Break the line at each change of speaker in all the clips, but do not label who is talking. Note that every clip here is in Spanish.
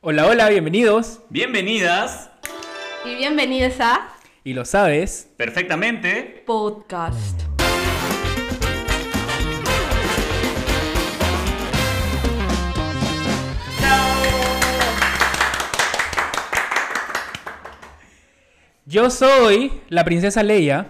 Hola, hola, bienvenidos.
Bienvenidas,
Y bienvenidos a
Y lo sabes,
perfectamente.
Podcast.
yo soy la princesa Leia.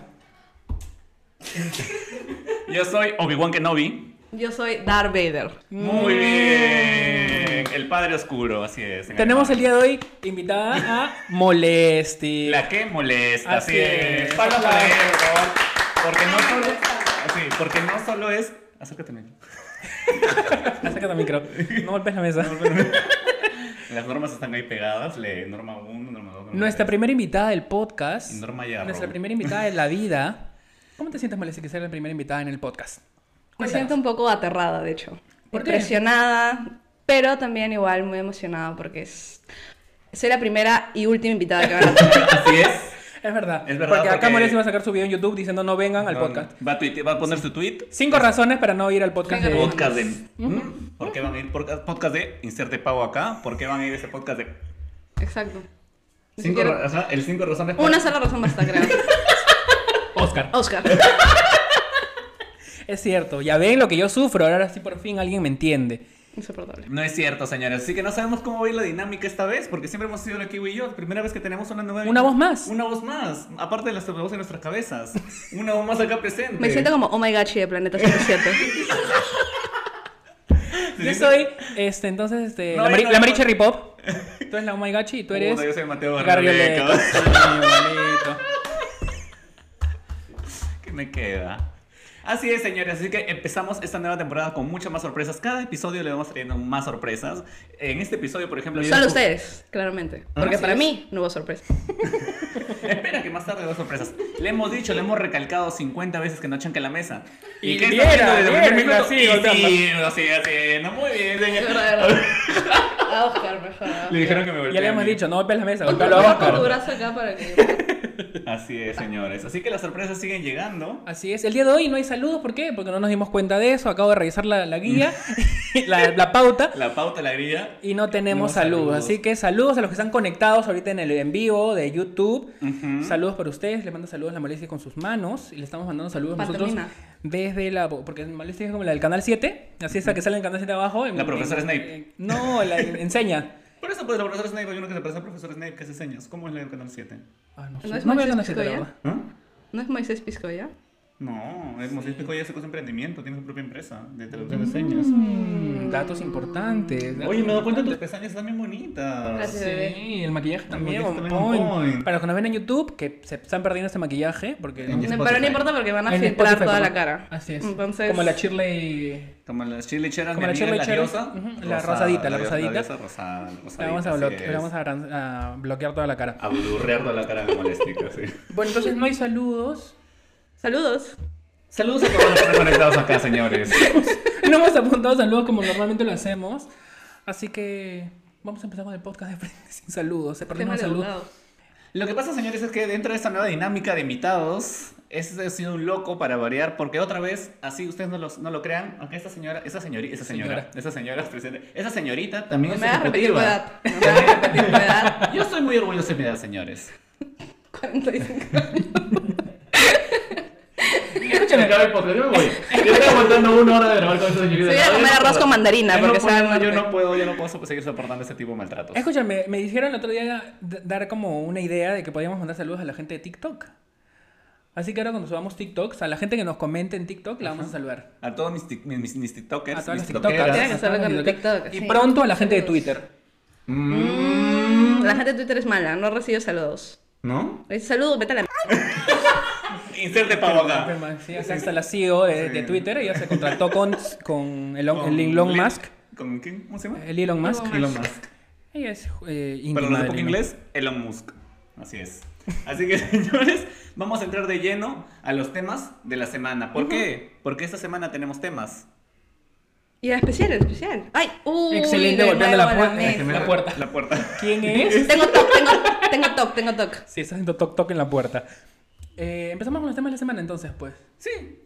Yo soy Obi-Wan Kenobi.
Yo soy Darth Vader.
Muy bien. El padre oscuro, así es. en
Tenemos el
alemán.
día de hoy invitada a Molesti.
La que molesta, así,
Así
es.
es.
Palmas para
Aplausos.
ella, por favor. Porque no solo. sí, porque no solo es. Acércate, Nacho.
Acércate al micro. No golpes la mesa.
Las normas están ahí pegadas. Le, norma 1, norma 2. Norma
Nuestra
tres.
primera invitada del podcast.
Y Norma Yarrow.
Nuestra primera invitada de la vida. ¿Cómo te sientes, Molesti, que ser la primera invitada en el podcast?
Me
Cuéntanos.
siento un poco aterrada, de hecho.
¿Por qué?
Impresionada, pero también igual muy emocionada porque es... soy la primera y última invitada que van a tener.
Así es.
Es verdad.
Es verdad,
Porque acá
porque-
Molesti va a sacar su video en YouTube diciendo no vengan al podcast.
Va a, tuite- va a poner su tweet.
Cinco razones para no ir al podcast
Venga,
de...
vamos.
Podcast de. ¿Mm? ¿Por qué van a ir? Por- Podcast de. Inserte pago acá. ¿Por qué van a ir a ese podcast de.?
Exacto. Ni
Cinco,
siquiera-
ra- o sea, el cinco razones para-
Una sola razón basta, creo.
Oscar.
Oscar.
Es cierto, ya ven lo que yo sufro, ahora sí por fin alguien me entiende.
Insoportable.
No es cierto, señores. Así que no sabemos cómo va a ir la dinámica esta vez, porque siempre hemos sido la Kiwi y yo. Primera vez que tenemos una nueva.
Una voz más.
Una voz más. Aparte de las voces en nuestras cabezas. Una voz más acá presente.
Me siento como Oh My Gachi de Planeta 107.
Yo
Se siente-
soy, este, entonces, este,
No,
la, Mari,
no,
la
no.
Mari Cherry Pop, tú eres la Oh My Gachi y tú
Puta,
eres...
yo soy Mateo
Garrioleto.
Garrioleco.
Ay, bonito.
¿Qué me queda? Así es, señores. Así que empezamos esta nueva temporada con muchas más sorpresas. Cada episodio le vamos trayendo más sorpresas. En este episodio, por ejemplo. yo-
Solo ustedes, claramente. Porque
Así
para
es.
mí no hubo sorpresa.
Espera que más tarde dos sorpresas. Le hemos dicho, le hemos recalcado 50 veces que no chanque la mesa.
Y
qué
viera,
está haciendo desde el
viera,
primer
sí,
minuto?
golpeando.
Y sí, así, así, no muy bien,
Es
señor.
verdad, es verdad. A Oscar, mejor. a
Le
Oscar.
dijeron que me volteé.
Ya le
a
hemos
mí.
dicho, no golpees la mesa,
Pon tu-
golpea a
pon tu
Oscar.
brazo acá para que...
Así es, señores. Así que las sorpresas siguen llegando.
Así es, el día de hoy no hay saludos, ¿por qué? Porque no nos dimos cuenta de eso, acabo de revisar la, la guía, la, la pauta,
La pauta, la grilla.
y no tenemos
No
saludos.
saludos.
así que saludos a los que están conectados ahorita en el en vivo de YouTube,
Ujú.
saludos para ustedes, le mando saludos a la Malesia con sus manos, y le estamos mandando saludos
Pantomima.
nosotros desde la, porque Malesia es como la del canal 7, así es la que sale en el canal 7 abajo. en-
La profesora
en-
Snape.
en- no, la enseña.
Por eso, pues, la profesora Snape, hay uno que se parece al profesor Snape que hace señas. ¿Cómo es la del canal 7?
Ah, no, sé.
¿No es
No veo
Moisés
el canal 7, la
Picoya?
verdad.
¿Ah?
¿No es Moisés Piscoya?
No, es este Moisés Pico ya se su emprendimiento, tiene su propia empresa de traducción de señas.
Mm, datos importantes. datos
Oye, me doy cuenta que tus
importantes.
pestañas están bien bonitas.
Gracias.
Sí, el maquillaje también.
maquillaje
on
también on
point.
point.
Para los que nos ven en YouTube, que se están perdiendo este maquillaje, porque
En
no-
Y
No,
Spotify.
pero no importa porque van a
en
filtrar
Spotify,
toda
como-
la cara.
Así es.
Entonces,
Como la Shirley.
Como las chile cheras,
Como
mi
las chile
amiga, la
cheras,
diosa.
ujú, la rosadita, la
dio-
rosadita.
diosa rosada, la
La vamos, a,
rosadita,
bloque-
así
la vamos
es.
a, bran- a bloquear toda la cara.
A blurrear la cara como molestica, sí.
Bueno, entonces no hay saludos.
saludos.
Saludos a todos los que están conectados acá, señores.
No hemos apuntado saludos como normalmente lo hacemos. Así que vamos a empezar con el podcast de frente sin saludos. Se perdieron
Tema
los saludos.
Lo que pasa, señores, es que dentro de esta nueva dinámica de invitados, este ha sido un loco para variar, porque otra vez, así ustedes no, los- no lo crean, aunque esta señora, esa señorita, esa señora,
Señora.
esa señora es presente, esa señorita también
No
es
me hagas repetir tu
ejecutiva.
edad. No me hagas repetir tu edad.
Yo estoy muy orgulloso de mi edad, señores.
45.
Escúchame, acaba el podcast, yo me voy. Yo estoy aguantando una hora de grabar con esa señorita.
Se voy a comer arroz con mandarina
Yo no
porque
puedo,
saben.
yo no puedo, yo no puedo seguir soportando ese tipo de maltratos.
Escúchame, me dijeron el otro día d- dar como una idea de que podíamos mandar saludos a la gente de TikTok. Así que ahora cuando subamos TikToks, a la gente que nos comente en TikTok la vamos a saludar.
A todos mis, tic- mis, mis tiktokers,
A todas las
mis
TikTokers.
tiktokeras.
Tiene que ser
a todas
con
las
TikTok,
tiktokeras. Y
sí.
pronto a la gente de Twitter.
Mm, La gente de Twitter es mala, no recibe saludos.
¿No?
Le dice, Saludos, vete a la m.
Inserte pavo acá.
Superman, sí, hasta hasta la CEO de,
Ah. Sí.
de Twitter, ella se contrató con, con, el,
Con
el Elon
Lin-
Musk.
¿Con quién? ¿Cómo se llama?
El Elon Musk.
Elon Musk.
Ella es eh,
Para
íntima
los de
del
poco
Elon.
inglés, Elon Musk. Así es. Así que, señores, vamos a entrar de lleno a los temas de la semana. ¿Por qué? Porque esta semana tenemos temas.
Y era especial, era especial. Ay, uy,
Excelente,
de
golpeando
nuevo
la puerta.
mesa.
La puerta.
La puerta.
¿Quién es?
Tengo toc, tengo, tengo toc, tengo toc.
sí, está haciendo toc toc en la puerta. Eh, empezamos con los temas de la semana entonces, pues.
Sí.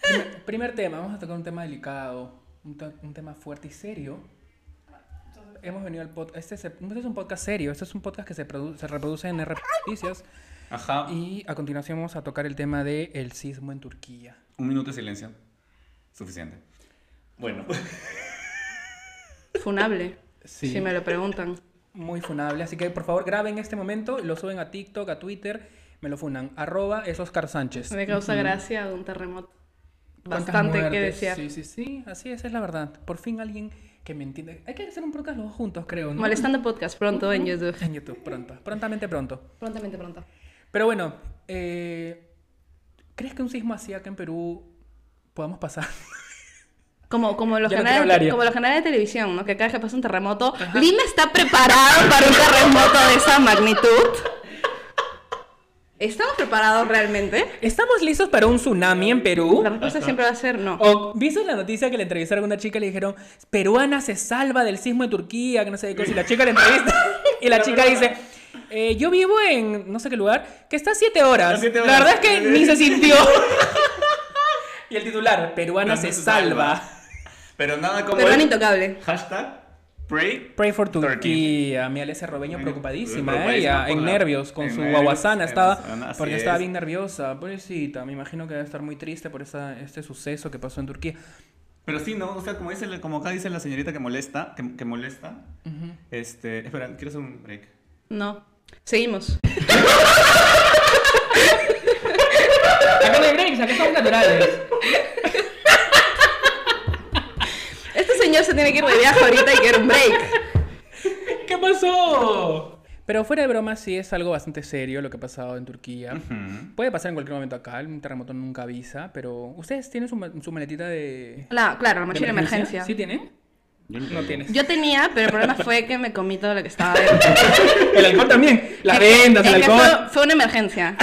Primer, primer tema, vamos a tocar un tema delicado, un, to- un tema fuerte y serio. hemos venido al podcast. Este, se- este es un podcast serio. Este es un podcast que se, produ- se reproduce en RP Noticias.
Ajá.
Y a continuación vamos a tocar el tema del el sismo en Turquía.
Un minuto de silencio. Suficiente. Bueno. pues,
Funable.
Sí.
Si me lo preguntan.
Muy funable. Así que por favor graben este momento, lo suben a TikTok, a Twitter, me lo funan. Arroba es Oscar Sánchez.
Me causa gracia un terremoto.
¿Cuántas
Bastante que
muertes?
desear.
Sí, sí, sí. Así es, es la verdad. Por fin alguien que me entiende. Hay que hacer un podcast los dos juntos, creo. ¿no?
Molestando podcast pronto en YouTube.
En YouTube, pronto. Prontamente pronto.
Prontamente pronto.
Pero bueno, eh, ¿crees que un sismo así acá en Perú podamos pasar?
Como, como, los
Ya no quiero
canales,
hablar
de-
ya.
como los canales de televisión, ¿no? Que cada vez que pasa un terremoto, Lima está preparado para un terremoto de esa magnitud. ¿Estamos preparados realmente?
¿Estamos listos para un tsunami en Perú?
La respuesta siempre va a ser no.
¿O viste la noticia que le entrevistaron a una chica y le dijeron, peruana se salva del sismo de Turquía, que no sé qué cosa? Y la chica le entrevista y la chica dice, "Eh, yo vivo en no sé qué lugar, que está a 7
A
horas.
siete
La
horas.
verdad es que ni se sintió. y el titular, peruana
Pero
se
no se
salva.
Pero nada como.
Pero
el
era intocable.
Hashtag pray.
Pray for
Turkey.
Turquía. Mira, ese robeño
Bien,
preocupadísima,
preocupadísima
¿eh? ella,
por
en
la-
nervios, con
en
su
nervios,
guaguasana.
en
Estaba,
guaguasana, así
porque estaba
es.
bien nerviosa, pobrecita. Me imagino que debe estar muy triste por esa, este suceso que pasó en Turquía.
Pero sí, ¿no? O sea, como, dice, la- como acá dice la señorita que molesta, que, que molesta. Este. Espera, quiero hacer un break.
No. Seguimos.
Acá no hay breaks, acá estamos naturales.
Este señor se tiene que ir de viaje ahorita y quiere un break.
¿Qué pasó? Pero fuera de broma, sí es algo bastante serio lo que ha pasado en Turquía.
Ujú.
Puede pasar en cualquier momento acá, un terremoto nunca avisa, pero ¿ustedes tienen su, ma- su maletita de,
La, claro, la
de
mochila de emergencia.
¿Sí tienen? No tienes.
Yo tenía, pero el problema fue que me comí todo lo que estaba dentro.
El alcohol también. Las
Es que-
vendas,
es
el
que
alcohol.
Fue, fue una emergencia.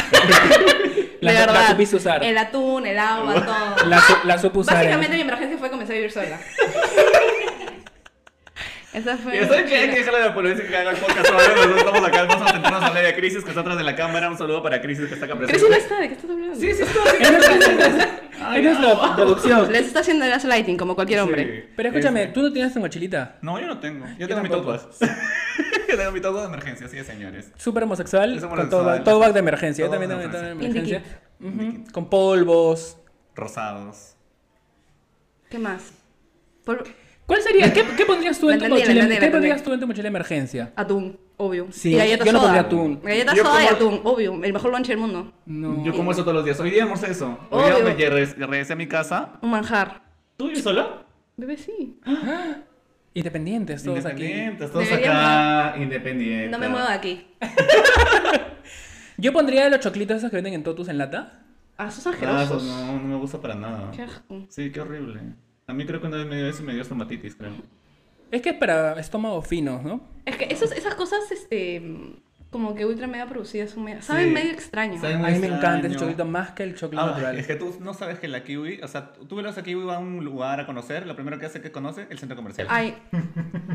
La-
de
la
verdad.
supiste usar.
El atún, el agua, todo.
La, su- la supo usar, ¿eh?
Básicamente mi emergencia fue comenzar a vivir sola. Esa fue.
Yo saben que hay que dejarle a la policía que haga el podcast ahora. Nosotros estamos acá, vamos a sentarnos a hablar de Crisis, que está atrás de la cámara. Un saludo para Crisis, que está acá presente.
Cris no está, ¿de qué estás hablando?
Sí, sí, está.
este Eres la producción.
Les está haciendo gaslighting como cualquier hombre.
Sí.
Pero escúchame,
Este,
tú no tienes tu mochilita.
No, yo no tengo. Yo, tengo mi
tampoco.
top Yo tengo mi top de emergencia, sí, señores.
Súper homosexual,
Es
con
homosexual.
todo, back- todo back de emergencia. Yo
Todo
también tengo
back de
todo de
emergencia.
emergencia. Ujú, Con polvos.
Rosados.
¿Qué más? Por...
¿Cuál sería? ¿Qué, qué pondrías tú en
La
tu mochila?
entendí, la
em-,
entendí, la
¿Qué pondrías
entendí.
tú en tu mochila de emergencia?
Atún, obvio.
Sí,
y galleta
yo no
soda.
pondría atún.
Galleta
Yo
soda y
como-
atún, obvio. El mejor lunch del mundo.
No.
Yo como eso todos los días. Hoy día almorcé eso. Hoy día
Obvio.
me regres- regresé a mi casa.
Un manjar.
¿Tú y sola?
Bebé, sí.
Independientes todos aquí.
Independientes, todos
Debería
acá. Independientes.
No me muevo de aquí.
Yo pondría los choclitos esos que venden en Totus en lata.
Ah, sos
Ah, eso
asquerosos.
no, no me gusta para nada.
Qué asco.
Sí, qué horrible. A mí creo que una vez me dio eso y me dio estomatitis, creo.
Es que es para estómagos finos, ¿no?
Es que esos- esas cosas, este. Como que ultra mega producidas son medio. Saben
Sí.
medio extraño.
Saben
A
muy
mí me encanta ese
extraño.
choclito más que el choclito
Ah,
natural.
es que tú no sabes que la kiwi, o sea, tú ves a kiwi va a un lugar a conocer, lo primero que hace que conoce el centro comercial.
Ay.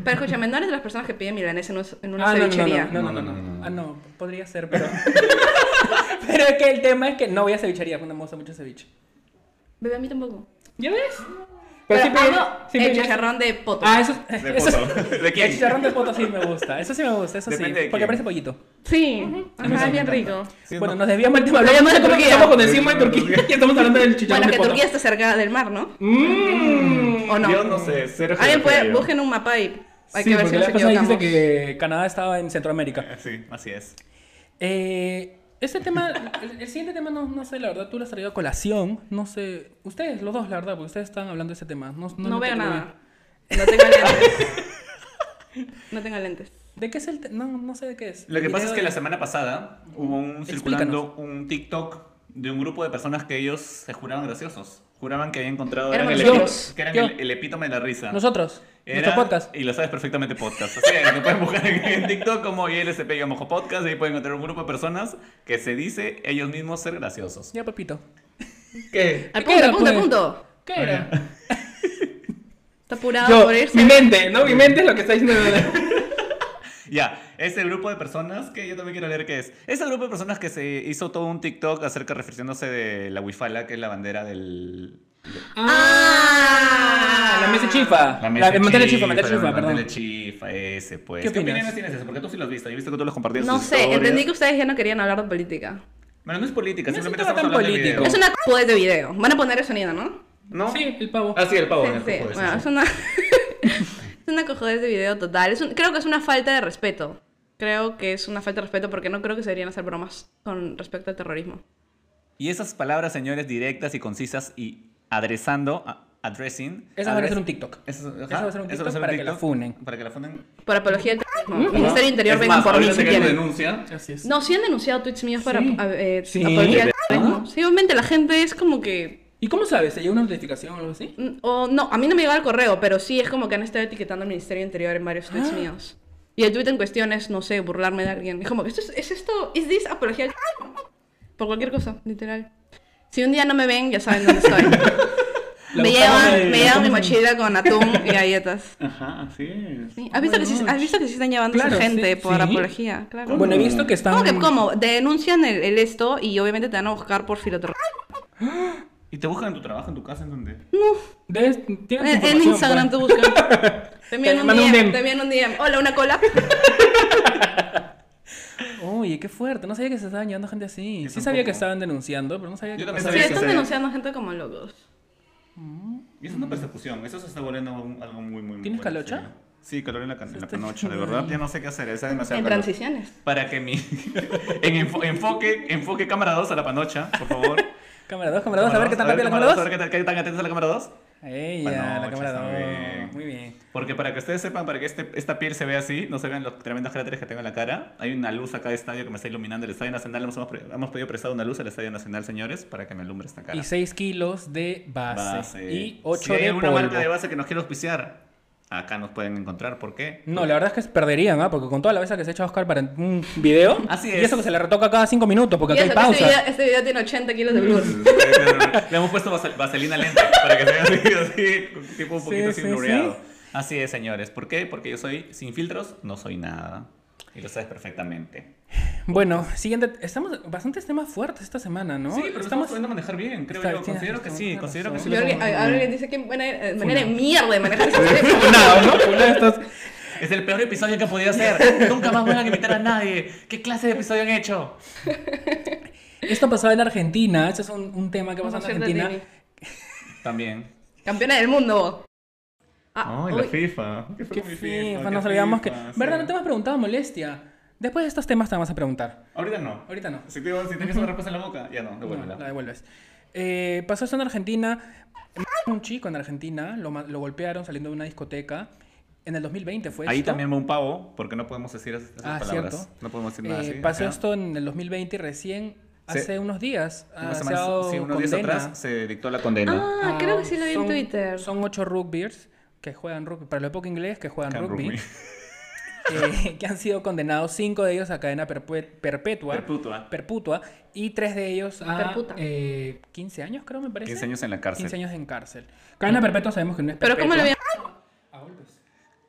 Pero escúchame, no eres de las personas que piden milanesa en, un- en una
Ah, no, no,
cevichería.
no, no, no, no,
No, no,
no.
no, no.
Ah, no, podría ser, pero. pero es que el tema es que no voy a cevichería, porque no me gusta mucho el ceviche.
Bebé, a mí tampoco.
¿Ya ves?
Pero,
siempre-
amo
siempre
el
irías-
chicharrón de poto.
Ah, eso
De
eso-
poto. ¿De quién?
El chicharrón de poto sí me gusta. Eso sí me gusta, eso
Depende
sí.
de
Porque
quién.
parece pollito.
Sí.
A mí
Ajá,
sí
es
me
bien
encanta.
rico.
Sí,
bueno,
no.
nos desviamos del tema. Hablamos de Turquía. Estamos con el sismo de Turquía y estamos hablando del chicharrón
Bueno, que
de poto.
Turquía está cerca del mar, ¿no?
Mm.
¿O no?
Yo no sé, cero
Alguien puede,
geografía yo.
busquen un mapa y hay
Sí, porque
que ver si nos
la cosa
equivocamos.
dijiste que Canadá estaba en Centroamérica.
Sí, así es.
Eh, este tema, el, el siguiente tema, no, no sé, la verdad, tú lo has traído a colación. No sé, ustedes, los dos, la verdad, porque ustedes están hablando de ese tema. No, no,
No veo
tengo
nada. No tengo lentes. No tengo lentes.
¿De qué es el.? te- No, no sé de qué es.
Lo que pasa es
Video
que
de-
la semana pasada hubo un circulando un TikTok de un grupo de personas que ellos se juraban graciosos. Juraban que habían encontrado
Éramos
eran el,
nosotros.
epítome- que eran
Yo.
el, el epítome de la risa.
Nosotros,
Era-
nuestro podcast.
Y lo sabes perfectamente, podcast. O sea, lo pueden buscar en, en TikTok como ILSP y Mojo Podcast. Y ahí pueden encontrar un grupo de personas que se dice ellos mismos ser graciosos.
Ya, Pepito.
¿Qué?
Al
¿Qué
punto,
era,
al punto, al
pues?
punto.
¿Qué era?
Está apurado
Yo,
por irse.
mi mente, ¿no? Mi mente es lo que está diciendo.
Ya, ese grupo de personas que yo también quiero leer qué es. Ese grupo de personas que se hizo todo un TikTok acerca refiriéndose de la Wifala, que es la bandera del,
Ah, la mesa chifa.
La mesa
el mantel de chifa, mantel de chifa,
el mantel de
perdón.
chifa, ese, pues.
¿Qué
¿Qué,
opinas?
opiniones tienes de eso? Porque tú sí lo has visto. Yo he visto que tú los compartías.
No sé, entendí que ustedes ya no querían hablar de política.
Bueno, no es política,
No es un
simplemente
tema
estamos
tan
hablando de
político.
video.
Es una c- pues, de video. Van a poner el sonido, ¿no?
¿No?
Sí, el pavo.
Ah, sí, el pavo.
Sí,
el
sí.
pavo, sí,
Bueno,
sí.
es una. es una cojodez de video total. Es un- Creo que es una falta de respeto. Creo que es una falta de respeto porque no creo que se deberían hacer bromas con respecto al terrorismo.
Y esas palabras, señores, directas y concisas y adresando, a- addressing.
Esa va a
adres-
ser un TikTok.
Eso,
Eso
ajá,
va a ser un
eso
TikTok para que la funen.
Para que la funen.
Por apología del terrorismo.
Mm.
Ministerio del Interior, vengan por mí si quieren.
denuncia.
Así es.
No, sí han denunciado tweets míos para
Sí.
a- eh,
Sí.
apología del
¿De
terrorismo. Sí, obviamente la gente es como que.
¿Y cómo sabes? ¿Te llegó una notificación o algo así?
mm, O no, a mí no me llegó el correo, pero sí es como que han estado etiquetando al Ministerio del Interior en varios
Ah.
tweets míos. Y el tweet en cuestión es, no sé, burlarme de alguien. Es como, ¿esto es, ¿es esto? ¿Es this apología del terrorismo? Por cualquier cosa, literal. Si un día no me ven, ya saben dónde estoy.
La
me
buscamos
llevan,
de-
me llevan mi mochila con atún y galletas.
Ajá, así es.
Sí, ¿Has, visto que sí, has visto que sí están llevando
Claro,
a
sí,
gente por
sí.
apología, claro.
Bueno, he visto que están.
¿Cómo que cómo? Denuncian el, el esto y obviamente te van a buscar por filoterror.
¿Y te buscan en tu trabajo, en tu casa, en donde?
Debes-
En,
tienes
en
información,
Instagram te
pues.
buscan. Te envían
Te
un,
mandan un
DM,
DM.
te envían un DM. Hola, una cola.
Oye, qué fuerte. No sabía que se estaban llevando gente así.
Yo
Sí sabía
tampoco.
que estaban denunciando, pero no sabía
Yo
que.
también
Sí,
sabía que
están
se-
denunciando gente como locos.
Y es una persecución, eso se está volviendo un- algo muy, muy muy
¿Tienes
bueno,
calocha? Este
sí. Sí, calor en la, can- en la
está
panocha, de
chingando
verdad,
ahí.
ya no sé qué hacer, es demasiado
En
calor.
transiciones.
Para que mi... en enfo- enfoque, enfoque cámara 2 a la panocha, por favor.
Cámara 2, cámara 2, a ver qué tan rápida la
cámara dos, A
cámara
ver
2.
qué tan- qué tan atenta es la cámara 2.
Ella, la
Panocha, está
cámara
bien.
2. Muy bien.
Porque para que ustedes sepan, para que este, esta piel se vea así, no se vean los tremendos cráteres que tengo en la cara, hay una luz acá de estadio que me está iluminando el Estadio Nacional. Hemos, hemos pre- hemos pedido prestado una luz al Estadio Nacional, señores, para que me alumbre esta cara.
Y 6 kilos de base.
Base.
Y 8
si hay
de
alguna
polvo.
marca de base que nos quiera auspiciar, acá nos pueden encontrar. ¿Por qué?
No, la verdad es que perderían, ¿ah? Porque con toda la vez que se echa a Oscar para un video.
Así
Y
es.
eso que se le retoca cada 5 minutos, porque
Y
acá hay
eso, que este, video,
pausas.
este video tiene 80 kilos de
Mm.
blues.
Le hemos puesto vasel- vaselina lenta para que se vea así, así, tipo un
Sí,
poquito
sí,
sin brillo. Así es, señores. ¿Por qué? Porque yo soy sin filtros, no soy nada. Y lo sabes perfectamente.
Bueno, siguiente. Estamos bastantes temas fuertes esta semana, ¿no?
Sí, pero estamos pudiendo manejar bien, creo
Está-
yo.
tienes
Considero que
razón,
sí,
tienes
considero que sí.
razón.
Y
lo
alguien,
estamos
a-
manejando
alguien dice que manera, eh, manera de mierda de manejar esas
Funados, ¿no? Funados estos.
bien. Es el peor episodio que he podido hacer. Nunca más vuelvan a invitar a nadie. ¿Qué clase de episodio han hecho?
Esto pasaba en Argentina. Este es un, un tema que pasó en
Vamos a hacer
Argentina.
Dini.
También.
Campeona del mundo. vos. Ah,
Ay,
uy,
la FIFA. ¿Qué fue
Qué
con mi
FIFA,
¿Qué
nos olvidamos que.
FIFA? Sí.
¿Verdad? No te hemos preguntado molestia. Después de estos temas te vamos a preguntar.
Ahorita no.
Ahorita no.
Si, te, si tienes una respuesta en la boca, ya no,
No,
devuélvela.
la devuelves. Eh, pasó esto en Argentina. Un chico en Argentina lo, ma- lo golpearon saliendo de una discoteca. En el 2020 fue
Ahí
esto.
también va un pavo, porque no podemos decir esas, esas
Ah,
palabras.
cierto.
No podemos decir nada
Eh,
así.
pasó
Ah, ajá.
esto en el 2020 y recién
Sí.
hace unos días. Ha
Unas
se ha
semanas-
dado
sí, unos días
condena.
atrás se dictó la condena.
Ah, creo que sí lo vi en
son-
Twitter.
Son ocho rugbyers que juegan rugby, para lo poco inglés, que juegan
Can
rugby,
rugby.
eh, que han sido condenados cinco de ellos a cadena perpue- perpetua,
Perpetua.
perpetua, y tres de ellos a
Perputa.
eh, 15 años, creo, me parece.
15 años en la cárcel. Mm.
15 años en cárcel. Cadena perpetua sabemos que no es
Pero
perpetua. Ah,
¿cómo lo vi?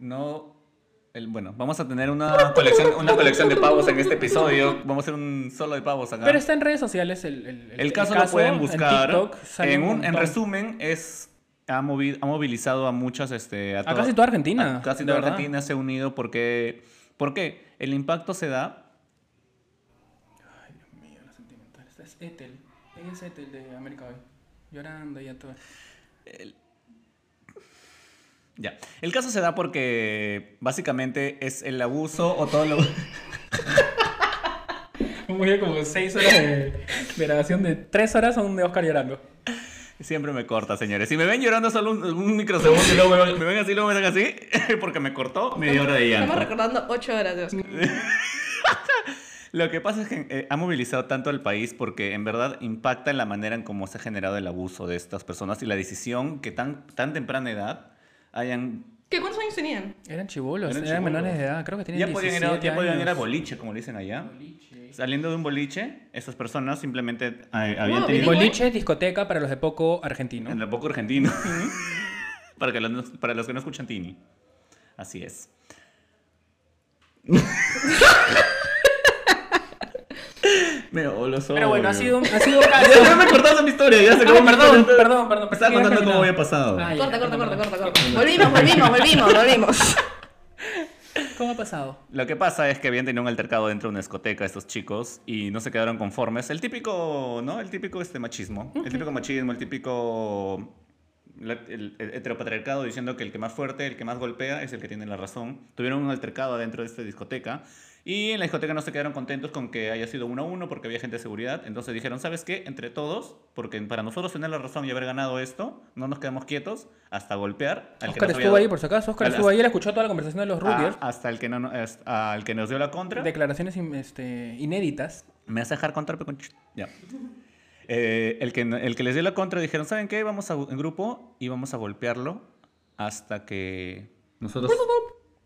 No. el- bueno, vamos a tener una colección, una colección de pavos en este episodio. Vamos a hacer un solo de pavos acá.
Pero está en redes sociales el, el, el-
Ah. el caso,
el
lo pueden
en
buscar.
TikTok,
En,
sale un
un, en
montón.
resumen, es ha, movi- ha movilizado a muchas. Este,
A casi toda Argentina,
a casi
de
toda
verdad.
Argentina se ha unido porque. ¿Por qué? El impacto se da
Esta es Ethel. Ella es Ethel de América Hoy. Llorando y a todo.
Ya. El caso se da porque básicamente es el abuso o todo lo.
Como ya como 6 horas de de grabación de 3 horas son de Oscar llorando.
Siempre me corta, señores. Si me ven llorando solo un, un microsegundo y luego me, ven- me ven así, luego me ven así, porque me cortó media hora de
Estamos
llanto.
recordando 8 horas de Oscar.
Lo que pasa es que eh, ha movilizado tanto al país porque en verdad impacta en la manera en cómo se ha generado el abuso de estas personas y la decisión que tan, tan temprana edad hayan.
¿Qué cuántos años tenían?
Eran chibolos, eran,
Eran chibolos.
menores de edad, creo que tenían
Ya podían, ir a,
17
ya podían ir a
años.
boliche, como le dicen allá. Saliendo de un boliche, estas personas simplemente eh, habían
Wow,
tenido.
Boliche, discoteca para los de poco argentino.
En el poco argentino. para, que los, para los que no escuchan Tini. Así es. Me olosó.
Pero bueno, ha sido un, ha sido un caso.
Ya me cortaste mi historia, ya se acabó
Ay,
mi
Ah, perdón,
historia.
perdón, perdón, pensé
Estaba
que iba
contando cómo
caminando.
había pasado.
Ay.
Corta, corta, corta, corta, corta. Volvimos, volvimos, volvimos, volvimos.
¿Cómo ha pasado?
Lo que pasa es que habían tenido un altercado dentro de una discoteca estos chicos y no se quedaron conformes. El típico, ¿no? El típico este machismo. El típico machismo, el típico la- el, el heteropatriarcado diciendo que el que más fuerte, el que más golpea es el que tiene la razón. Tuvieron un altercado dentro de esta discoteca y en la discoteca no se quedaron contentos con que haya sido uno a uno porque había gente de seguridad. Entonces dijeron, ¿sabes qué? Entre todos, porque para nosotros tener la razón y haber ganado esto, no nos quedamos quietos hasta golpear al que
Oscar
nos había
estuvo ahí,
dado-
por si acaso. Oscar
al-
estuvo ahí, él escuchó toda la conversación de los Rudiers.
Ah, hasta el que, no, no- hasta- al que nos dio la contra.
Declaraciones in- este, inéditas.
Me vas a dejar contra, pe, conch- Ya. Eh, el, que, el que les dio la contra dijeron, ¿saben qué? Vamos a, en grupo y vamos a golpearlo hasta que nosotros,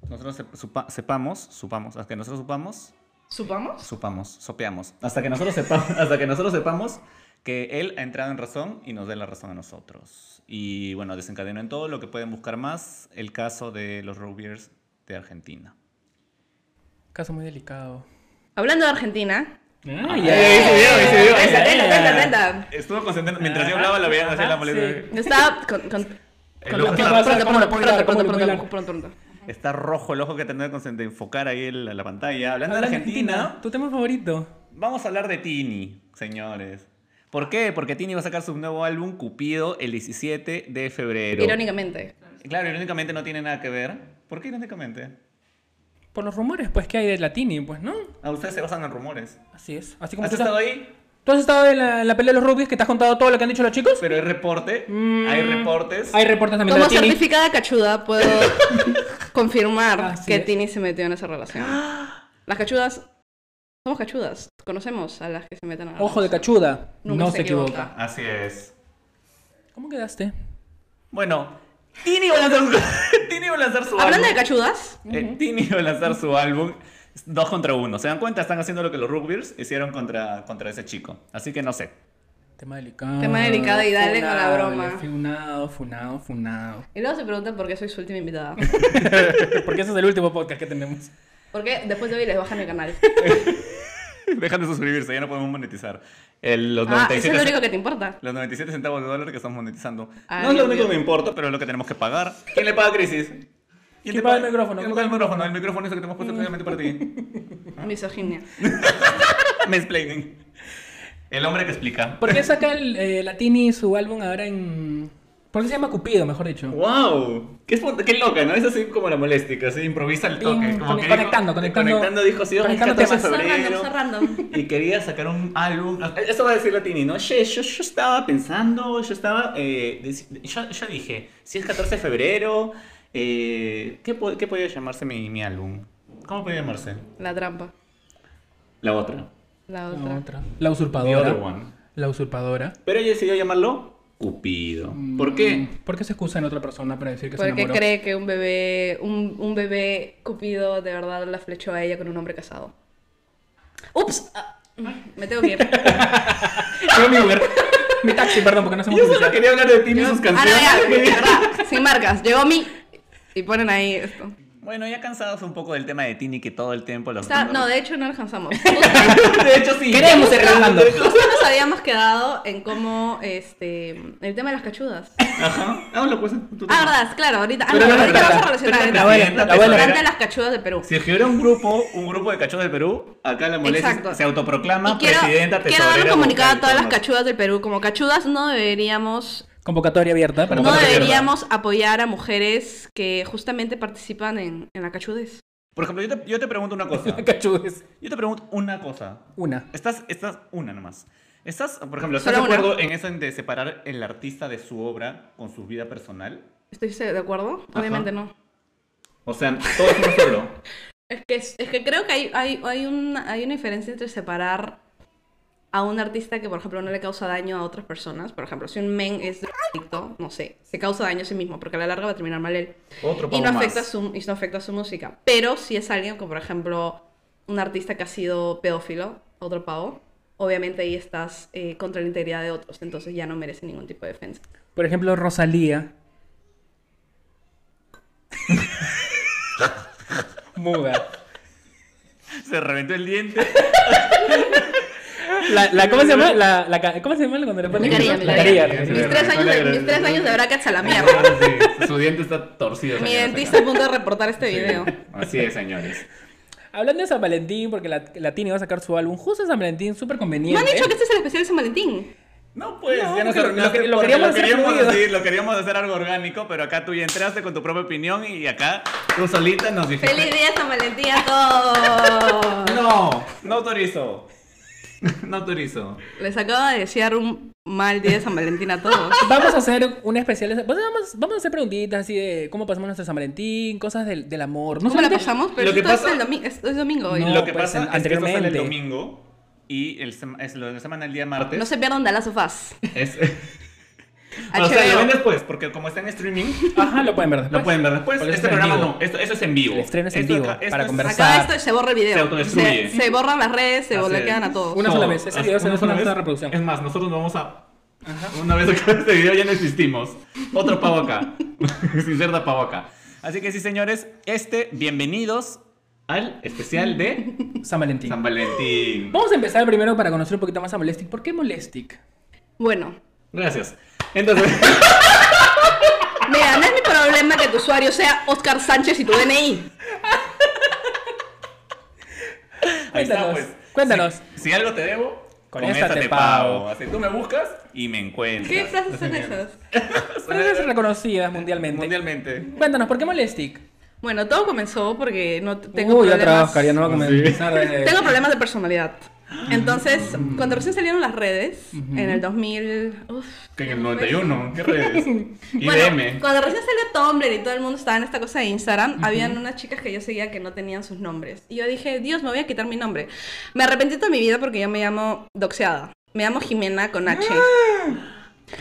nosotros sep- supa- sepamos, supamos, hasta que nosotros supamos,
¿Supamos?
supamos, sopeamos. Hasta que nosotros sepamos, hasta que nosotros sepamos que él ha entrado en razón y nos dé la razón a nosotros. Y bueno, desencadenó en todo lo que pueden buscar más el caso de los Rubiers de Argentina.
Caso muy delicado.
Hablando de Argentina.
Ah,
Ahí se vio, ahí se vio, ahí se
Atenta,
vio.
atenta, atenta.
Estuvo concentrando. Mientras yo hablaba, la veía hacer la
Ajá,
molestia.
sí.
Yo Estaba con. con... con-
ojo.
con-
¿Cómo lo
pronto,
puedo hilar?
pronto, pronto,
¿Cómo lo
pronto,
puedo
pronto,
hilar?
pronto, pronto.
Está rojo el ojo que tenía que concent- enfocar ahí en la, la pantalla. Hablando de
Habla
Argentina,
tu tema favorito.
vamos a hablar de Tini, señores. ¿Por qué? Porque Tini va a sacar su nuevo álbum Cupido el 17 de febrero.
Irónicamente.
Claro, irónicamente no tiene nada que ver. ¿Por qué irónicamente?
Por los rumores, pues, que hay de Latini, pues, ¿no?
A ustedes se basan en rumores.
Así es. Así como
¿Has
tú,
estado
estás-
ahí?
¿Tú has estado en la, en la pelea de los rubios que te has contado todo lo que han dicho los chicos.
Pero hay reporte. Mm, Hay reportes.
Hay reportes también de
Como
Latini.
certificada cachuda puedo confirmar
Así
que
es.
Tini se metió en esa relación. Las cachudas somos cachudas, conocemos a las que se meten a la
Ojo de
relación.
cachuda.
Nunca
no
se
se equivoca.
equivoca.
Así es.
¿Cómo quedaste?
Bueno, Tini va a lanzar su, Tini va a lanzar su álbum.
Hablando de cachudas,
Eh, Tini va a lanzar su álbum 2 contra 1. ¿Se dan cuenta? Están haciendo lo que los Rugbears hicieron contra, contra ese chico. Así que no sé.
Tema delicado.
Tema delicado y dale con la
Funable,
broma.
Funado, funado, funado.
y luego se preguntan por qué soy su última invitada.
Porque ese es el último podcast que tenemos.
Porque después de hoy les bajan el canal.
Dejan de suscribirse, ya no podemos monetizar. El- los,
Ah, eso es
97,
lo único que te importa.
los 97 centavos de dólar que estamos monetizando.
Ah,
no es lo
Dios
único que me
mío.
importa, pero es lo que tenemos que pagar. ¿Quién le paga Crisis? ¿Quién,
¿Quién paga el micrófono?
¿Quién paga el micrófono? El micrófono es el que te hemos puesto
Mm.
especialmente para ti.
Misoginia.
Mansplaining. El hombre que explica.
¿Por qué saca el eh, Latini su álbum ahora en. ¿Por qué se llama Cupido, mejor dicho?
¡Wow! Qué, espont- qué loca, ¿no? Es así como la molestica, así improvisa el toque.
Pim,
como
con-
que
conectando,
dijo-
conectando-
Conectando dijo así, "Ay,
conectando
14 de
temas.
febrero".
Cerrando, cerrando.
Y quería sacar un álbum. ah, Eso va a decir Latini, ¿no? Che, yo, yo estaba pensando, yo estaba. eh, dec- yo, yo dije, si es 14 de febrero, eh, ¿qué, po- qué podía llamarse mi, mi álbum? ¿Cómo podía llamarse?
La trampa.
La otra.
La
La
otra.
otra. La
The other
usurpadora.
one.
La usurpadora.
Pero ella decidió llamarlo Cupido. ¿Por qué?
Mm, ¿Por qué se excusa en otra persona para decir que se
Porque
enamoró?
cree que un bebé, un, un bebé cupido de verdad la flechó a ella con un hombre casado. Ups, Ah, me tengo que ir.
Yo mi Uber. Mi taxi, perdón, porque no hacemos
Yo solo
publicidad.
quería hablar de Tini y
Yo-
sus
Ah, no,
canciones.
ya, de verdad, sin marcas. Llegó mi y ponen ahí esto.
Bueno, ya cansados un poco del tema de Tini que todo el tiempo los.
Está- no, de hecho no alcanzamos.
de hecho sí.
Queremos ir relajando.
Justo nos habíamos quedado en cómo este el tema de las cachudas.
Ajá. Háblalo pues. en tu
Ah,
tema.
verdad, claro, ahorita, ah,
Pero
no,
no, no,
ahorita
no,
vamos a
no,
relacionar
pero
el
la abuela, la abuela.
restaurante de las cachudas de Perú.
Si estuviera un grupo, un grupo de cachorros del Perú, acá la molestia
Exacto.
se autoproclama
Y quiero,
presidenta
quiero dar un
tesorera,
comunicado a
vocal,
todas las
todo.
cachudas del Perú. Como cachudas no deberíamos,
Convocatoria abierta. Para
no
Convocatoria abierta.
deberíamos apoyar a mujeres que justamente participan en, en la cachudez.
Por ejemplo, yo te, yo te pregunto una cosa.
Cachudes.
Yo te pregunto una cosa.
Una.
Estás, estás una nomás. Estás, por ejemplo, ¿estás de
Solo una.
acuerdo en eso en de separar el artista de su obra con su vida personal?
¿Estoy de acuerdo?
Ajá.
Obviamente no.
O sea, todo es uno solo.
Es que, es que creo que hay, hay, hay, una, hay una diferencia entre separar a un artista que, por ejemplo, no le causa daño a otras personas. Por ejemplo, si un men es drogadicto, no sé, se causa daño a sí mismo, porque a la larga va a terminar mal él.
Otro
Y
pavo
no,
más.
afecta su, y no afecta su música. Pero si es alguien como, por ejemplo, un artista que ha sido pedófilo, otro pavo, obviamente ahí estás eh, contra la integridad de otros, entonces ya no merece ningún tipo de defensa.
Por ejemplo, Rosalía. Muda.
Se reventó el diente.
La, la- ¿Cómo se llama? La, la ca- ¿Cómo se llama cuando le ponen?
Mi carilla, mi
la
carilla.
carilla.
Mis tres años de, mis tres años de brackets a la mierda.
Sí, su diente está torcido.
Mi
señora,
dentista a punto de reportar este
Sí.
video.
Así es, señores.
Hablando de San Valentín, porque la, la Tini va a sacar su álbum justo en San Valentín, súper
Me
conveniente.
han dicho que este es el especial de San Valentín.
No, pues,
No,
ya nos
porque lo-
arruinaste
lo que- lo
porque
queríamos hacer fluido.
hacer, lo queríamos hacer algo orgánico, pero acá tú ya entraste con tu propia opinión y acá tú solita nos dijiste.
¡Feliz día San Valentín a todos!
No,
No autorizo.
no autorizo.
Les acabo de desear un mal día de San Valentín a todos.
Vamos a hacer un especial. Vamos, vamos a hacer preguntitas así de cómo pasamos nuestro San Valentín, cosas del, del amor. No
¿Cómo la
solamente-
pasamos? Pero
Lo que
esto es,
pasa-
el domi- es- es domingo hoy.
No,
lo que
pues,
pasa
an-
es que esto sale el
anteriormente.
domingo y el sema- es lo de la semana el día martes.
No se pierdan de las sofás.
Es-
HBO.
o sea, lo ven después, pues, porque como está en streaming,
Ajá, lo pueden ver después.
lo pueden ver después.
Porque
Este
esto Ah, es en
programa
vivo.
no, esto, eso es en vivo.
El estreno es en
Esto
vivo,
esto
para
es-
conversar.
Acá esto se borra el video.
Se autodestruye.
Se, se borran las redes, se
Así
bloquean
es.
a todos.
Una sola vez, ese
haz
video se
una
hace una
vez.
sola reproducción.
Es más, nosotros nos vamos a. Una vez acabado este video ya no existimos. Otro pavo acá. Sin ser da pavo acá.
Así que sí, señores, este, bienvenidos
Al especial de
San Valentín.
San Valentín.
Vamos a empezar primero para conocer un poquito más a Molestic. ¿Por qué Molestic?
Bueno,
Gracias. Entonces.
mira, no es mi problema que tu usuario sea Oscar Sánchez y tu DNI.
Ahí está,
Cuéntanos,
pues.
cuéntanos.
Si, si algo te debo,
Con esta te pago.
Así tú me buscas y me encuentras.
¿Qué frases son
Señores.
esas?
Eh,
Frases reconocidas mundialmente.
Mundialmente.
Cuéntanos, ¿por qué Molestic?
Bueno, todo comenzó porque no t- tengo
Uy, otra
problemas.
Oscar, ya no va a comenzar. eh.
Tengo problemas de personalidad. Entonces,
Ah.
cuando recién salieron las redes, en el 2000... uf,
Que en el 91, ¿qué redes?
Bueno,
IDM.
cuando recién salió Tumblr y todo el mundo estaba en esta cosa de Instagram, habían unas chicas que yo seguía que no tenían sus nombres. Y yo dije, Dios, me voy a quitar mi nombre. Me arrepentí toda mi vida porque yo me llamo doxeada. Me llamo Jimena con H.
Ah.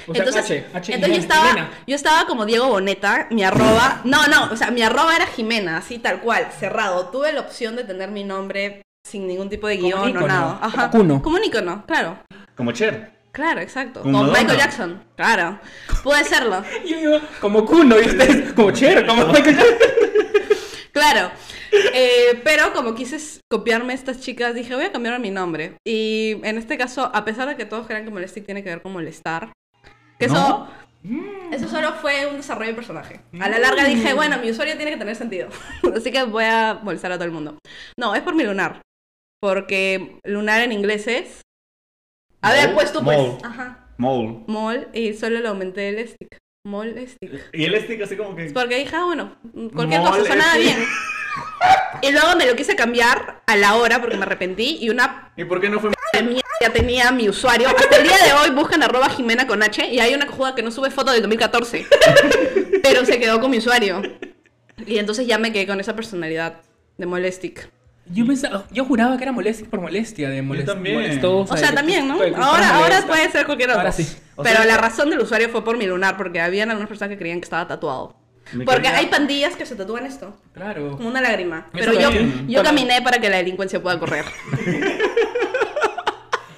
O sea,
entonces
H, H,
entonces yo,
Jimena,
estaba,
Jimena.
yo estaba como Diego Boneta, mi arroba. No, no, o sea, mi arroba era Jimena, así tal cual, cerrado. Tuve la opción de tener mi nombre sin ningún tipo de
Como
guión
un
o
ícono,
nada.
como Kuno.
Como un ícono, claro.
Como Cher.
Claro, exacto.
Como
Como Michael
Madonna.
Jackson, claro. Pude serlo.
Yo digo, como Kuno, y ustedes, como Cher, como Michael Jackson.
Claro. Eh, pero como quise s- copiarme a estas chicas, dije, voy a cambiar mi nombre. Y en este caso, a pesar de que todos crean que Molestic tiene que ver con molestar, que eso, eso solo fue un desarrollo de personaje. A la larga dije, bueno, mi usuario tiene que tener sentido. Así que voy a molestar a todo el mundo. No, es por mi lunar. Porque lunar en inglés es... A ver,
Mole.
pues tú pues.
Mole.
Ajá.
Mole.
Mol y solo le aumenté el stick. Molestic.
Y el stick así como que.
Porque dije, ah, bueno, cualquier cosa
Mole,
sonaba
sí.
bien. Y luego me lo quise cambiar a la hora porque me arrepentí y una
¿Y por qué no fue
p- de mierda ya tenía mi usuario. Hasta el día de hoy buscan arroba Jimena con H y hay una cojuda que no sube foto del 2014. Pero se quedó con mi usuario. Y entonces ya me quedé con esa personalidad de Molestic.
Yo pensaba, yo juraba que era Molestic por molestia, de molest,
también.
molestosa,
O sea,
de-
también, ¿no?
de- de-
Ahora,
molesta.
ahora puede ser cualquier
Ahora
otra.
sí.
O
Pero
sea-
la razón del usuario fue por mi lunar, porque habían algunas personas que creían que estaba tatuado.
Mi
Porque
querida-
hay pandillas que se tatúan esto.
Claro.
Como una lágrima.
Eso
Pero yo,
también.
yo caminé para que la delincuencia pueda correr.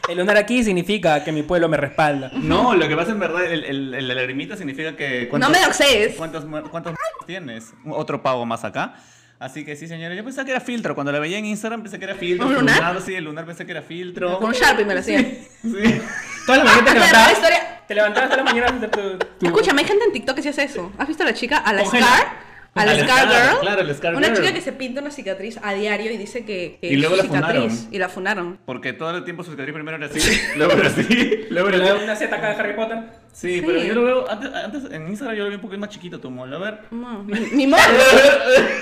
El lunar aquí significa que mi pueblo me respalda.
Ah,
No, lo que pasa en verdad, el, el, el- la lagrimita significa que.
No me doxees.
¿Cuántos, muer- cuántos muertos tienes? Otro pavo más acá. Así que sí, señores. Yo pensaba que era filtro. Cuando la veía en Instagram pensé que era filtro.
¿Un lunar?
Sí, el lunar pensé que era filtro.
Con Sharpie me lo hacía.
Sí.
Todas las mañanas te
Pero la
levantabas.
historia-
Te levantabas todas las mañanas a hacer tu. tu-
Escúchame, hay gente en TikTok que sí hace eso. ¿Has visto a la chica? A la
Congela.
Scar. A la
A la
Scar
Scar,
Girl.
claro, la Scar
una
Girl.
chica que se pinta una cicatriz a diario y dice que, que
Y luego
es
la
su cicatriz.
funaron.
Y la funaron.
Porque todo el tiempo su cicatriz primero era así, luego era así,
Pero
luego era
le
así.
da una Z acá de Harry Potter.
Sí,
Sí.
pero yo lo veo, antes, antes en Instagram yo lo vi un poquito más chiquito tu mole, a ver.
No, mi, mi mol.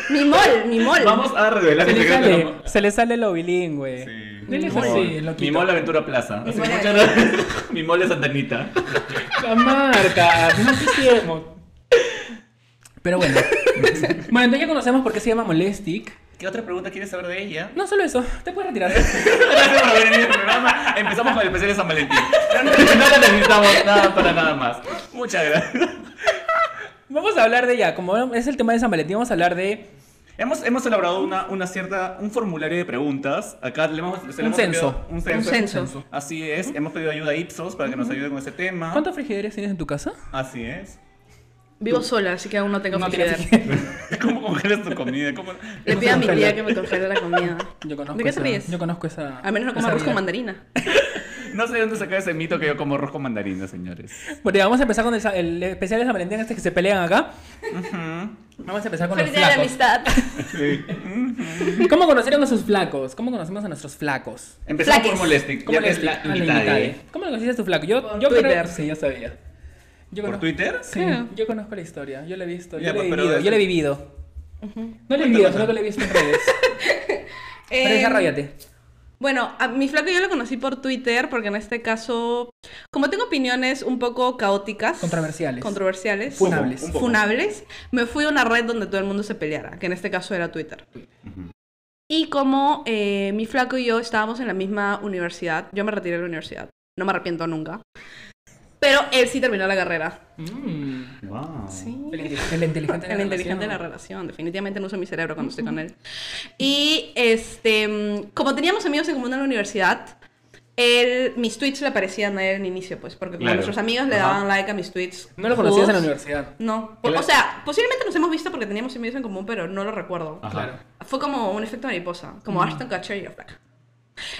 mi mol, mi mol.
Vamos a revelar
Se
el
le
secreto de
sale,
la-
se le sale lo bilingüe.
Sí.
Él es
Mi
así,
mole.
el
Mi
loquito.
mole Aventura Plaza.
Mi
Así,
mole
muchas gracias. Mi mole Santanita.
Marca, no quisiéramos. Pero bueno. Bueno, entonces ya conocemos por qué se llama Molestic.
¿Qué otra pregunta quieres saber de ella?
No solo eso, te puedes retirar.
Gracias por haber venido al programa. Empezamos con el especial de San Valentín. No, la necesitamos nada para nada más. Muchas gracias.
Vamos a hablar de ya, como es el tema de San Valentín, vamos a hablar de
Hemos, hemos elaborado una, una cierta, un formulario de preguntas. Acá le hemos, se le
Un
hemos
censo.
pedido- un
Un
censo.
censo.
Así es, hemos pedido ayuda a Ipsos para que nos ayude con ese tema.
¿Cuántos frigideros tienes en tu casa?
Así es.
Vivo sola, así que aún no tengo
No tienes
frigider.
¿Cómo congelas tu comida? ¿Cómo-
Le pido a mi tía que me congele la comida.
Yo conozco
¿De qué te
esa,
ríes?
Yo conozco esa.
Al menos no como
esa
arroz con
vida.
mandarina.
No sé de dónde sacar ese mito que yo como rojo mandarina, señores.
Bueno, ya, vamos a empezar con el, sa- el especial de San Valentín, este que se pelean acá. Vamos a empezar con los
Feliz día de la
flacos.
amistad.
¿Cómo conocieron a sus flacos? ¿Cómo conocemos a nuestros flacos?
Empezamos
Flaques.
por Molestic.
¿Cómo
ya que
le
es la
a Ah, la
mitad,
invitada?
¿eh?
¿Cómo le conociste a tu flaco? Yo,
Por
yo creo... Ah.
Twitter.
Sí, ya sabía. Yo
¿Por
conozco-
Twitter?
Sí,
Creo.
yo conozco la historia. Yo la he visto.
Ya,
yo, la he
pero-
vivido, yo la he vivido. No la he vivido, sino que la he visto en redes. Pero
Em,
desarrollate.
Bueno, a mi flaco yo lo conocí por Twitter, porque en este caso, como tengo opiniones un poco caóticas,
Controversiales.
controversiales,
Funables. Un
poco.
funables, me fui a una red donde todo el mundo se peleara, que en este caso era Twitter. Y como eh, mi flaco y yo estábamos en la misma universidad, yo me retiré de la universidad, no me arrepiento nunca, pero él sí terminó la carrera.
Mm.
Wow.
Sí.
El inte- el inteligente de
El
la
inteligente de la
relación.
relación, definitivamente no uso mi cerebro cuando estoy con él. Y este, mm, como teníamos amigos en común en la universidad, él, mis tweets le aparecían a él en inicio, pues, porque como
Claro.
nuestros amigos le
Ajá.
daban like a mis tweets.
No lo conocías en la
Todos.
universidad.
No, o, o sea, posiblemente nos hemos visto porque teníamos amigos en común, pero no lo recuerdo.
Ajá.
Claro.
Fue como un efecto mariposa,
Mm.
como Ashton Kutcher y yo, flaca.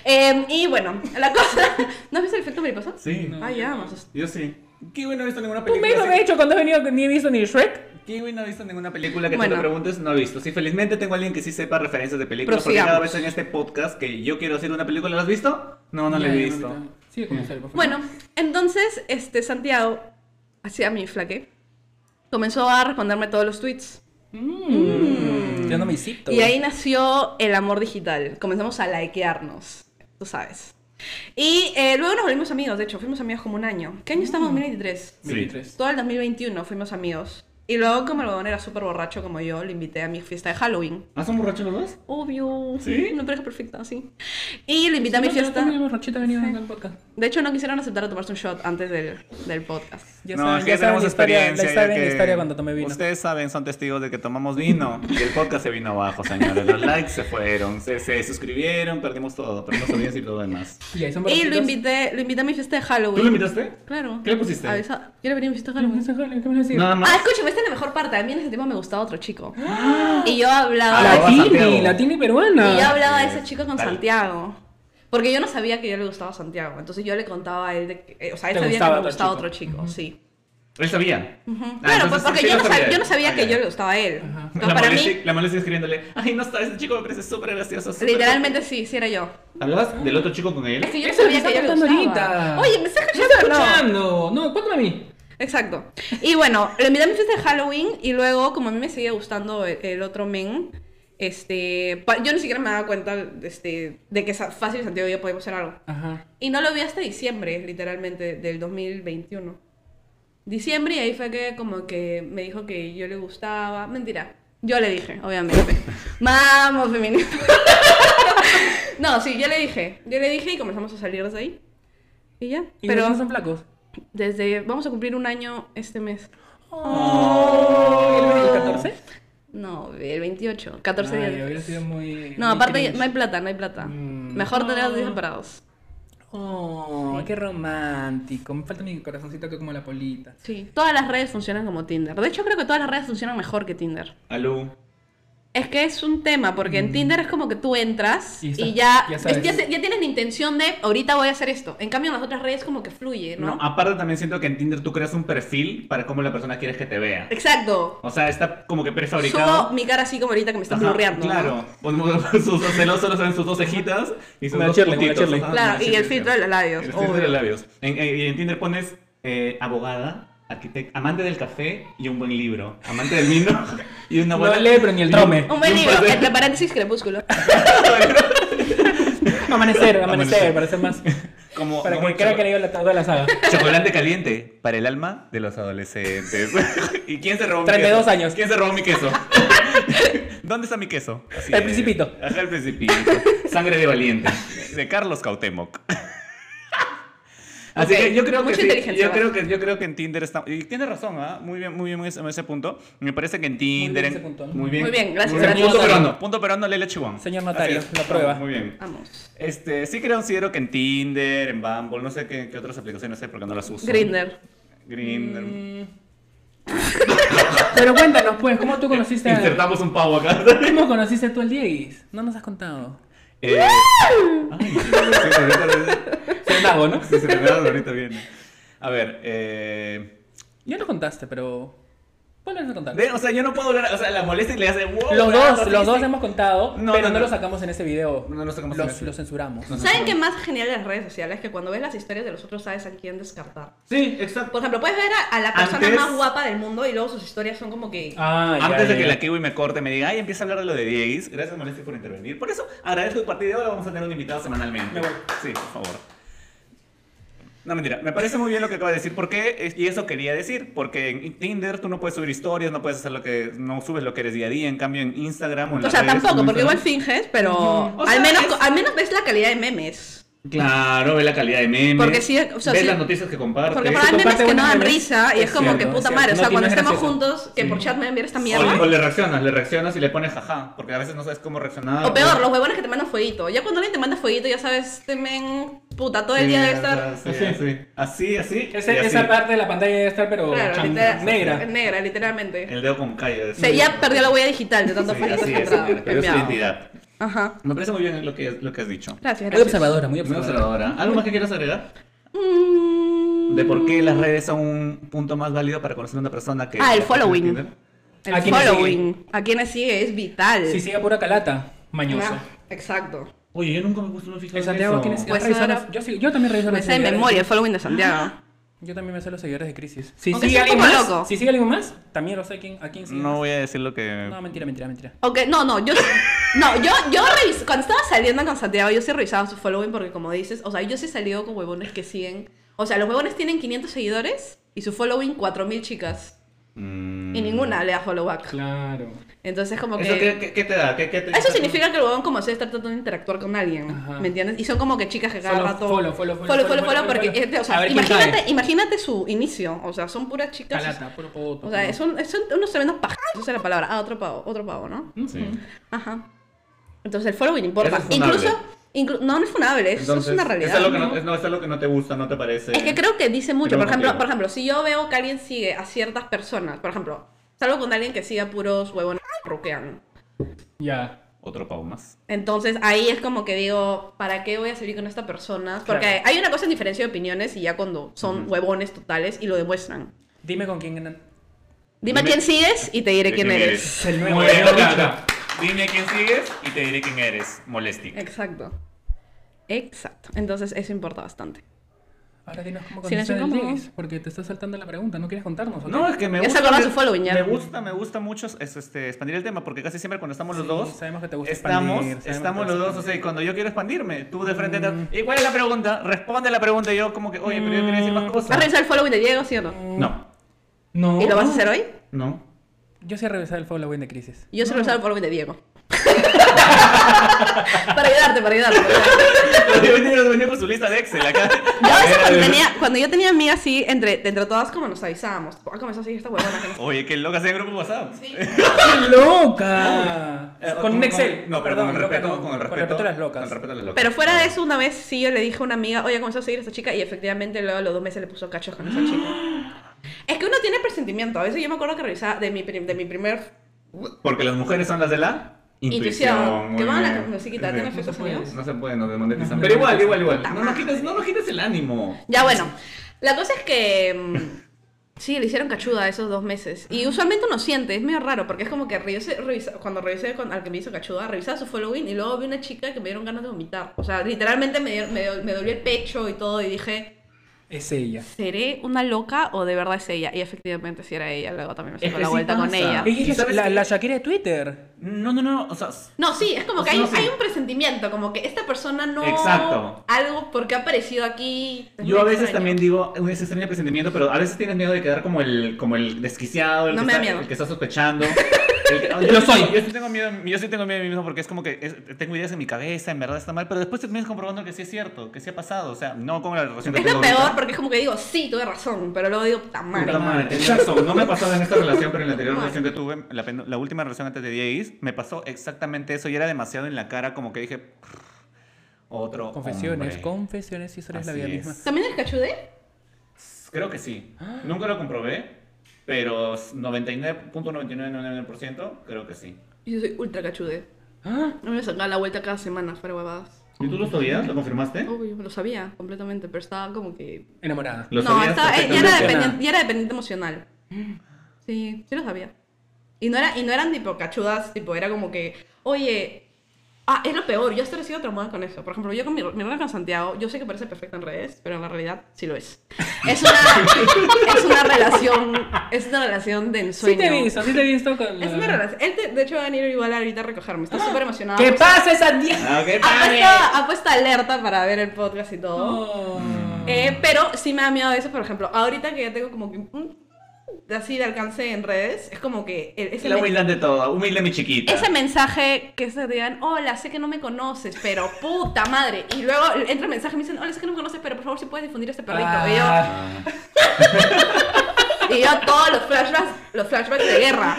Em, y bueno, la cosa. ¿No has visto el efecto mariposa?
Sí.
Ah, ya, más
Yo sí.
Kiwi no ha visto ninguna
Un
película.
beso
así-
me he hecho cuando he venido ni he visto ni Shrek.
Kiwi no ha visto ninguna película que tú
Bueno.
le preguntes, no ha visto. Sí, felizmente tengo a alguien que sí sepa referencias de películas. Porque
Prosigamos.
cada vez en este podcast que yo quiero hacer una película, ¿la has visto? No, no la he visto.
Sigue con Marcelo, por favor.
Bueno, entonces, este, Santiago, hacia mi flaque, comenzó a responderme todos los tweets.
Mm. Yo no me hicito.
Y ahí nació el amor digital. Comenzamos a likearnos, tú sabes. Y eh, luego nos volvimos amigos, de hecho, fuimos amigos como un año. ¿Qué año estamos? 2023.
Sí.
23.
Todo el 2021 fuimos amigos. Y luego, como el huevón era súper borracho como yo, lo invité a mi fiesta de Halloween.
¿Ah, son borrachos los dos?
Obvio.
¿Sí?
Una pareja perfecta, sí. Y lo invité a mi fiesta. De hecho, no quisieron aceptar a tomarse un shot antes del, del podcast.
Ya
no,
saben,
es
ya
que
saben
tenemos
la historia,
experiencia.
la
ya
saben la
que
historia cuando tomé vino.
Ustedes saben, son testigos de que tomamos vino y el podcast se vino abajo, señores. Los likes se fueron, se, se suscribieron, perdimos todo, perdimos audiencia y todo lo demás.
Y ahí son
Y lo
borrachitos.
invité, lo invité a mi fiesta de
¿Tú lo
Halloween.
invitaste?
Claro.
¿Qué le pusiste?
Avisa- ¿Quiere venir a mi fiesta de
Ay, no
Halloween?
sé, Helen, ¿qué me vas a decir?
Nada
Ah,
más.
escúchame, esta es la mejor parte. A mí en ese tiempo me gustaba otro chico. Y yo hablaba.
Ah,
La
Arroba
Tini,
Santiago.
la Tini
Y yo
peruana.
hablaba de ese chico con
Dale.
Santiago. Porque yo no sabía que yo le gustaba a Santiago. Entonces yo le contaba a él de que. eh, O sea, él
Te
sabía que
gustaba
me
otro
gustaba
chico.
otro chico, sí.
Él sabía.
Ujú.
Ah,
claro,
entonces
pues
sí,
porque
sí
yo,
lo
no sabía,
sabía.
yo no sabía
Ah,
que
ya.
yo le gustaba a él. Entonces,
La
para
molestia,
mí,
la molestia escribiéndole, ay, no sabes, este chico me parece súper gracioso. súper
literalmente sí, sí era yo.
gracioso". ¿Hablabas del otro chico con él?
Es que yo no
Eso lo
sabía
está
que yo le
contando
gustaba.
ahorita.
Oye, ¿me estás
¿Qué
escuchando
está
o no?
escuchando? No, cuéntame a mí.
Exacto. Y bueno, le invité a mi fiesta de Halloween y luego, como a mí me seguía gustando el, el otro men, este, pa- yo ni siquiera me daba cuenta este, de que sa- fácil Santiago y yo podíamos hacer algo.
Ajá.
Y no lo vi hasta diciembre, literalmente, del 2021. Diciembre y ahí fue que como que me dijo que yo le gustaba. Mentira. Yo le dije, obviamente. Vamos, feminista. no, sí, yo le dije. Yo le dije y comenzamos a salir desde ahí. Y ya.
¿Y
Pero
pero no son flacos?
desde vamos a cumplir un año este mes. Oh.
¿El 14?
No, el 28, 14
Ay,
días.
hubiera sido muy.
No,
muy
aparte
cringe.
no hay plata, no hay plata.
Mm.
Mejor tener los días
No.
separados.
Oh, qué romántico. Me falta mi corazoncito que como la polita.
Sí. Todas las redes funcionan como Tinder. De hecho, creo que todas las redes funcionan mejor que Tinder.
Aló.
Es que es un tema, porque en Tinder es como que tú entras
Mm. Y
y,
está-
ya,
ya
es-
sabes.
ya, se- ya tienes la intención de ahorita voy a hacer esto. En cambio, en las otras redes como que fluye, ¿no?
No,
ah.
aparte también siento que en Tinder tú creas un perfil para cómo la persona quieres que te vea.
Exacto.
O sea, está como que
Subo
prefabricado.
mi cara así como ahorita que me están
Ajá,
blurreando. ¿no?
Claro. Ponemos Sus dos celos solo saben sus dos cejitas y sus
Una
dos
Shirley, una
puntitos.
Shirley.
Ajá,
Claro,
una
y
Shirley,
el filtro
claro.
de los labios.
El filtro de
obvio.
los labios. En, en- y en Tinder pones eh, abogada, arquitecta, amante del café y un buen libro. Amante del vino y una
No
buena...
lee, pero ni el
y un-
trome.
Un buen
y
libro,
paseo.
entre paréntesis, crepúsculo.
Amanecer, amanecer,
Amanecer.
para ser más.
Como,
Para
como
que crea
choco-
que le digo la, toda la saga.
Chocolate caliente para el alma de los adolescentes. ¿Y quién se robó mi
32
queso?
años.
¿Quién se robó mi queso? ¿Dónde está mi queso? Así
El
es.
Principito.
Ajá, el principito. Sangre de valiente. De Carlos Cautemoc. Así
Ok,
que yo creo que
mucha
sí,
inteligencia,
yo
Baja.
creo que yo creo que en Tinder está y tiene razón, ¿ah? Muy bien, muy bien en ese, en ese punto. Me parece que en Tinder
bien ese
en-
punto, ¿no?
muy bien.
Muy bien, gracias,
gracias.
Punto peruano, punto peruano Lele Chihuahua.
Señor notario,
Así es.
la prueba.
Muy bien.
Vamos.
Este, sí creo, considero que en Tinder, en Bumble, no sé qué, qué otras aplicaciones hay porque no las uso.
Grinder.
Grindr.
Mm. Pero cuéntanos, pues, ¿cómo tú conociste a.
Insertamos un pavo acá.
¿Cómo conociste tú al Dieguis? No nos has contado.
Eh, ay, sí, ahorita-
Soy Nago, ¿no?
sí, se me acuerda, ahorita viene. A ver, eh,
Ya lo contaste, pero. Vuelves a contar.
ve, o sea, yo no puedo hablar, o sea, la molesta y le hace wow.
Los
ah,
dos,
sí,
los dos
sí.
hemos contado,
No,
pero no,
no, no.
lo sacamos en este video.
No lo sacamos en
los,
este.
lo censuramos.
¿Saben qué más genial de las redes sociales? Que cuando ves las historias de los otros sabes a quién descartar.
Sí, exacto.
Por ejemplo, puedes ver a, a la persona
Antes-
más guapa del mundo y luego sus historias son como que...
Ah, ya,
Antes de
ya, ya.
que la Kiwi me corte, me diga, ay, empieza a hablar de lo de Dieguis. Gracias, Molesti, por intervenir. Por eso, agradezco tu partida. Ahora vamos a tener un invitado semanalmente.
Me voy.
Sí, por favor. No, mentira. Me parece muy bien lo que acaba de decir. ¿Por qué? Es- Y eso quería decir. Porque en Tinder tú no puedes subir historias, no puedes hacer lo que... No subes lo que eres día a día. En cambio, en Instagram o en
O
las
sea,
redes,
tampoco,
en
porque igual
Instagram-
finges, pero
O sea,
al, menos,
es-
al menos ves la calidad de memes.
Claro, ve la calidad de memes.
Porque sí, o sea,
ve
sí-
las noticias que compartes.
Porque para mí memes
comparte
que no
buenos
dan
memes,
risa y
es
es como que
cierto,
puta
es
madre. O
cierto.
sea,
No
cuando
tienes
estemos
gracioso.
juntos, que por chat me enviar esta
o, le, o
mierda.
le reaccionas, le reaccionas y le pones jaja. Porque a veces no sabes cómo reaccionar.
O peor, los huevones que te mandan fueguito. Ya cuando alguien te manda fueguito, ya sabes, te men, puta, todo el día debe estar.
Sí, así, así. así,
Ese-
y así.
Esa parte de la pantalla debe estar, pero
Claro,
chan-
literal-
negra.
Negra, literalmente.
El dedo con calle.
O sea, ya perdió la huella digital de tantos
Sí,
fueguitos
así es,
encontrados,
señora, pero es su
enviados.
identidad.
Ajá.
Me parece muy bien lo que, lo que has dicho.
Gracias,
Muy
gracias.
observadora, muy
Muy
observadora.
observadora. ¿Algo más que quieras agregar?
Mm.
De por qué las redes son un punto más válido para conocer a una persona que...
Ah, el following.
¿A quiénes
El
sigue?
following. A quienes sigue es vital.
Si sigue pura calata, mañoso.
Ah, Exacto.
Oye, yo nunca me puse una fijada
El Santiago, ¿quién es?
Pues
¿Has revisado
ahora-
los- yo, sí- yo también reviso
Me
los
sé de Ah.
seguidores.
memoria el following de Santiago.
Yo también me sé los seguidores de Crisis. Si
Aunque
sigue
sea un
alguien
poco
más,
loco.
si sigue alguien más, también lo sé quién, a quién sigue.
No
más.
voy a decir lo que...
No, mentira, mentira, mentira.
Ok, no, no, yo. No, yo, yo revis- cuando estaba saliendo con Santiago, yo sí revisaba su following porque, como dices, o sea, yo sí he salido con huevones que siguen. O sea, los huevones tienen 500 seguidores y su following 4000 chicas.
Mm.
Y ninguna le da follow back.
Claro.
Entonces, como que.
¿Eso qué, qué- qué te da? ¿Qué, qué te-
Eso significa que el huevón como sea está tratando de interactuar con alguien,
Ajá.
¿me entiendes? Y son como que chicas que cada
Follow,
rato...
follow, follow, follow,
follow,
follow,
follow,
follow,
porque
follow.
es de- o
A
sea,
ver quién
imagínate,
cae.
imagínate su inicio, o sea, son puras chicas...
Calata, puro poto.
O sea, son, son unos tremendos pajados, esa es la palabra. Ah, otro pavo, otro pavo, ¿no?
Sí.
Ajá. Entonces el following importa.
Eso es funable.
Incluso, inclu- no, no es funable, eso
Entonces,
es una realidad.
Es algo, que no, es, no, es algo que no te gusta, no te parece...
Es que creo que dice mucho.
Creo
Por ejemplo,
contigo.
por ejemplo, si yo veo que alguien sigue a ciertas personas, por ejemplo, salgo con alguien que siga puros huevones que roquean.
Ya.
Otro pau más.
Entonces ahí es como que digo, ¿para qué voy a salir con estas personas? Porque
Claro.
hay una cosa en diferencia de opiniones y ya cuando son huevones totales y lo demuestran.
Dime con quién ganan.
Dime, a
Dime-
quién sigues y te diré
de
quién
quién
eres.
El nuevo.
Muy bien,
el nuevo
Lucha.
Lucha.
Dime a quién sigues y te diré quién eres. Molesti.
Exacto. Exacto. Entonces eso importa bastante.
Ahora dinos cómo
Silencio
contestar el
incómodo.
Davis, porque te estás saltando la pregunta, no quieres contarnos. ¿o qué?
No, es que me
Ya se
gusta.
acordó
me-
su following, ya.
Me gusta, me gusta mucho es, este, expandir el tema, porque casi siempre cuando estamos los
Sí,
dos.
sabemos que te gusta
Estamos,
expandir, Mm. sabemos
estamos
que te
los
gusta
dos, o sea, y cuando yo quiero expandirme, tú de frente. te- ¿Y cuál es la pregunta? Responde la pregunta y yo, como que, oye, pero yo quería decir
Mm.
más
¿Has
cosas.
revisado el following de Diego, sí o no?
No,
No.
¿Y lo vas a hacer hoy?
no.
Yo sí he revisado el following de Crisis.
Yo sí he revisado el following de Diego. para ayudarte, para ayudarte. para ayudarte.
Yo venía, venía con su lista de Excel acá.
Yo
A ver,
a veces
a
cuando,
ver.
tenía, cuando yo tenía amigas así, entre, entre todas como nos avisábamos. Ah, comenzó a seguir esta huevona. que no-
Oye, qué loca sea el grupo WhatsApp.
¡Qué loca!
Eh,
con un Excel.
No, pero
Perdón,
con el
loca
respeto,
no,
con el respeto.
a las locas.
Con el respeto a las locas.
Pero fuera de eso, una vez sí yo le dije a una amiga, oye, comenzó a seguir a esta chica y efectivamente luego a los dos meses le puso cachos con esa chica. Es que uno tiene presentimiento. A veces yo me acuerdo que revisaba de mi, prim- de mi primer
Porque las mujeres son las de la
intuición,
muy
que van a la
bien.
musiquita,
Sí.
¿tiene efectos
se puede.
sonidos?
No se puede, no desmonetizan.
No.
Pero igual, igual, igual. No nos quites, no nos quites el ánimo.
Ya bueno, la cosa es que mm, sí, le hicieron cachuda esos dos meses. Y usualmente uno siente, es medio raro, porque es como que revisé- revisa- cuando revisé con- al que me hizo cachuda, revisaba su following y luego vi una chica que me dieron ganas de vomitar. O sea, literalmente me, dio- me, dio- me dolió el pecho y todo y dije,
Es ella.
¿seré una loca o de verdad es ella? Y efectivamente sí era ella, luego también me
Es
sacó
que
la
sí
vuelta con
pasa.
ella.
Ah, Y-
Ella es
sabes
la,
qué?
la Shakira de Twitter.
No, no, no, o sea,
No, sí, es como que hay,
No, sí.
hay un presentimiento, como que esta persona no...
Exacto.
Algo porque ha aparecido aquí. Es
yo
muy
a veces
extraño.
también digo, es extraño presentimiento, pero a veces tienes miedo de quedar como el, como el desquiciado, el,
No
que,
me da
está,
miedo.
el que está sospechando. El que- oh, yo
Lo
sí
soy.
tengo- Yo sí tengo miedo, yo sí tengo miedo a mí mismo porque es como que es- tengo ideas en mi cabeza, en verdad está mal, pero después terminas comprobando que sí es cierto, que sí ha pasado, o sea, no con la relación que
Es
tengo
lo peor
ahorita.
porque es como que digo, sí, tuve razón, pero luego digo, tan mal.
Puta madre, tenía razón. No me pasó en esta relación, pero en la anterior relación que tuve, la, pen- la última relación antes de Diegis, me pasó exactamente eso y era demasiado en la cara, como que dije, otro
Confesiones,
hombre".
confesiones y historias de la vida
Así es.
misma.
¿También eres cachudé?
Creo que sí. Nunca lo comprobé, pero 99.9999% creo que sí.
Yo soy ultra cachudé.
¡Ah!
No me sacaba la vuelta cada semana para huevadas.
¿Y tú lo sabías? ¿Lo confirmaste?
Obvio, lo sabía completamente, pero estaba como que.
Enamorada.
Lo
no,
sabías
estaba, eh, ya, era
perfectamente.
dependiente, ya era dependiente emocional. Sí, sí lo sabía. Y no, era, y no eran tipo cachudas, tipo, era como que, oye. Ah, es lo peor, yo hasta he sido traumada con eso. Por ejemplo, yo con mi, mi hermana con Santiago, yo sé que parece perfecta en redes, pero en la realidad sí lo es. Es una, es una relación, es una relación de
Sí
ensueño.
te he visto, sí te he visto con...
Es una relación. Él, te- de hecho, va a venir igual ahorita a recogerme. Está súper emocionado.
¿Qué
Apuesta-
pasa, Santiago?
Ah, ¿qué
Ha
padre.
puesto, ha puesto alerta para ver el podcast y todo.
Oh.
Eh, pero sí me da miedo eso, por ejemplo. Ahorita que ya tengo como que. mm, Así de alcance en redes, es como que. el- Ese,
La
men-
humildad de todo, humilde mi chiquita.
ese mensaje que se digan, hola, sé que no me conoces, pero puta madre. Y luego entra el mensaje y me dicen, hola, sé que no me conoces, pero por favor, si puedes difundir este perrito. Y yo.
Ah.
Y yo todos los flashbacks, los flashbacks de guerra.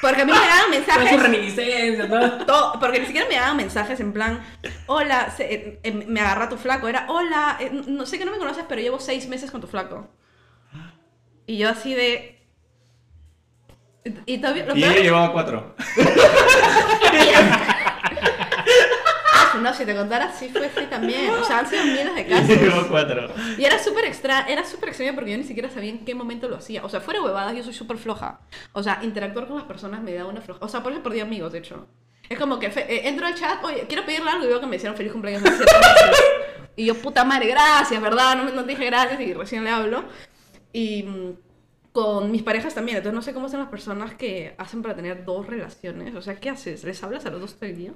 Porque a mí me daban
Con sus
mensajes.
Pues reminiscencias, ¿no?
todo- porque ni siquiera me daban mensajes en plan, hola, se- eh, eh, me agarra tu flaco. Era, hola, eh, no sé que no me conoces, pero llevo seis meses con tu flaco. Y yo así de. Y todavía lo
Y ella
peor es
llevaba cuatro.
ah, no, si te contara, sí fue así también. O sea, han sido miles de
Ella llevaba
casos.
cuatro.
Y era súper extra, era súper extraño porque yo ni siquiera sabía en qué momento lo hacía. O sea, fuera huevadas, yo soy súper floja. O sea, interactuar con las personas me da una floja. O sea, por eso perdí amigos, de hecho. Es como que fe- eh, entro al chat, oye, quiero pedirle algo y veo que me hicieron feliz cumpleaños hace siete meses. Y yo, puta madre, gracias, ¿verdad? No, me- no te dije gracias y recién le hablo. Y mm, con mis parejas también. Entonces no sé cómo son las personas que hacen para tener dos relaciones. O sea, ¿qué haces? ¿Les hablas a los dos todo el día?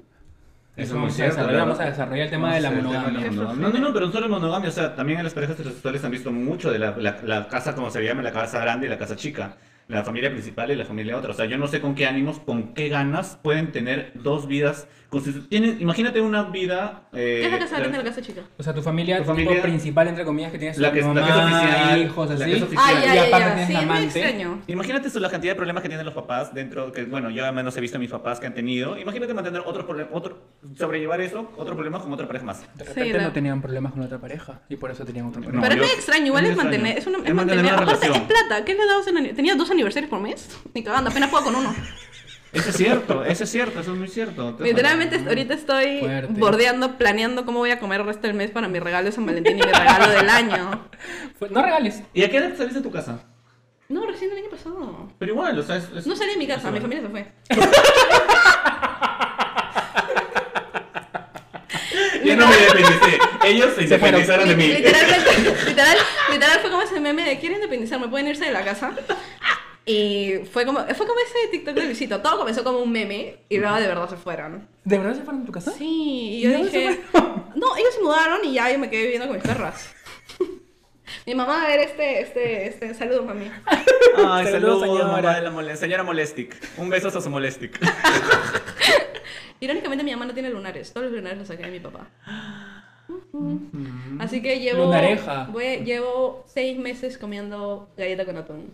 Eso es muy cierto, ¿verdad?
Vamos a desarrollar el tema de la
Sí, el tema
monogamia.
de la monogamia. No, no, no, pero no solo monogamia, o sea, también en las parejas heterosexuales han visto mucho de la, la- la casa, como se llama, la casa grande y la casa chica, la familia principal y la familia otra. O sea, yo no sé con qué ánimos, con qué ganas pueden tener dos vidas. con sus- tienen- imagínate una vida... eh,
¿Qué es la casa grande
la-
de la casa chica?
O sea, tu familia,
Tu
tipo
familia-
principal, entre comillas, que tienes
La que- la que es oficial,
hijos,
la
así.
que es oficial.
Ah,
Y
ya, ya,
aparte
ya.
tienes
Sí,
la
es muy
amante.
extraño.
Imagínate eso, la cantidad de problemas que tienen los papás dentro, que bueno, yo al menos he visto a mis papás que han tenido. Imagínate mantener otro problema, otro, sobrellevar eso, otro problema con otra pareja más.
De
Sí,
repente
la-
no tenían problemas con la otra pareja y por eso tenían otro problema.
No,
Pero es
yo-
muy extraño, igual
es
es,
muy
mantener, es,
extraño.
una, es
Es mantener
mantener,
una
aparte es
relación.
plata, ¿qué le dabas en ani- Tenía dos aniversarios por mes, ni cagando, apenas puedo con uno.
Eso es cierto, eso es cierto, eso es muy cierto. Entonces,
Literalmente ahorita estoy
Fuerte.
bordeando, planeando cómo voy a comer el resto del mes para mi regalo de San Valentín y mi regalo del año.
Fue- No regales.
¿Y a qué edad saliste de tu casa?
No, recién el año pasado.
Pero igual, o sea, es, es-
No salí de mi casa, mi familia se fue.
Yo no me independicé. Ellos se
fueron.
independizaron de mí.
Literalmente, literal, literal fue como ese meme de quieren independizarme, pueden irse de la casa. Y fue como, fue como ese TikTok de Luisito. Todo comenzó como un meme y luego de verdad se fueron.
¿De verdad se fueron a tu casa?
Sí, y yo
¿Ah? ¿Y dónde
dije,
se fueron?
no, ellos se mudaron y ya yo me quedé viviendo con mis perras. Mi mamá, a ver, este, este, este, saludos, mami.
Ay,
Saludos,
saludos,
señora.
mamá de la mole- señora Molestic. Un beso a su Molestic.
Irónicamente, mi mamá no tiene lunares, todos los lunares los saqué de mi papá.
Mm.
Así que llevo,
Mm. Lunareja.
voy- llevo seis meses comiendo galleta con atún.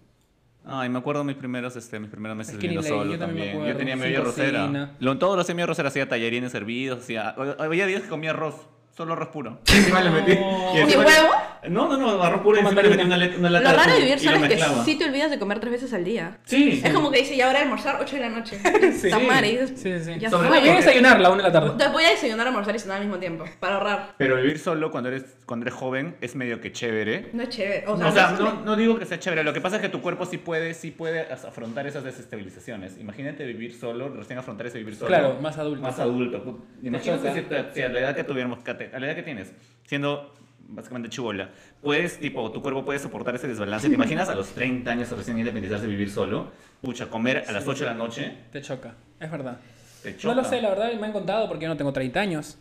Ay, me acuerdo mis primeros, este, mis primeros meses
Es que ni
viviendo
leí,
solo
yo también me
también. Yo
acuerdo,
tenía mi
sin
olla
cocina.
rosera. Lo, todo lo hacía mi olla rosera, hacía tallarines hervidos, hacía... o- Había días que comía arroz, solo arroz puro. Encima le metí- y encima
¿Ni
le-
huevo?
No, no, no, arroz puro y
Como
encima le metí
mandarina.
una, let- una
Lo
lata de
raro de
atún
vivir
y lo
solo es que
mezclaba.
sí te olvidas de comer tres veces al día.
Sí.
Es como que dice, ya hora de almorzar, 8 de la noche.
Sí.
Está mal, y dices,
Sí, sí, sí.
ya
Sobre
fue.
todo voy a desayunar a la una de la tarde.
Entonces voy a desayunar, almorzar y cenar al mismo tiempo, para ahorrar.
Pero vivir solo cuando eres, cuando eres joven es medio que chévere.
No es chévere. O sea,
O sea,
no es-
no, no digo que sea chévere, lo que pasa es que tu cuerpo sí puede, sí puede as- afrontar esas desestabilizaciones. Imagínate vivir solo, recién afrontar ese vivir solo.
Claro, más adulto.
Más adulto. put- Imagínate
choca.
si, te- si a la edad que tuviéramos, que te- a la edad que tienes, siendo básicamente chibola, puedes, tipo, tu cuerpo puede soportar ese desbalance. ¿Te imaginas a los 30 años recién independizarse vivir solo? Pucha, comer a las 8 de la noche,
Te choca, es verdad.
te choca.
No lo sé, la verdad me han contado porque yo no tengo 30 años.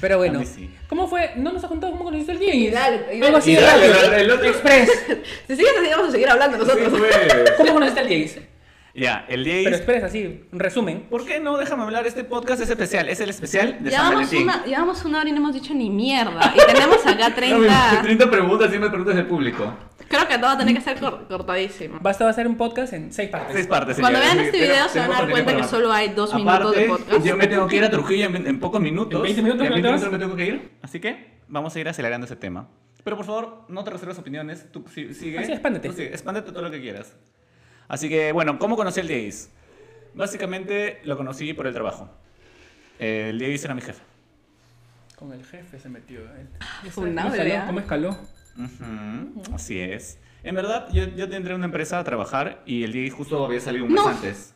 Pero bueno,
A mí sí.
¿cómo fue? ¿No nos has contado cómo conociste el
Y
Jimmy?
dale, y
Algo
dale.
así
Y
de
dale,
rápido.
dale, el otro-
Express.
Si sigues así, vamos a seguir hablando
Sí,
nosotros.
pues.
¿Cómo conociste al Jace?
Ya, el día
Pero
es-
express, así, un resumen.
¿Por qué no? Déjame hablar, este podcast es especial, es el especial de San
Llevamos
Valentín.
una, llevamos una hora y no hemos dicho ni mierda. Y tenemos acá
No, mi-
30.
30 preguntas, 100 preguntas del público.
Creo que todo va a tener que ser cor- cortadísimo.
Basta va a ser un podcast en seis partes.
Seis partes.
Cuando
señores,
vean
así
este
que
video
tengo-
se van a
tengo
dar cuenta que
contenido
solo hay dos
para-
minutos de
Aparte,
podcast.
Yo me tengo que ir a Trujillo en, en pocos minutos.
¿En 20 minutos,
En 20
Carlos?
minutos me tengo que ir. Así que vamos a ir acelerando ese tema. Pero por favor, no te reserves opiniones. Tú si- sigue.
Ah, sí, expándete.
Tú sigue, expándete todo lo que quieras. Así que, bueno, ¿cómo conocí al Jace? Básicamente lo conocí por el trabajo. Eh, El Diego era mi jefe.
Con el jefe se metió. eh. él.
Funable,
¿Cómo escaló?
¿ah?
¿Cómo escaló?
Ujú, Así es. En verdad, yo, yo entré a una empresa a trabajar y el Diego justo había salido un mes
No.
antes.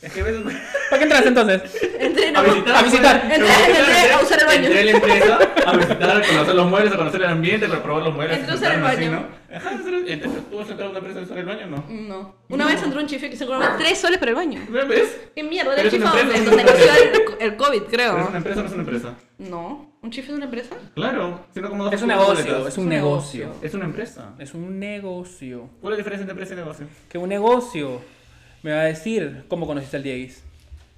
Es que a veces...
¿Para qué entras entonces?
Entreno.
A visitar.
A visitar.
Entré,
Entré, entré a usar el baño.
Entré a la empresa a visitar, a conocer los muebles, a conocer el ambiente, a probar los muebles.
Entré a
a
usar el
sentarme
baño.
así, ¿no? Ajá, entré- entré- ¿Tú vas a entrar a una empresa a usar el baño o no?
No. Una vez entró un chife que se cobraba 3 soles por el baño.
¿Me ves?
¿Qué mierda? Era
Pero
el
es
chifa
una
donde,
empresa,
donde
es una
nació el, el COVID,
Pero ¿Es una
creo.
empresa o no es una empresa?
No. ¿Un chife de una empresa?
Claro, sino como dos
Es un
boletas.
negocio, es un
un
negocio.
Es una empresa.
Es un negocio.
¿Cuál es la diferencia entre empresa y negocio?
Que un negocio me va a decir cómo conociste al Dieguis.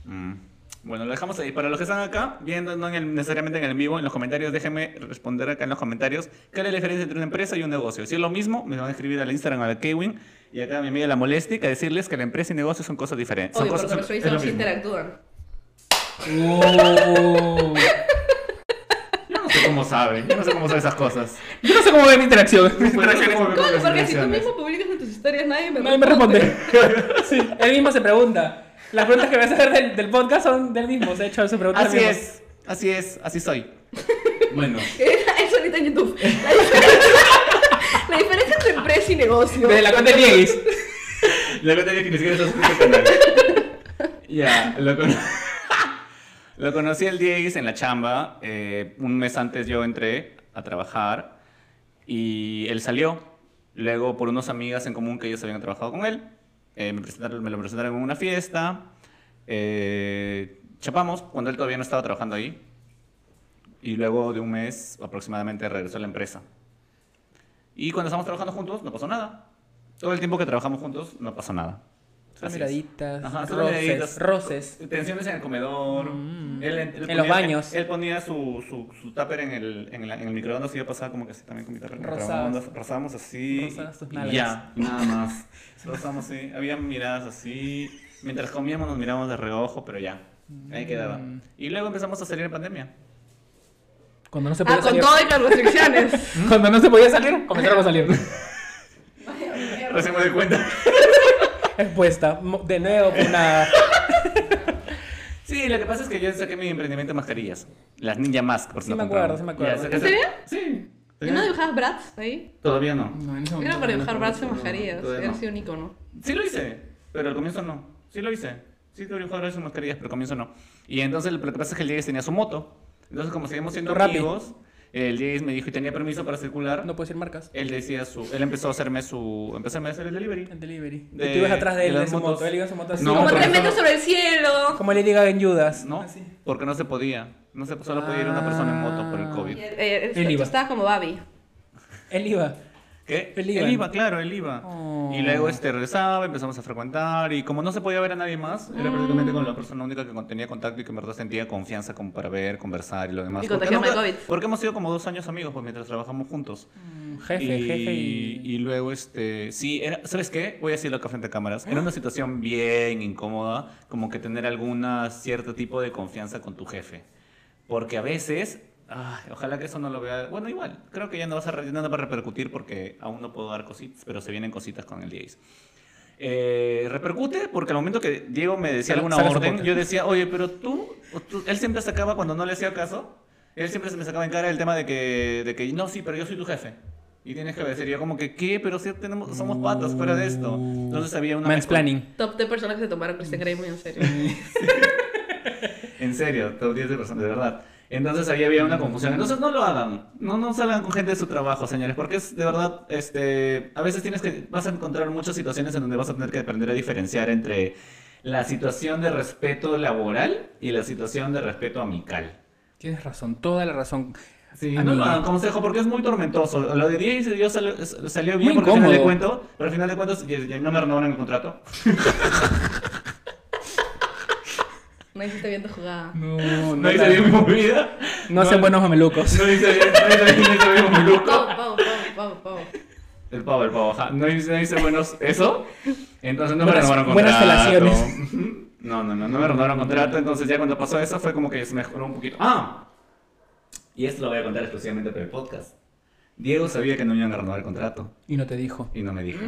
Mm. Bueno, lo dejamos ahí. Para los que están acá, viendo no en el- necesariamente en el vivo, en los comentarios, déjenme responder acá en los comentarios cuál es la diferencia entre una empresa y un negocio. Si es lo mismo, me van a escribir al Instagram, al Kwin y acá a mi amiga La Molestic a decirles que la empresa y negocio son cosas diferentes. Son
Obvio,
cosas,
porque los
son-
es lo
suizos sí
mismo.
interactúan.
Yo no
sé cómo saben, yo no sé cómo saben esas cosas.
Yo no sé cómo ve mi interacción.
¿Cómo? Porque si tú mismo publicas en tus historias, nadie me
Nadie me responde. Sí, él mismo se pregunta. Las preguntas que me hace del, del podcast son del mismo. Se ha hecho, se pregunta
Así es, así es, así soy.
Bueno,
Él solita en YouTube. La diferencia- La diferencia entre empresa y negocio.
Desde la cuenta de Dieguis.
la verdad es que ni siquiera estás suscrito al canal.
Ya, lo, con- lo conocí el 10 en la chamba. eh, un mes antes yo entré a trabajar y él salió. Luego, por unas amigas en común que ellos habían trabajado con él, eh, me, presentaron, me lo presentaron en una fiesta. eh, chapamos cuando él todavía no estaba trabajando ahí. Y luego de un mes aproximadamente regresó a la empresa. Y cuando estábamos trabajando juntos, no pasó nada. Todo el tiempo que trabajamos juntos, no pasó nada.
Son
Así es.
miraditas,
Ajá, son
roces,
miraditas.
roces. Mm.
Tensiones en el comedor. Él- él
En
ponía-
los baños.
Él, ponía su, su, su tupper en el, en, la- en el microondas y yo pasaba como que así también con mi tupper. en el
Rozabas.
microondas. Rozábamos así.
Rozabas tus
y
nalgas.
ya, y nada más. Rozábamos así. Había miradas así. Mientras comíamos nos mirábamos de reojo, pero ya. Ahí quedaba.
Mm.
Y luego empezamos a salir en pandemia.
Cuando no se podía
Ah, con
salir.
todo y las restricciones.
Cuando no se podía salir, comenzaron a salir.
Recién me di cuenta.
Expuesta. mo- De nuevo, por una.
Sí, lo que pasa es que yo saqué mi emprendimiento de mascarillas. Las Ninja Mask, por si
Sí
no
me acuerdo,
compraron.
sí me acuerdo.
Ya, saqué-
¿En
serio?
Sí.
¿Y no dibujabas Bratz ahí?
Todavía no.
No, en ese
Era
momento
para
no.
dibujar Bratz en
no,
mascarillas.
todavía
Era
no.
así un icono.
Sí lo hice, pero al comienzo no. Sí lo hice. Sí lo dibujaba sus mascarillas, pero al comienzo no. Y entonces lo que pasa es que el Diegues tenía su moto. Entonces, como seguimos siendo
Rappi.
amigos, el Diegues me dijo y tenía permiso para circular.
No puedo decir marcas.
Él decía su. Él empezó a hacerme su. Empezó a hacer el delivery.
En delivery.
De-
y tú ibas atrás de él,
de
de
las
su
motos.
moto. Él iba en su moto así.
No,
Como
como,
pero
tres
eso
metros
no-
sobre el cielo.
como le diga en Judas. Ah,
¿No?
Así.
Porque no se podía. No se, solo podía ir una persona en moto por el COVID.
Y él- eh,
Él
Tú
iba.
estabas como Babi.
Él iba.
¿Qué?
Él
Él
iba.
iba. claro, él iba.
Oh.
Y luego este regresaba, empezamos a frecuentar y como no se podía ver a nadie más,
Ah.
era prácticamente con la persona única que con- tenía contacto y que en verdad sentía confianza como para ver, conversar y lo demás.
Y
Porque
contagiarme de
nunca-
COVID.
Porque hemos sido como dos años amigos pues, mientras trabajamos juntos.
Mm, Jefe,
y,
jefe y.
y luego, este, sí, era, ¿sabes qué? Voy a decirlo acá frente a cámaras. Era una situación bien incómoda, como que tener alguna cierto tipo de confianza con tu jefe. Porque a veces, ay, ojalá que eso no lo vea. Bueno, igual, creo que ya no, vas a, re- no va a repercutir porque aún no puedo dar cositas, pero se vienen cositas con el 10. Eh, repercute porque al momento que Diego me decía
Sale-
alguna
sale su
orden,
podcast.
yo decía, oye, pero tú, tú-". él siempre sacaba cuando no le hacía caso, él siempre se me sacaba en cara el tema de que, de que no, sí, pero yo soy tu jefe. Y tienes que obedecer. Y yo como que, ¿qué? Pero sí tenemos, somos patas fuera de esto. Entonces había una...
Mansplaining.
Top 10 personas que se tomaron Christian Grey muy en serio.
En serio, top 10 de personas, de verdad. Entonces ahí había una confusión. Entonces no lo hagan. No, no salgan con gente de su trabajo, señores. Porque es de verdad, este, a veces tienes que, vas a encontrar muchas situaciones en donde vas a tener que aprender a diferenciar entre la situación de respeto laboral y la situación de respeto amical.
Tienes razón, toda la razón.
Sí,
Amigo.
no lo hagan, consejo, porque es muy tormentoso. Lo de 10 y yo sal- salió bien
Muy
porque al final de
incómodo.
cuento, pero al final de cuentas ya- ya no me renovaron el contrato.
No hiciste bien tu jugada.
No,
No hice bien mi movida.
No hacen buenos mamelucos.
No hice bien, no hice bien, no hice bien mi look.
Pau, pau, pau, pau, pau.
El pavo, el pavo, ajá. No hice, no hice buenos eso. Entonces no me
Buenas-
renovaron
buenas
contrato.
relaciones.
Ujú. No, no, no, no me renovaron contrato. Entonces ya cuando pasó eso fue como que se mejoró un poquito. Ah. Y esto lo voy a contar exclusivamente para el podcast. Diego sabía que no me iban a renovar el contrato
Y no te dijo.
y no me dijo.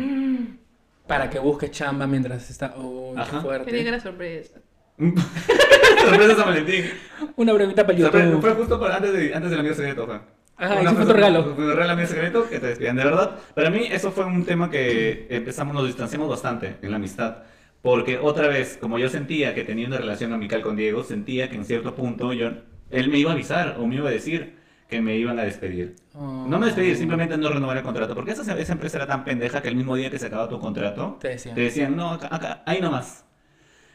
Para que busque chamba mientras está. Uy, qué
Ajá.
fuerte.
Quería que era sorpresa.
Sorpresa San Valentín.
Una brevita para
Sorpresa, fue
YouTube.
justo por- antes, de, antes del amigo secreto, Juan.
Ajá, Ah,
Una
ese fue
cosa-
tu regalo.
Tu regalo amigo secreto, que te despidan. De verdad, para mí eso fue un tema que empezamos, nos distanciamos bastante en la amistad. Porque otra vez, como yo sentía que tenía una relación amical con Diego, sentía que en cierto punto yo, él me iba a avisar o me iba a decir que me iban a despedir.
Oh.
No me despedir, simplemente no renovar el contrato. Porque esa, esa empresa era tan pendeja que el mismo día que se acaba tu contrato,
Te decían.
te decían, no, acá, acá, ahí nomás.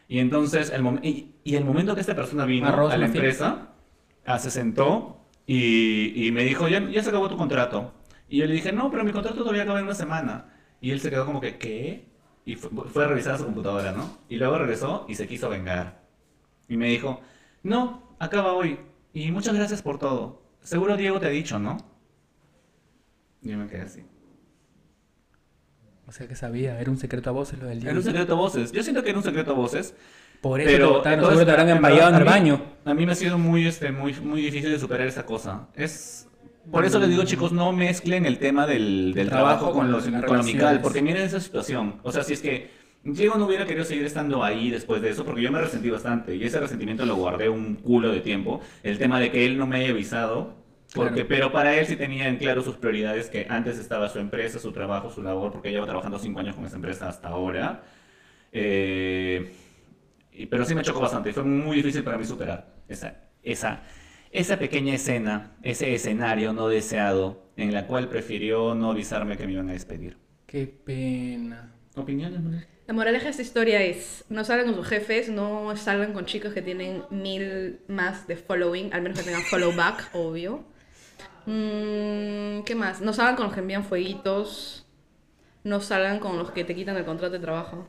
Y entonces, el mom- y, y el momento que esta persona vino
Arroz,
a la
en fin.
empresa, ah, se sentó y, y me dijo, ya, ya se acabó tu contrato. Y yo le dije, no, pero mi contrato todavía acaba en una semana. Y él se quedó como que, ¿qué? Y fue, fue a revisar su computadora, ¿no? Y luego regresó y se quiso vengar. Y me dijo, no, acaba hoy. Y muchas gracias por todo. Seguro Diego te ha dicho, ¿no? Y yo me quedé así.
O sea que sabía, era un secreto a voces lo del día.
Era un secreto a voces. Yo siento que era un secreto a voces.
Por eso te
Pero
votaron,
entonces,
seguro te habrán
en
empallado en el
verdad, a mí-
baño.
A mí me ha sido muy, este, muy, muy difícil de superar esa cosa. Es por eso les digo, chicos, no mezclen el tema del, del trabajo con, los,
las
con lo amical,
relaciones.
porque miren esa situación. O sea, si es que Diego no hubiera querido seguir estando ahí después de eso, porque yo me resentí bastante y ese resentimiento lo guardé un culo de tiempo. El tema de que él no me haya avisado, porque,
Claro.
pero para él sí tenía en claro sus prioridades, que antes estaba su empresa, su trabajo, su labor, porque lleva trabajando cinco años con esa empresa hasta ahora. Eh, y- pero sí me chocó bastante. y Fue muy difícil para mí superar esa, esa, esa pequeña escena, ese escenario no deseado, en la cual prefirió no avisarme que me iban a despedir.
Qué pena.
¿Opiniones? Manuel?
La moraleja de esta historia es, no salgan con sus jefes, no salgan con chicos que tienen mil más de following, al menos que tengan follow back, obvio. Mm, ¿Qué más? No salgan con los que envían fueguitos, no salgan con los que te quitan el contrato de trabajo.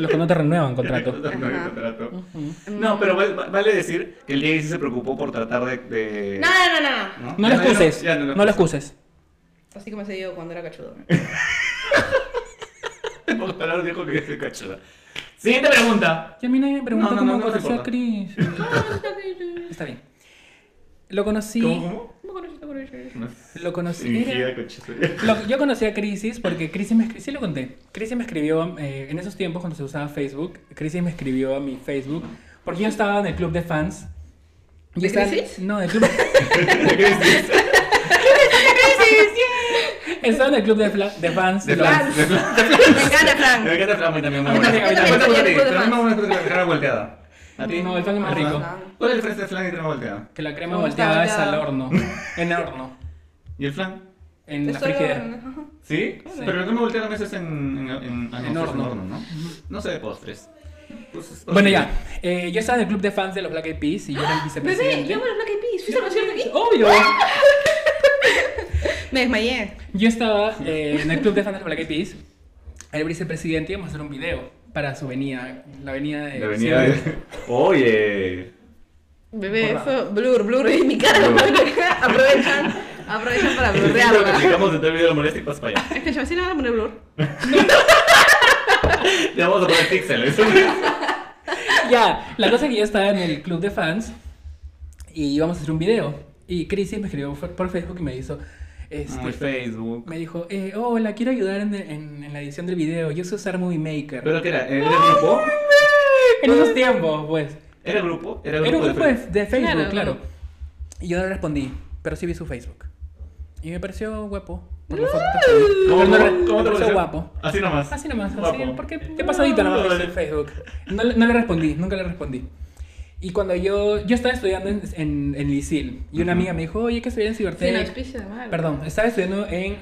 Los que no te renuevan contrato.
Ajá. Mm.
No, pero val- val- vale decir que el día sí se preocupó por tratar de... de-
No, no, no, no.
No
¿no? Ya
lo
ya
excuses.
ya
No lo excuses.
Así como se yo cuando era cachudo.
Pocas palabras dijo que es cachuda. Siguiente pregunta.
Y a mí nadie me preguntó
No, no,
cómo
no, no te
conocí a
importa.
Chris.
Ah,
Está bien. Lo conocí.
¿Cómo?
Lo conocí.
Fingida conchuda.
Lo- yo conocí a Crisis porque Crisis me escribió, sí lo conté. Crisis me escribió eh, en esos tiempos cuando se usaba Facebook. Crisis me escribió a mi Facebook porque yo estaba en el club de fans. Yo
¿De
estaba-
Crisis?
No, del club. estaba en el club de, fla- de fans.
De
lo-
plan, de plan.
Me encanta, Frank.
Me encanta Flamboy también. muy
A mí
buena.
también,
Cuéntame,
yo
cuéntame,
también, yo también,
cuéntame
yo
una cosa de la crema volteada. ¿A ti?
No, el flan es más
Ajá.
rico.
¿Cuál es la diferencia entre flan y crema volteada?
Que la crema
No,
volteada es
está
al
ya.
horno. En el horno.
¿Y el flan?
En la
Estoy-
frigidera.
¿Sí? Pero la crema volteada a veces en, en, en, ah, no,
En
pues
horno.
¿no? No sé de postres. Pues,
Bueno, ya. Eh, yo estaba en el club de fans de los Black Eyed Peas y yo era el
Bebé,
vicepresidente.
yo me lo Black Eyed Peas. ¿Fuiste al concierto aquí?
Obvio. Oh.
Me desmayé.
Yo estaba eh, en el club de fans de los Black Eyed Peas. El vicepresidente íbamos a hacer un video para su venida. La venida de.
La avenida
Eh, sí,
de... Oye.
Bebé,
Borra.
eso, blur, blur, y mi cara. aprovechan, aprovechan para
Lo que
blurrearla.
explicamos en todo el video de la molestia y pasas para allá.
Es que yo así no van a poner blur.
Le vamos a poner píxeles.
Ya, la cosa es que yo estaba en el club de fans y íbamos a hacer un video. Y Crisis me escribió por por Facebook y me hizo. Este,
Muy Ah, Facebook.
me dijo, eh, hola, quiero ayudar en, en- en la edición del video. Yo sé usar Movie Maker.
¿Pero qué era? ¿Era grupo?
en esos tiempos, pues.
¿Era grupo? Era
Era un
grupo
grupo de,
de
de Facebook,
Claro.
claro. Y yo no respondí, pero sí vi su Facebook. Y me pareció guapo. Por la foto.
¿Cómo,
Pero no re-
cómo,
me
cómo te
pareció
pareció?
guapo.
Así nomás.
Así nomás, así.
Guapo.
Porque qué pasadita nomás
Vale.
viste en Facebook. No, le- no le respondí, nunca le respondí. Y cuando yo, yo estaba estudiando en, en, en Lisil, y una
Ujú.
amiga me dijo, oye, hay que estudiar en
Sin
Cibertech.
auspicio de mal.
Perdón, estaba estudiando en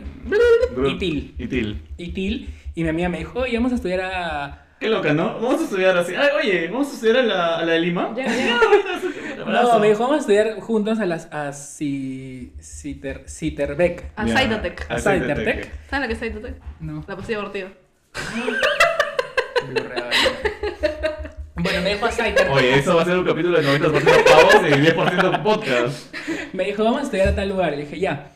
Itil.
Itil.
Itil, y mi amiga me dijo, oye, vamos a estudiar a...
Qué loca, ¿no? Vamos a estudiar así. Ay, oye, vamos a estudiar a la, a la de Lima.
Ya, ya.
No, me dijo, vamos a estudiar juntos a las... a Ci- Citer- Citerbeck.
A
Ya.
Cytotec.
A
Cytotec.
Cytotec.
¿Saben lo que es Cytotec?
No.
La pastilla abortiva.
Bueno, me dijo a Cytotec.
Oye, eso va a ser un capítulo de 90% pavos y 10% podcast.
Me dijo, vamos a estudiar a tal lugar. Y le dije, ya.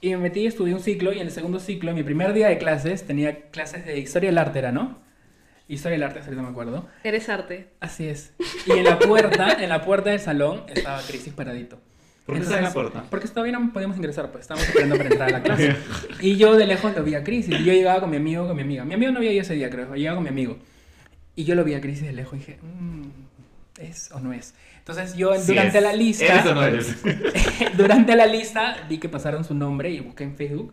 Y me metí y estudié un ciclo. Y en el segundo ciclo, mi primer día de clases, tenía clases de historia del arte, ¿era, no? Historia del arte, ahorita me acuerdo.
Eres arte.
Así es. Y en la puerta, en la puerta del salón, estaba Crisis paradito.
¿Por qué está en la puerta?
Porque todavía no podíamos ingresar, pues estábamos esperando para entrar a la clase. y yo de lejos lo vi a Chris. Y yo llegaba con mi amigo, con mi amiga. Mi amigo no había ido ese día, creo. Llegaba con mi amigo. Y yo lo vi a Chris de lejos y dije, "Mm, ¿es o no es? Entonces yo
Sí
durante
es.
la lista.
Eres o no eres.
Durante la lista vi que pasaron su nombre y busqué en Facebook.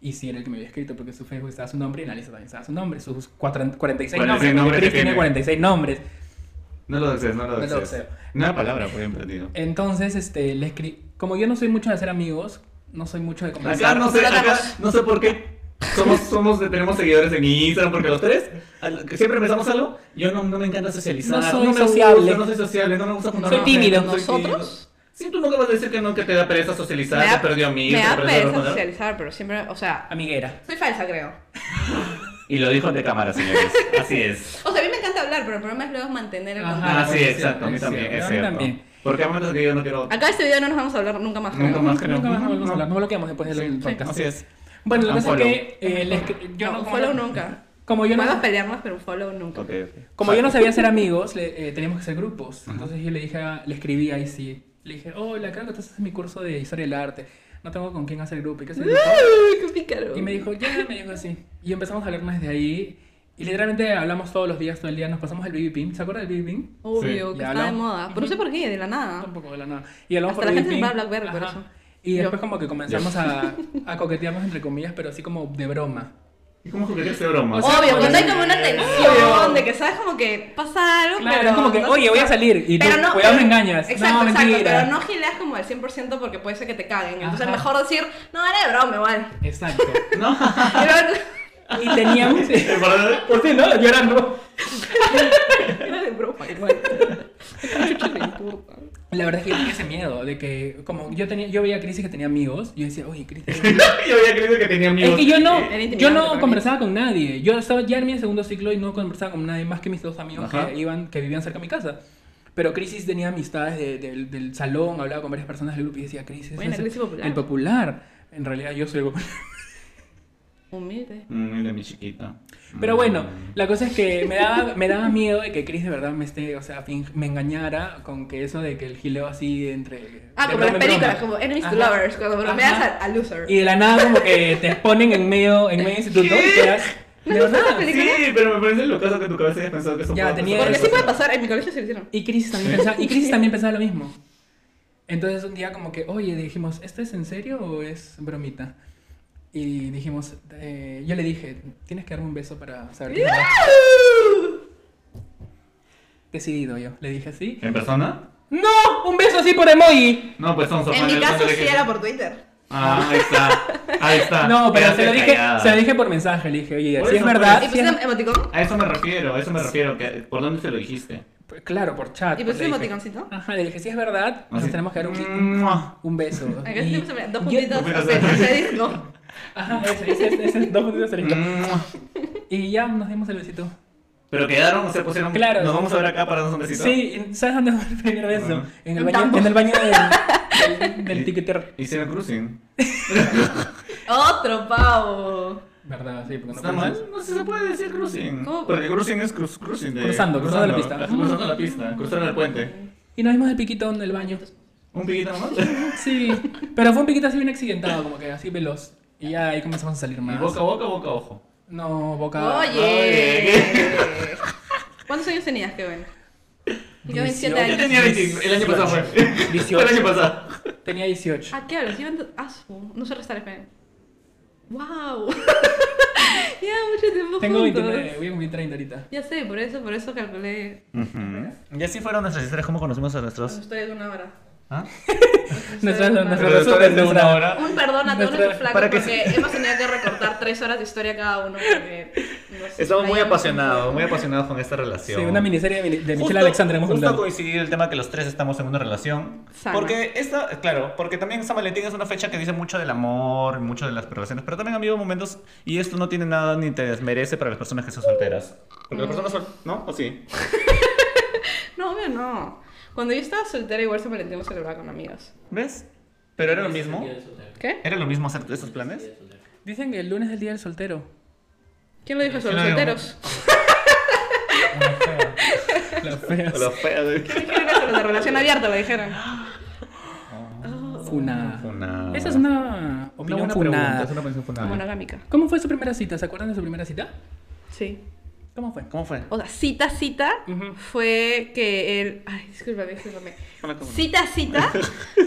Y sí, era el que me había escrito, porque su Facebook estaba su nombre y en la lista también estaba su nombre, sus cuatro- 46
46
nombres.
nombres
porque
que
Chris tiene
tiene.
46 nombres.
No lo desees, no lo
No lo
desees.
deseo.
Una palabra fue emprendido.
Entonces, este, le escribí. Como yo no soy mucho de hacer amigos, no soy mucho de
Acá
conversar.
no sé,
Tratamos.
acá no sé por qué. Somos, somos, tenemos seguidores en Instagram porque los tres al- que siempre empezamos algo. Yo no, no me encanta socializar.
No soy
me
sociable.
gusta, no soy sociable, no me gusta juntarme
Soy
con gente,
tímido.
no soy tímido.
¿Nosotros?
Sí, tú nunca vas a decir que no, que te da pereza socializar, te perdió amigos,
me
te
da
perdió
pereza
recordar.
socializar, pero siempre, o sea,
Amiguera.
soy falsa, creo.
Y lo dijo de cámara, señores. Así es.
O sea, a mí me encanta hablar, pero el problema es luego mantener el
Ajá.
contacto.
Ah,
Así
bueno,
es, exacto. A mí
es
también,
cierto.
es
A mí
cierto.
también.
Porque hay momentos que yo no quiero.
Acá este video no nos vamos a hablar nunca más. creo.
Nunca más creo.
Nunca más volvemos a
No.
hablar, nos bloqueamos después del
Sí,
podcast.
Así es.
Bueno, lo que pasa es
Unfollow.
que eh, le escri- yo no,
un follow nunca.
Como yo no,
Podemos pelearnos, pero un follow nunca.
Ok, ok.
como yo no sabía hacer amigos, le- eh, teníamos que hacer grupos. Entonces yo le dije, a- le escribí ahí sí. Le dije, hola, creo que estás en mi curso de historia del arte. No tengo con quién hacer grupo. ¿Y qué hacer grupo?
Uy, qué pícaro.
Y me dijo, ya, me dijo así. Y empezamos a hablarnos desde ahí. Y literalmente hablamos todos los días, todo el día. Nos pasamos el BB Pim. ¿Se acuerda del BB Pim?
Obvio,
Sí.
que
Ya
está de
hablamos.
moda. Pero no sé por qué, de la nada.
Tampoco de la nada. Y hablamos
Ah.
por
Hasta la
BB
gente
Pim.
se va a Blackberry por
Ajá.
eso.
Y
Yo.
después como que comenzamos a, a coquetearnos entre comillas, pero así como de broma.
¿Y cómo que ese broma?
O sea,
Obvio,
cuando
cuando hay como una tensión de que sabes como que pasa algo,
Claro,
pero
es como que,
no-
oye, voy a salir, y tú, cuidado, me engañas.
eh, Exacto,
No,
exacto,
mentira.
pero no gileas como al 100% porque puede ser que te caguen. Entonces
Ajá.
mejor decir, no, era de broma igual.
Exacto.
No.
Era
Y teníamos... Por si no, llorando.
era de broma igual. ¿Qué chucha le importa?
La verdad es que yo tenía ese miedo de que, como yo tenía, yo veía a Cris y que tenía amigos, y yo decía, oye, Cris, tiene amigos".
yo había creído que tenía amigos.
Es que yo no,
Eh,
Era
yo
intimidante para
no
mí.
conversaba con nadie. Yo estaba ya en mi segundo ciclo y no conversaba con nadie más que mis dos amigos
Ajá.
que iban, que vivían cerca de mi casa. Pero Crisis tenía amistades de- del- del salón, hablaba con varias personas del grupo y decía, Crisis
Buena,
es
Cris y popular".
el popular. En realidad yo soy el popular.
Humilde.
Mm, de mi chiquita.
Pero bueno,
Mm.
la cosa es que me daba, me daba miedo de que Chris de verdad me esté, o sea, fin- me engañara con que eso de que el gileo así entre...
Ah,
de
como
broma
las
en broma.
películas, como Enemies to
Ajá.
Lovers, cuando bromeas
Ajá.
a, a Loser.
Y de la nada como que te exponen en medio, en medio instituto y quedas...
¿No
de
has visto
verdad.
esa película?
Sí, pero me parece lo caso que en tu cabeza hayas pensado que eso
Ya,
puede
tenía-
pasar.
Porque sí puede pasar, en mi colegio se lo hicieron.
Y Crisis también, pensaba, y Crisis también pensaba lo mismo. Entonces un día como que, oye, dijimos, ¿esto es en serio o es bromita? Y dijimos, eh, yo le dije, tienes que darme un beso para saber que es verdad". Decidido yo, le dije así.
¿En persona?
¡No! ¡Un beso así por emoji!
No, pues son
En mi caso sí era por Twitter.
Ah, ahí está. Ahí está.
No, pero
Ah, Quédate
se lo, dije,
callada.
se lo dije por mensaje, le dije, oye,
Por
si es
eso, por
verdad...
eso.
pues. ¿Y
si es-
pusiste emoticón?
A eso me refiero, a eso me refiero. Que, ¿Por dónde se lo dijiste?
Pues Claro, por chat.
¿Y
pues, le
pusiste
dije.
emoticoncito?
Ajá, le dije, si es verdad,
Así.
nos tenemos que dar un,
Mua.
un beso.
Acá
Y-
sí se me- Dos
yo-
puntitos,
Yo-
o sea, se disco.
Ajá, ese, ese, ese, ese, dos puntitos asterisco.
Mua.
Y ya nos dimos el besito.
Pero quedaron, o sea, pusieron.
Claro.
Nos vamos a ver acá para darnos un besito.
Sí, ¿sabes dónde fue el primer beso?
Ajá.
En el
Un
baño,
tambo.
en el baño del, del,
Y-
del tiquetero.
Hicieron cruising.
Otro pavo.
¿Verdad? Sí, porque no
¿Está
puedes-
mal? No sé, se puede decir cruising.
¿Cómo?
Porque cruising es cruz, cruising. De,
Cruzando, cruzando la pista.
Cruzando la pista, cruzando el puente.
Y nos dimos el piquito en el baño.
¿Un piquito más?
Sí, pero fue un piquito así bien accidentado, como que así veloz. Y ya ahí comenzamos a salir más.
¿Boca a boca o boca a ojo?
No, boca.
Oye. ¿Cuántos años tenías, Kevin? Yo 27
Yo
Yo
años.
tenía
tenía
20,
20,
el año pasado fue.
18.
El año pasado.
Tenía 18.
Ah, ¿qué hablas? Yo ando- ah, su- no sé restar FM. ¡Wow! ya mucho tiempo
Tengo
juntos.
29, voy a cumplir 30 ahorita.
Ya sé, por eso, por eso calculé.
Y así fueron nuestras historias, cómo conocimos a nuestros.
Estoy de una hora.
¿Ah?
Nuestra,
Nuestra-
nuestra
Pero
resumen,
de una
nuestra-
hora.
Un perdón a todos
Nuestra-
nuestros flacos
para que
porque hemos tenido que recortar tres horas de historia cada uno. porque nos
Estamos muy
explayamos
apasionados,
un
muy
poco.
apasionados con esta relación.
Sí, una miniserie de, de
Justo-
Michelle Alexander hemos
Justo
juntado.
coincidió el tema que los tres estamos en una relación.
Sana.
Porque esta, claro, porque también San Valentín es una fecha que dice mucho del amor, mucho de las relaciones, pero también ha habido momentos y esto no tiene nada ni te desmerece para las personas que son solteras. Porque las personas solteras, ¿no? ¿O sí?
No, obvio no. Cuando yo estaba soltera, igual se Valentín lo celebraba con amigas.
¿Ves? Pero era lo mismo.
¿Qué?
¿Era lo mismo hacer esos planes?
Dicen que el lunes es el día del soltero.
¿Quién lo dijo eso?
Sí,
Los
no, no.
solteros.
La fea.
Lo feo de-
Dijeron eso, los de relación abierta lo dijeron. Oh.
Funada.
Funada.
Esa es una
Una
opinión
buena pregunta,
funada.
es una opinión funada.
Monogámica.
¿Cómo fue su primera cita? ¿Se acuerdan de su primera cita?
Sí.
¿Cómo fue?
¿Cómo fue?
O sea, cita, cita,
Ujú.
fue que él. Ay, discúlpame, discúlpame.
Hola, ¿cómo no?
Cita, cita,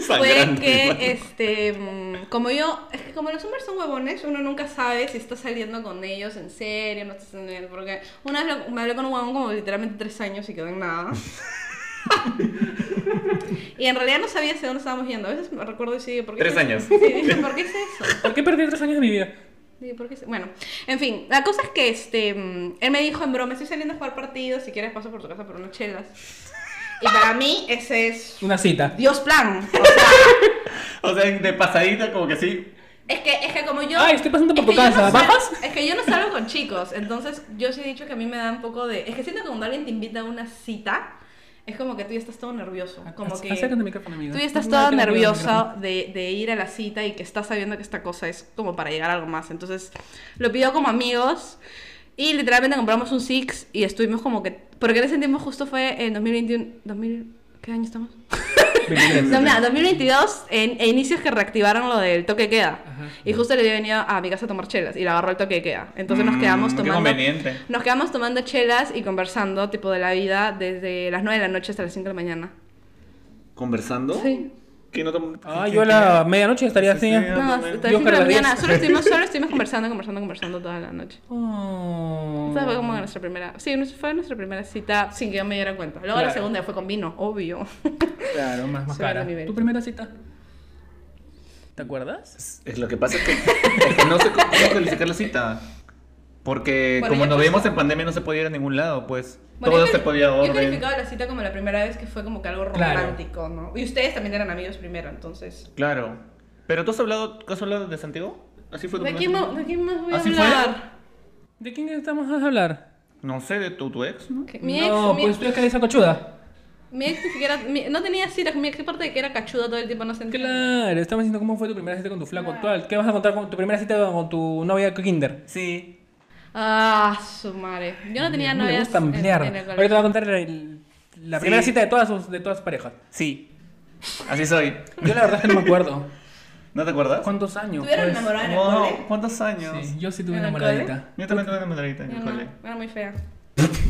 fue
Sangrante,
que,
igual.
este. mm, Como yo. Es que como los hombres son huevones, uno nunca sabe si está saliendo con ellos en serio, no está saliendo. Porque una vez lo- me hablé con un huevón como literalmente tres años y quedó en nada. y en realidad no sabía hacia dónde estábamos yendo. A veces me recuerdo y sí, ¿por qué?
Tres
es-
años.
Sí, dije, ¿por qué es eso?
¿Por qué perdí tres años de mi vida?
Sí, porque sí. Bueno, en fin, la cosa es que este, mm, él me dijo en broma, estoy saliendo a jugar partido, si quieres paso por tu casa por unas chelas. Y para mí ese es
Una cita.
Dios plan. O sea,
O sea, de pasadita, como que sí.
es, que, es que como yo...
Ay, estoy pasando por
es que
tu
yo no
casa,
sal-
¿bajas?
Es que yo no salgo con chicos, entonces yo sí he dicho que a mí me da un poco de... Es que siento que cuando alguien te invita a una cita, es como que tú ya estás todo nervioso.
Ah,
Ah, Como que...
Acércate al micrófono, amiga.
Tú ya estás
No,
toda
que no quiero
nerviosa de, de ir a la cita y que estás sabiendo que esta cosa es como para llegar a algo más. Entonces lo pidió como amigos y literalmente compramos un Six y estuvimos como que... Porque en ese tiempo justo fue en 2021... 2000, ¿Qué año estamos?
micrófono.
No, nada, 2022, en, e inicios que reactivaron lo del toque de queda.
Ajá.
Y justo le había venido a mi casa a tomar chelas y le agarró el toque de queda. Entonces nos
Mm,
quedamos
qué
tomando...
conveniente.
Nos quedamos tomando chelas y conversando, tipo, de la vida desde las 9 de la noche hasta las 5 de la mañana.
¿Conversando?
Sí.
¿Quién no tom-
Ah,
quién-
yo a la medianoche estaría así.
Sí, sí,
No,
Yo
hasta las 5 de
creo
la
las
mañana.
10.
Solo estuvimos, solo estuvimos conversando, conversando, conversando toda la noche.
Oh.
Esa fue como nuestra primera. Sí, nos- fue nuestra primera cita sin que yo me diera cuenta. Luego la
Claro.
segunda fue con vino, obvio.
Claro, más, más
Subiendo
cara.
nivel.
¿Tu primera cita? ¿Te acuerdas?
Es- es lo que pasa es que, es que no sé cómo cómo calificar la cita. Porque
Bueno,
como
yo
nos
creo-
veíamos en pandemia no se podía ir a ningún lado, pues.
Bueno,
todo
yo
se
cali-
podía
Yo
orden.
calificaba la cita como la primera vez que fue como que algo
Claro.
romántico, ¿no? Y ustedes también eran amigos primero, entonces.
Claro. Pero tú has hablado, ¿tú has hablado de Santiago? Así fue tu
¿De
primer-
quién, más- de quién más voy a
¿Así fue?
hablar?
¿De quién estamos a hablar?
No sé, de tu, tu ex, ¿no?
Que Mi ex,
no,
mi,
pues tú ya que esa cochuda.
mi ex ni siquiera. mi- no tenía citas, mi ex, aparte de que era cachuda todo el tiempo, no sentía.
Claro, estamos diciendo cómo fue tu primera cita con tu flaco actual. ¿Qué vas a contar con tu primera cita con tu novia kinder?
Sí.
Ah, su madre. Yo no tenía
No le
novias.
gusta
en-
ampliar.
en el
Ahorita te
colegio.
voy a contar el- la
Sí.
primera cita de todas sus, de todas sus parejas.
Sí. Así soy.
Yo la verdad es que no me acuerdo.
¿No te acuerdas?
¿Cuántos años?
¿Estuvieron
pues?
enamorados en el
Wow,
cole?
¿Cuántos años?
Sí, yo sí tuve
¿En el
enamoradita.
Yo también tuve una maderita en
Yo
el
no,
cole.
era muy fea.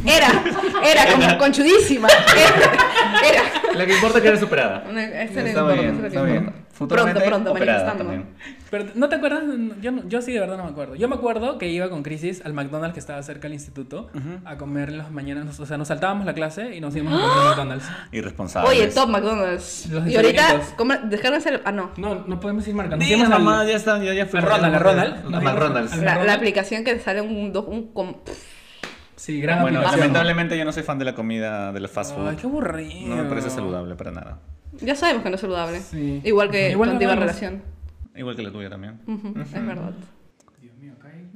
Era, era como conchudísima. Era. era.
Lo que importa es que eres superada.
Una- eso es lo que
Está
importa,
bien,
eso es lo que
está bien.
importa.
Futuramente
Pronto, pronto,
operada
manifestándome.
también.
Pero ¿no te acuerdas? No, Yo, no- yo sí de verdad no me acuerdo. Yo me acuerdo que iba con Crisis al McDonald's que estaba cerca del instituto a comer en las mañanas. O sea, nos saltábamos la clase y nos íbamos a comer
¡Ah!
al McDonald's.
Irresponsable.
Oye, Top McDonald's.
Los
Y ahorita,
desayunitos.
compra- descárganse el- Ah, no.
No, no podemos ir marcando. Nos
Sí,
íbamos al-
mamá, ya está, ya, ya fue.
Al Ronald, al Ronald.
Al McDonald's.
Al-
La,
¿Perdón?
la aplicación que sale un. do- un com-
Sí, gran
Bueno,
aplicación.
lamentablemente yo no soy fan de la comida de los fast food.
Ay, qué aburrido.
No me parece saludable para nada.
ya sabemos que no es saludable.
Sí.
Igual que tu
Igual lo
antigua
hablamos.
relación.
Igual que la tuya también.
Ujú, Es verdad.
Dios mío, acá hay...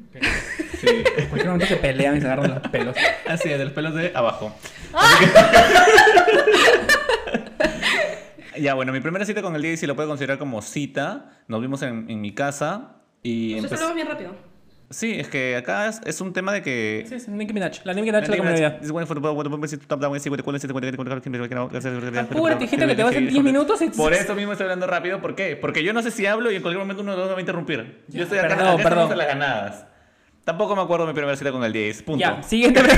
Sí.
En cualquier momento se pelean y se agarran los pelos.
Así es, de los pelos de abajo.
Ah.
ya, bueno, mi primera cita con el DJ, si lo puedo considerar como cita, nos vimos en, en mi casa y
Eso
empezó...
hablamos bien rápido.
Sí, es que acá es, es un tema de que...
Sí, es Nicki Minaj. La Nicki Minaj la comedia.
Apúrate,
hijita, que te vas en 10 minutos y-
Por eso mismo estoy hablando rápido. ¿Por qué? Porque yo no sé si hablo y en cualquier momento uno de los dos me va a interrumpir. Yo
Ya,
estoy acá,
perdón,
acá estamos
perdón.
a las ganadas. Tampoco me acuerdo mi primera cita con el 10. Punto.
Ya, siguiente pre-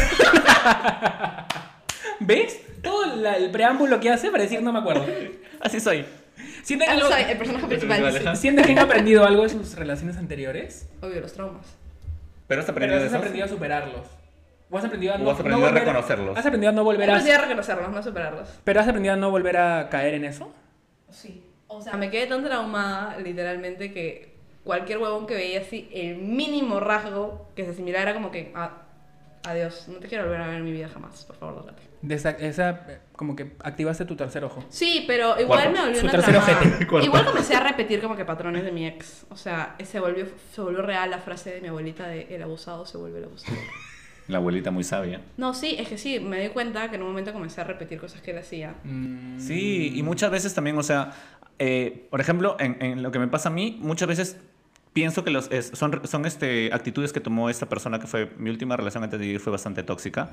¿Ves? Todo la- el preámbulo que hace para decir no me acuerdo.
Así soy.
Sienten
Ah,
algo...
soy el personaje principal.
principal,
Sí.
¿Sientes que han aprendido algo de sus relaciones anteriores?
Obvio, los traumas.
Pero has
Pero
aprendido
has
de eso.
aprendido a superarlos. O has aprendido a
O
no,
has aprendido
no
a
volver
reconocerlos.
Has aprendido a no volver
Pero
a...
sí, reconocerlos, no superarlos.
Pero has aprendido a no volver a caer en eso.
Sí. O sea, me quedé tan traumada, literalmente, que cualquier huevón que veía así, el mínimo rasgo que se similara era como que, "Ah, adiós, no te quiero volver a ver en mi vida jamás, por favor, déjate.
De esa, esa, eh, como que activaste tu tercer ojo.
Sí, pero igual
Cuarto.
me volvió
Su
una
tercer
traumada.
ojete.
Cuarto.
Igual comencé a repetir como que patrones de mi ex. O sea, se volvió, se volvió real la frase de mi abuelita de el abusado se vuelve el abusado.
La abuelita muy sabia.
No, sí, es que sí, me di cuenta que en un momento comencé a repetir cosas que él hacía.
Mm,
Sí, y muchas veces también, o sea, eh, por ejemplo, en, en lo que me pasa a mí, muchas veces pienso que los, es- son, son este, actitudes que tomó esta persona que fue mi última relación antes de ir fue bastante tóxica.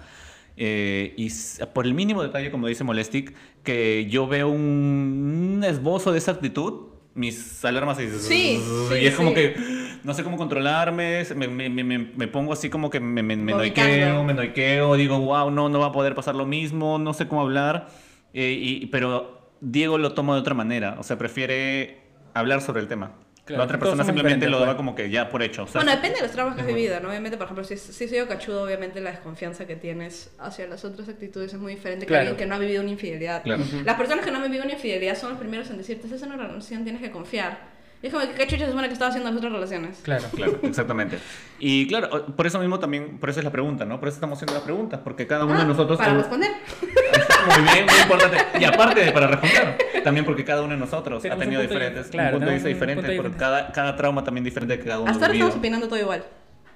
Eh, y s- por el mínimo detalle, como dice Molestic, que yo veo un, un esbozo de esa actitud, mis alarmas y,
Sí, sí,
y es como
sí.
que no sé cómo controlarme, se- me, me- me- me- me pongo así como que me, me, me
Vomitando.
noiqueo, me noiqueo, digo, wow, no, no va a poder pasar lo mismo, no sé cómo hablar, eh, y- pero Diego lo toma de otra manera, o sea, prefiere hablar sobre el tema.
Claro,
la otra
todos
persona
somos
simplemente lo
diferentes,
da
pues.
como que ya por hecho. o sea,
Bueno, depende de los traumas que has vivido, ¿no? Obviamente, por ejemplo, si, si soy yo cachudo, obviamente la desconfianza que tienes hacia las otras actitudes es muy diferente que
Claro.
alguien que no ha vivido una infidelidad.
Claro.
Las personas que no han vivido una infidelidad son los primeros en decirte, "Esa es una relación, tienes que confiar. Y es como, ¿qué chucha se supone que estaba haciendo en las otras relaciones?
Claro.
Claro, exactamente. Y claro, o- por eso mismo también, por eso es la pregunta, ¿no? Por eso estamos haciendo las preguntas, porque cada uno
Ah,
de nosotros...
Para responder.
Muy bien, muy importante. Y aparte de para responder, también porque cada uno de nosotros
Tenemos
ha tenido
un punto di-
diferentes,
claro,
un punto de
tenemos
vista
un punto
diferente, porque
diferente.
cada, cada trauma también diferente que cada uno
Hasta ahora
vivido.
estamos opinando todo igual.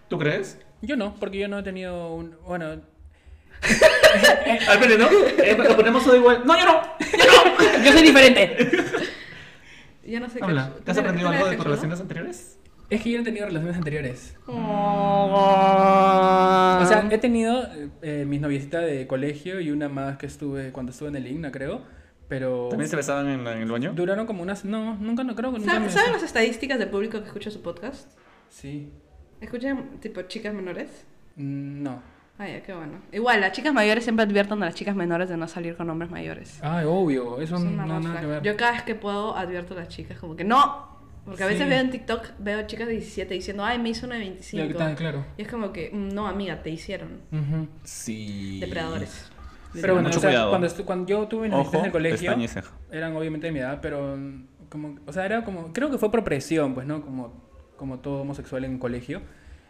¿Tú crees?
Yo no, porque yo no he tenido un. Bueno.
Alfredo, ¿no? Eh, lo ponemos todo igual. No, yo no.
¡Yo soy diferente!
Ya no sé
Habla.
cachu-
¿Te has
¿tú eres-
aprendido algo
tú eres
de tus
cachudo?
relaciones anteriores?
Es que yo no he tenido relaciones anteriores.
O
O
Ah.
sea, he tenido eh, mis noviecitas de colegio y una más que estuve cuando estuve en el IGNA, creo. Pero.
¿también se besaban en, en el baño?
Duraron como unas. No, nunca, no creo que nunca.
¿Saben,
me-
saben las estadísticas del público que escucha su podcast?
Sí.
¿Escuchan tipo chicas menores?
Mm, No.
Ay, ya, qué bueno. Igual, las chicas mayores siempre advierten a las chicas menores de no salir con hombres mayores.
Ay, obvio. Eso
Es
no
una
no,
red
nada
flag.
que ver.
Yo cada vez que puedo advierto a las chicas como que no. Porque a veces
Sí.
veo en TikTok, veo chicas de 17 diciendo, ay, me hizo una de
Ya
25.
que está, claro.
Y es como que, "Mm, no, amiga, te hicieron.
Ujú.
Sí.
Depredadores.
Pero bueno,
mucho
o sea,
cuidado.
cuando, estu- cuando yo tuve noviecitas
Ojo,
en el colegio.
pestaña y ceja.
eran obviamente de mi edad, pero mm, como, o sea, era como, creo que fue por presión, pues, ¿no? Como, como todo homosexual en colegio.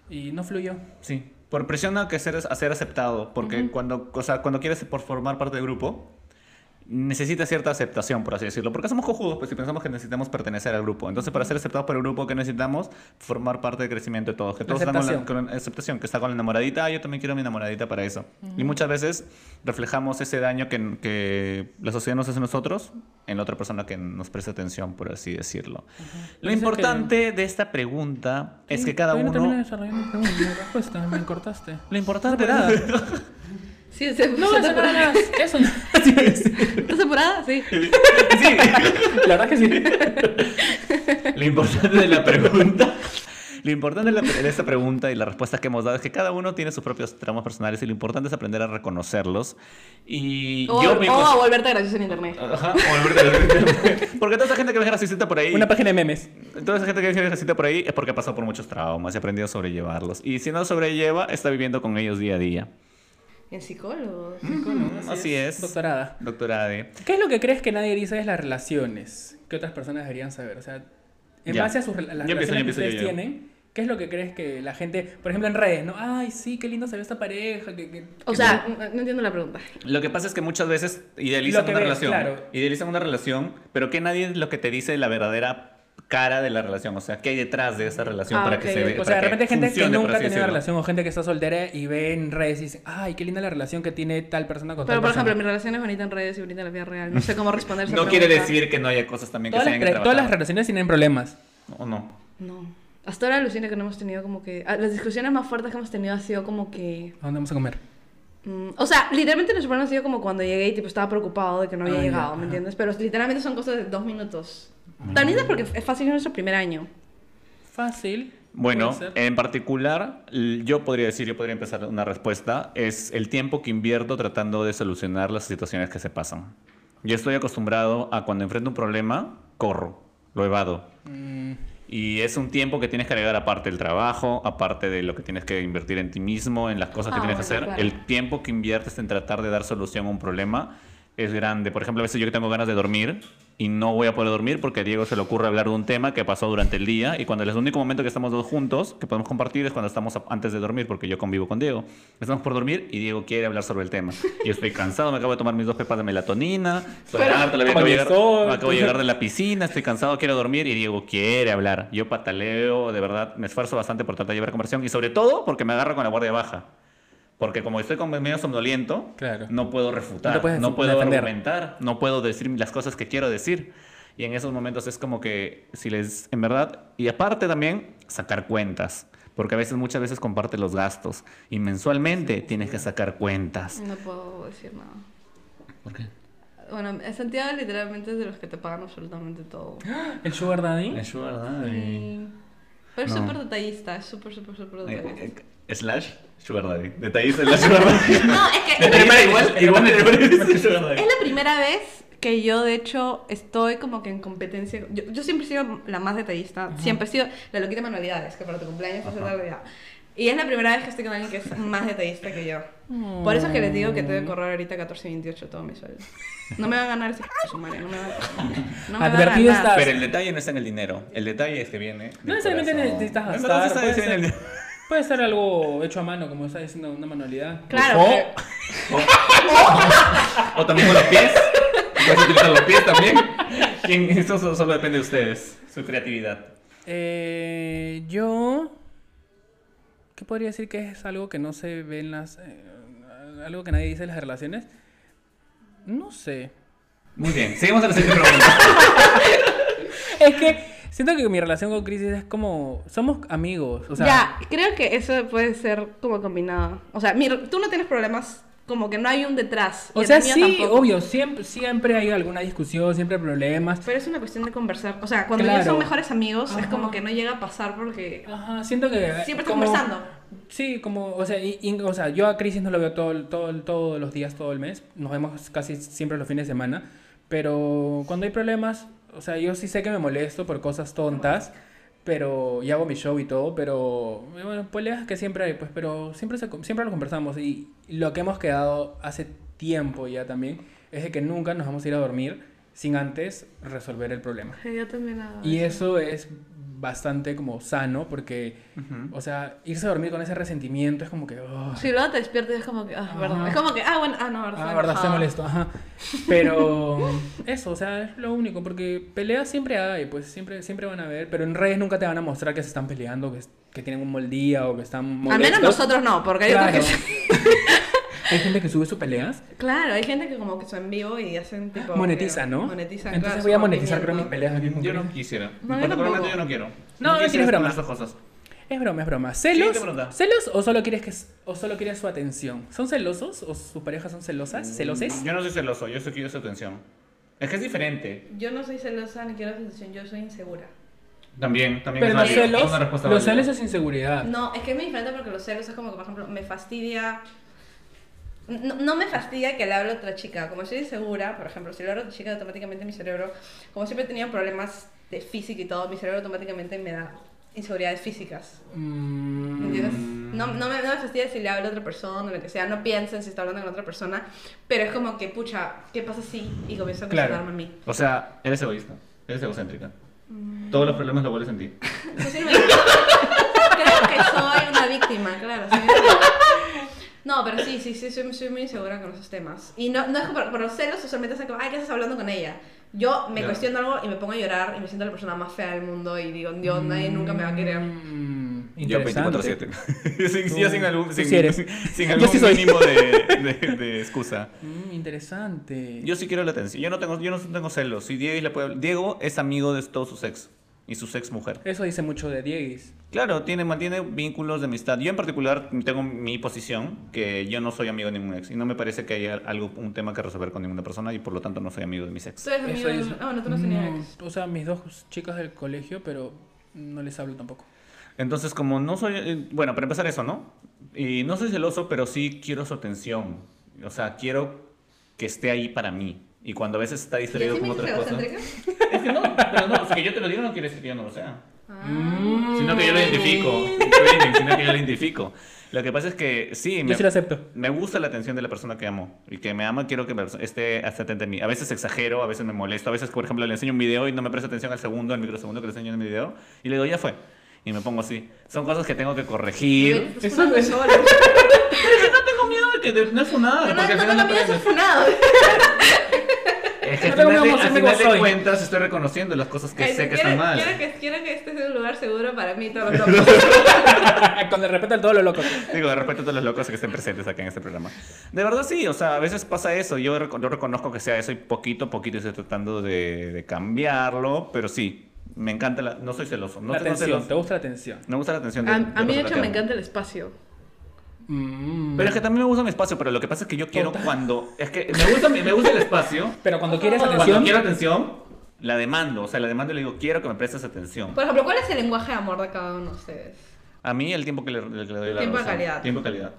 Y no fluyó.
Sí. Por presión a, que ser, a ser aceptado, porque cuando, o sea, cuando quieres por formar parte del grupo, necesitas cierta aceptación, por así decirlo. Porque somos cojudos, pues si pensamos que necesitamos pertenecer al grupo. Entonces, para ser aceptados por el grupo, ¿qué necesitamos? Formar parte del crecimiento de todos. Que todos están con
Aceptación.
la, con la aceptación, que está con la enamoradita, "Ah, yo también quiero a mi enamoradita para eso. Y muchas veces reflejamos ese daño que, que la sociedad nos hace a nosotros en la otra persona que nos presta atención, por así decirlo. Lo
Parece que-
importante de esta pregunta es que cada
Todavía
uno...
No terminé de desarrollar mi pregunta, mi respuesta, me cortaste.
Lo importante
No pasa
era...
Sí, ¿estás
No, eso nada
apurada?
más. Eso no. Sí, sí.
¿Estás apurada? Sí.
Sí.
La verdad que sí.
Lo importante de la pregunta. Lo importante de, la- de esta pregunta y las respuestas que hemos dado es que cada uno tiene sus propios traumas personales y lo importante es aprender a reconocerlos. Y
O,
yo Ah.
o a
mismo.
volverte gracioso en internet.
Ajá, volverte- Porque toda esa gente que ve graciosita por ahí.
Una página de memes.
Toda esa gente que ve graciosita por ahí es porque ha pasado por muchos traumas y ha aprendido a sobrellevarlos. Y si no sobrelleva, está viviendo con ellos día a día.
En psicólogo.
Mm.
Así es.
Doctorada.
Doctora Ade.
¿Qué es lo que crees que nadie dice de las relaciones? ¿Qué otras personas deberían saber? O sea, en
Ya.
base a sus rela- las
Ya
relaciones
empiezo, ya
que
empiezo,
ustedes
ya, ya.
tienen, ¿qué es lo que crees que la gente, por ejemplo en redes, no? Ay, sí, qué lindo se ve esta pareja. Que,
Eh,
que-
O
que-
sea, no no entiendo la pregunta.
Lo que pasa es que muchas veces
Lo
idealizan
que
una
ves,
relación.
claro.
Idealizan una relación, pero que nadie es lo que te dice la verdadera cara de la relación. O sea, qué hay detrás de esa relación
Ah,
para
ok,
que se
ok.
vea.
O sea, de repente hay gente que nunca ha tenido una relación o gente que está soltera y ve en redes y dice, ay, qué linda la relación que tiene tal persona con
Pero,
tal
por
persona".
ejemplo, mi relación es bonita en redes y bonita en la vida real. No sé cómo responder esa
No quiere
pregunta.
decir que no haya cosas también que
todas,
se
las,
hayan
re-
que
todas las
trabajar.
relaciones tienen problemas.
¿O no?
No. Hasta ahora alucina que no hemos tenido como que... ah, Las discusiones más fuertes que hemos tenido ha sido como que...
¿A dónde vamos a comer?
Mm, o sea, literalmente nuestro problema ha sido como cuando llegué y tipo estaba preocupado de que no había
Ah, ya,
llegado, ¿me
ajá.
entiendes? Pero literalmente son cosas de dos minutos. También es porque es fácil en nuestro primer año.
Fácil.
Bueno, eh.
puede ser.
en particular, l- yo podría decir, yo podría empezar una respuesta, es el tiempo que invierto tratando de solucionar las situaciones que se pasan. Yo estoy acostumbrado a cuando enfrento un problema, corro, lo evado.
Mm,
Y es un tiempo que tienes que agregar aparte del trabajo, aparte de lo que tienes que invertir en ti mismo, en las cosas que
Ah,
tienes que hacer.
bueno, claro.
El tiempo que inviertes en tratar de dar solución a un problema es grande. Por ejemplo, a veces yo que tengo ganas de dormir y no voy a poder dormir porque a Diego se le ocurre hablar de un tema que pasó durante el día y cuando es el único momento que estamos dos juntos, que podemos compartir, es cuando estamos a- antes de dormir porque yo convivo con Diego. Estamos por dormir y Diego quiere hablar sobre el tema. Yo estoy cansado, me acabo de tomar mis dos pepas de melatonina, estoy
Pero-
harto, la vida
Como
acabo de
el
llegar-
sol.
acabo de llegar de la piscina, estoy cansado, quiero dormir y Diego quiere hablar. Yo pataleo, de verdad, me esfuerzo bastante por tratar de llevar conversación y sobre todo porque me agarro con la guardia baja. Porque como estoy con medio somnoliento,
Claro.
no puedo refutar,
No
no,
puedes
puedo
defender.
argumentar, no puedo decir las cosas que quiero decir. Y en esos momentos es como que si les, en verdad, y aparte también sacar cuentas. Porque a veces, muchas veces comparte los gastos. Y mensualmente tienes que sacar cuentas.
No puedo decir nada.
¿Por qué?
Bueno, en Santiago literalmente es de los que te pagan absolutamente todo.
¿El Sugar Daddy?
Es verdad.
Sí. Pero es
No.
súper detallista, es súper, súper, súper detallista.
Eh, Slash Sugar Daddy. Detallista Slash Sugar Daddy.
No, es que
De primera igual, igual de primera es Sugar
es
Daddy.
la primera vez que yo, de hecho, estoy como que en competencia. Yo, yo siempre he sido la más detallista. Siempre he sido la loquita de manualidades, que para tu cumpleaños haces la realidad. Y es la primera vez que estoy con alguien que es más detallista que yo. Por eso es que les digo que tengo que correr ahorita 14.28 todo mi sueldo. No me va a ganar ese su madre, no me va a, no me va a
Advertido
ganar.
estás.
Pero el detalle no está en el dinero. El detalle es que viene. del
No necesariamente
corazón.
necesitas
En
gastar.
verdad sí está
puede,
diciendo el
ser,
dinero.
Mm, puede ser algo hecho a mano, como está diciendo, una manualidad.
Claro,
O-
pero-
O también con los pies. Puedes utilizar los pies también. ¿Quién? Eso so- solo depende de ustedes, su creatividad.
Eh, yo. ¿Qué podría decir que es algo que no se ve en las. eh, algo que nadie dice en las relaciones? No sé.
Muy bien, seguimos a la siguiente pregunta.
Es que siento que mi relación con Crisis es como. Somos amigos. O sea,
ya, creo que eso puede ser como combinado. O sea, mira, tú no tienes problemas, como que no hay un detrás. y
O
el
sea,
mío
sí,
tampoco.
obvio. Siempre, siempre hay alguna discusión, siempre hay problemas.
Pero es una cuestión de conversar. O sea, cuando
Claro.
ya son mejores amigos, es
Ajá.
como que no llega a pasar porque
Ajá, siento que.
siempre estás
como-
conversando.
Sí, como, o sea, y- y- o sea, yo a Crisis no lo veo todo, el- todo, el- todos los días, todo el mes. Nos vemos casi siempre los fines de semana. Pero cuando hay problemas, o sea, yo sí sé que me molesto por cosas tontas. Pero, y hago mi show y todo, pero, eh, bueno, peleas que siempre hay, pues, pero siempre, se, siempre lo conversamos. Y lo que hemos quedado hace tiempo ya también es de que nunca nos vamos a ir a dormir sin antes resolver el problema.
Yo también hago
Y
eso.
eso es bastante como sano porque, o sea, irse a dormir con ese resentimiento es como que... "Oh,
Si luego te despiertas y es como que, ah,
Ajá.
verdad. Es como que, ah, bueno, ah, no, verdad.
ah, verdad, estoy molesto, ajá. Pero eso, o sea, es lo único, porque peleas siempre hay, pues siempre, siempre van a haber, pero en redes nunca te van a mostrar que se están peleando, que, es- que tienen un mal día o que están
Al
molestos.
menos nosotros no, porque hay
Claro.
otros que... sí.
Hay gente que sube sus peleas,
Claro, hay gente que como que son en vivo y hacen tipo...
monetiza,
que
¿no?
Monetizan,
Entonces
claro,
voy
su
a monetizar, creo, mis
movimiento.
peleas. aquí con
Yo no
Chris.
quisiera.
No, yo
Particularmente
tampoco.
yo no quiero.
No, no
quisiera
tienes broma.
exponer esas cosas.
Es broma, es broma.
Siguiente
¿Celos?
pregunta.
¿Celos o solo quieres que o solo quieres su atención? ¿Son celosos o sus parejas son celosas? ¿Celoses?
Yo no soy celoso, yo soy quiero su atención. Es que es diferente.
Yo no soy celosa ni quiero sensación, yo soy insegura.
También, también
Pero
es
los
válido. Es
celos,
una respuesta
los
válida.
celos es inseguridad.
No, es que es muy diferente porque los celos es como que, por ejemplo, me fastidia. No, no me fastidia que le hable a otra chica. Como soy insegura, por ejemplo, si le hablo a otra chica, automáticamente mi cerebro, como siempre he tenido problemas de física y todo, mi cerebro automáticamente me da inseguridades físicas.
Mm,
¿me ¿Entiendes? No, no me, no me fastidia si le hablo a otra persona o lo que sea. No piensen si está hablando con otra persona. Pero es como que, pucha, ¿qué pasa si? Y comienzo a
Claro.
cuestionarme a mí.
O sea, eres egoísta, eres egocéntrica.
Mm.
Todos los problemas los vuelves en ti.
Yo soy una víctima. Creo que soy una víctima, claro. soy una víctima. No, pero sí, sí, sí, soy, soy muy insegura con esos temas. Y no, no es que por, por los celos, usualmente es que, ay, ¿qué estás hablando con ella? Yo me
Claro.
cuestiono algo y me pongo a llorar y me siento la persona más fea del mundo y digo, Dios, nadie nunca me va a querer.
mm,
Yo
interesante.
24-7. sin, yo sin algún,
Tú
sin,
sí eres.
sin
Yo
algún
sí soy.
mínimo de, de- de excusa.
Mm, interesante.
Yo sí quiero la atención. Yo no tengo, yo no tengo celos. Si Diego, le puede- Diego es amigo de todo su sex y su sex mujer.
Eso dice mucho de Dieguis.
Claro, tiene, mantiene vínculos de amistad. Yo en particular tengo mi posición, que yo no soy amigo de ningún ex y no me parece que haya algo, un tema que resolver con ninguna persona y por lo tanto no soy amigo de mis ex.
Tú eres amigo
Eso
de...
dice- Mm,
Ah, bueno, tú no
Mm.
tenías ex.
O sea, mis dos chicas del colegio, pero no les hablo tampoco.
Entonces, como no soy, eh, bueno, para empezar eso, ¿no? Y no soy celoso, pero sí quiero su atención. O sea, quiero que esté ahí para mí. Y cuando a veces está
¿Y
distraído
así me
con
dices
otras cosas.
egocéntrica?
Es que no, pero no, es que yo te lo digo no quiere decir que yo no lo sea.
Ah.
Mm.
Sino que yo lo identifico. Cuiden, Sino que yo lo identifico. Lo que pasa es que sí,
Yo
me,
sí lo acepto.
me gusta la atención de la persona que amo. Y que me ama, quiero que me- esté hasta atenta a mí. A veces exagero, a veces me molesto. A veces, por ejemplo, le enseño un video y no me presta atención al segundo, al microsegundo que le enseño en el video. Y le digo, ya fue. Y me pongo así. Son cosas que tengo que corregir.
Estás
Eso-
funando
eso-
pues, sola.
No tengo miedo de que de- no es nada.
No, no,
porque al
no,
final
no,
no
mira, soy
aprendes.
funado.
Es que
No
al
tengo
final de-
miedo de
al
ser como
final de
soy.
cuentas estoy reconociendo las cosas que
Ay,
sé que
quiero-
están mal.
Quiero que, quiero que este sea un lugar seguro para mí todos los locos.
Con el respeto a todos los locos.
Digo, de respeto a todos los locos que estén presentes acá en este programa. De verdad sí, o sea, a veces pasa eso. Yo, reco- yo reconozco que sea eso y poquito a poquito estoy tratando de, de cambiarlo, pero sí, me encanta la... No soy celoso. No
la
tengo
atención,
celos.
¿te gusta la atención?
Me gusta la atención.
A,
de-
a
de la
mí, de
persona
hecho,
que
me
amo.
encanta el espacio.
Mm.
Pero es que también me gusta mi espacio, pero lo que pasa es que yo quiero cuando... Es que me gusta, mi- me gusta el espacio.
Pero cuando quieres
Cuando
atención,
quiero atención, la demando. O sea, la demando y le digo, quiero que me prestes atención.
Por ejemplo, ¿cuál es el lenguaje de amor de cada uno de ustedes?
A mí el tiempo que le, le- que le doy a la
Tiempo de
rosa.
calidad.
Tiempo de calidad.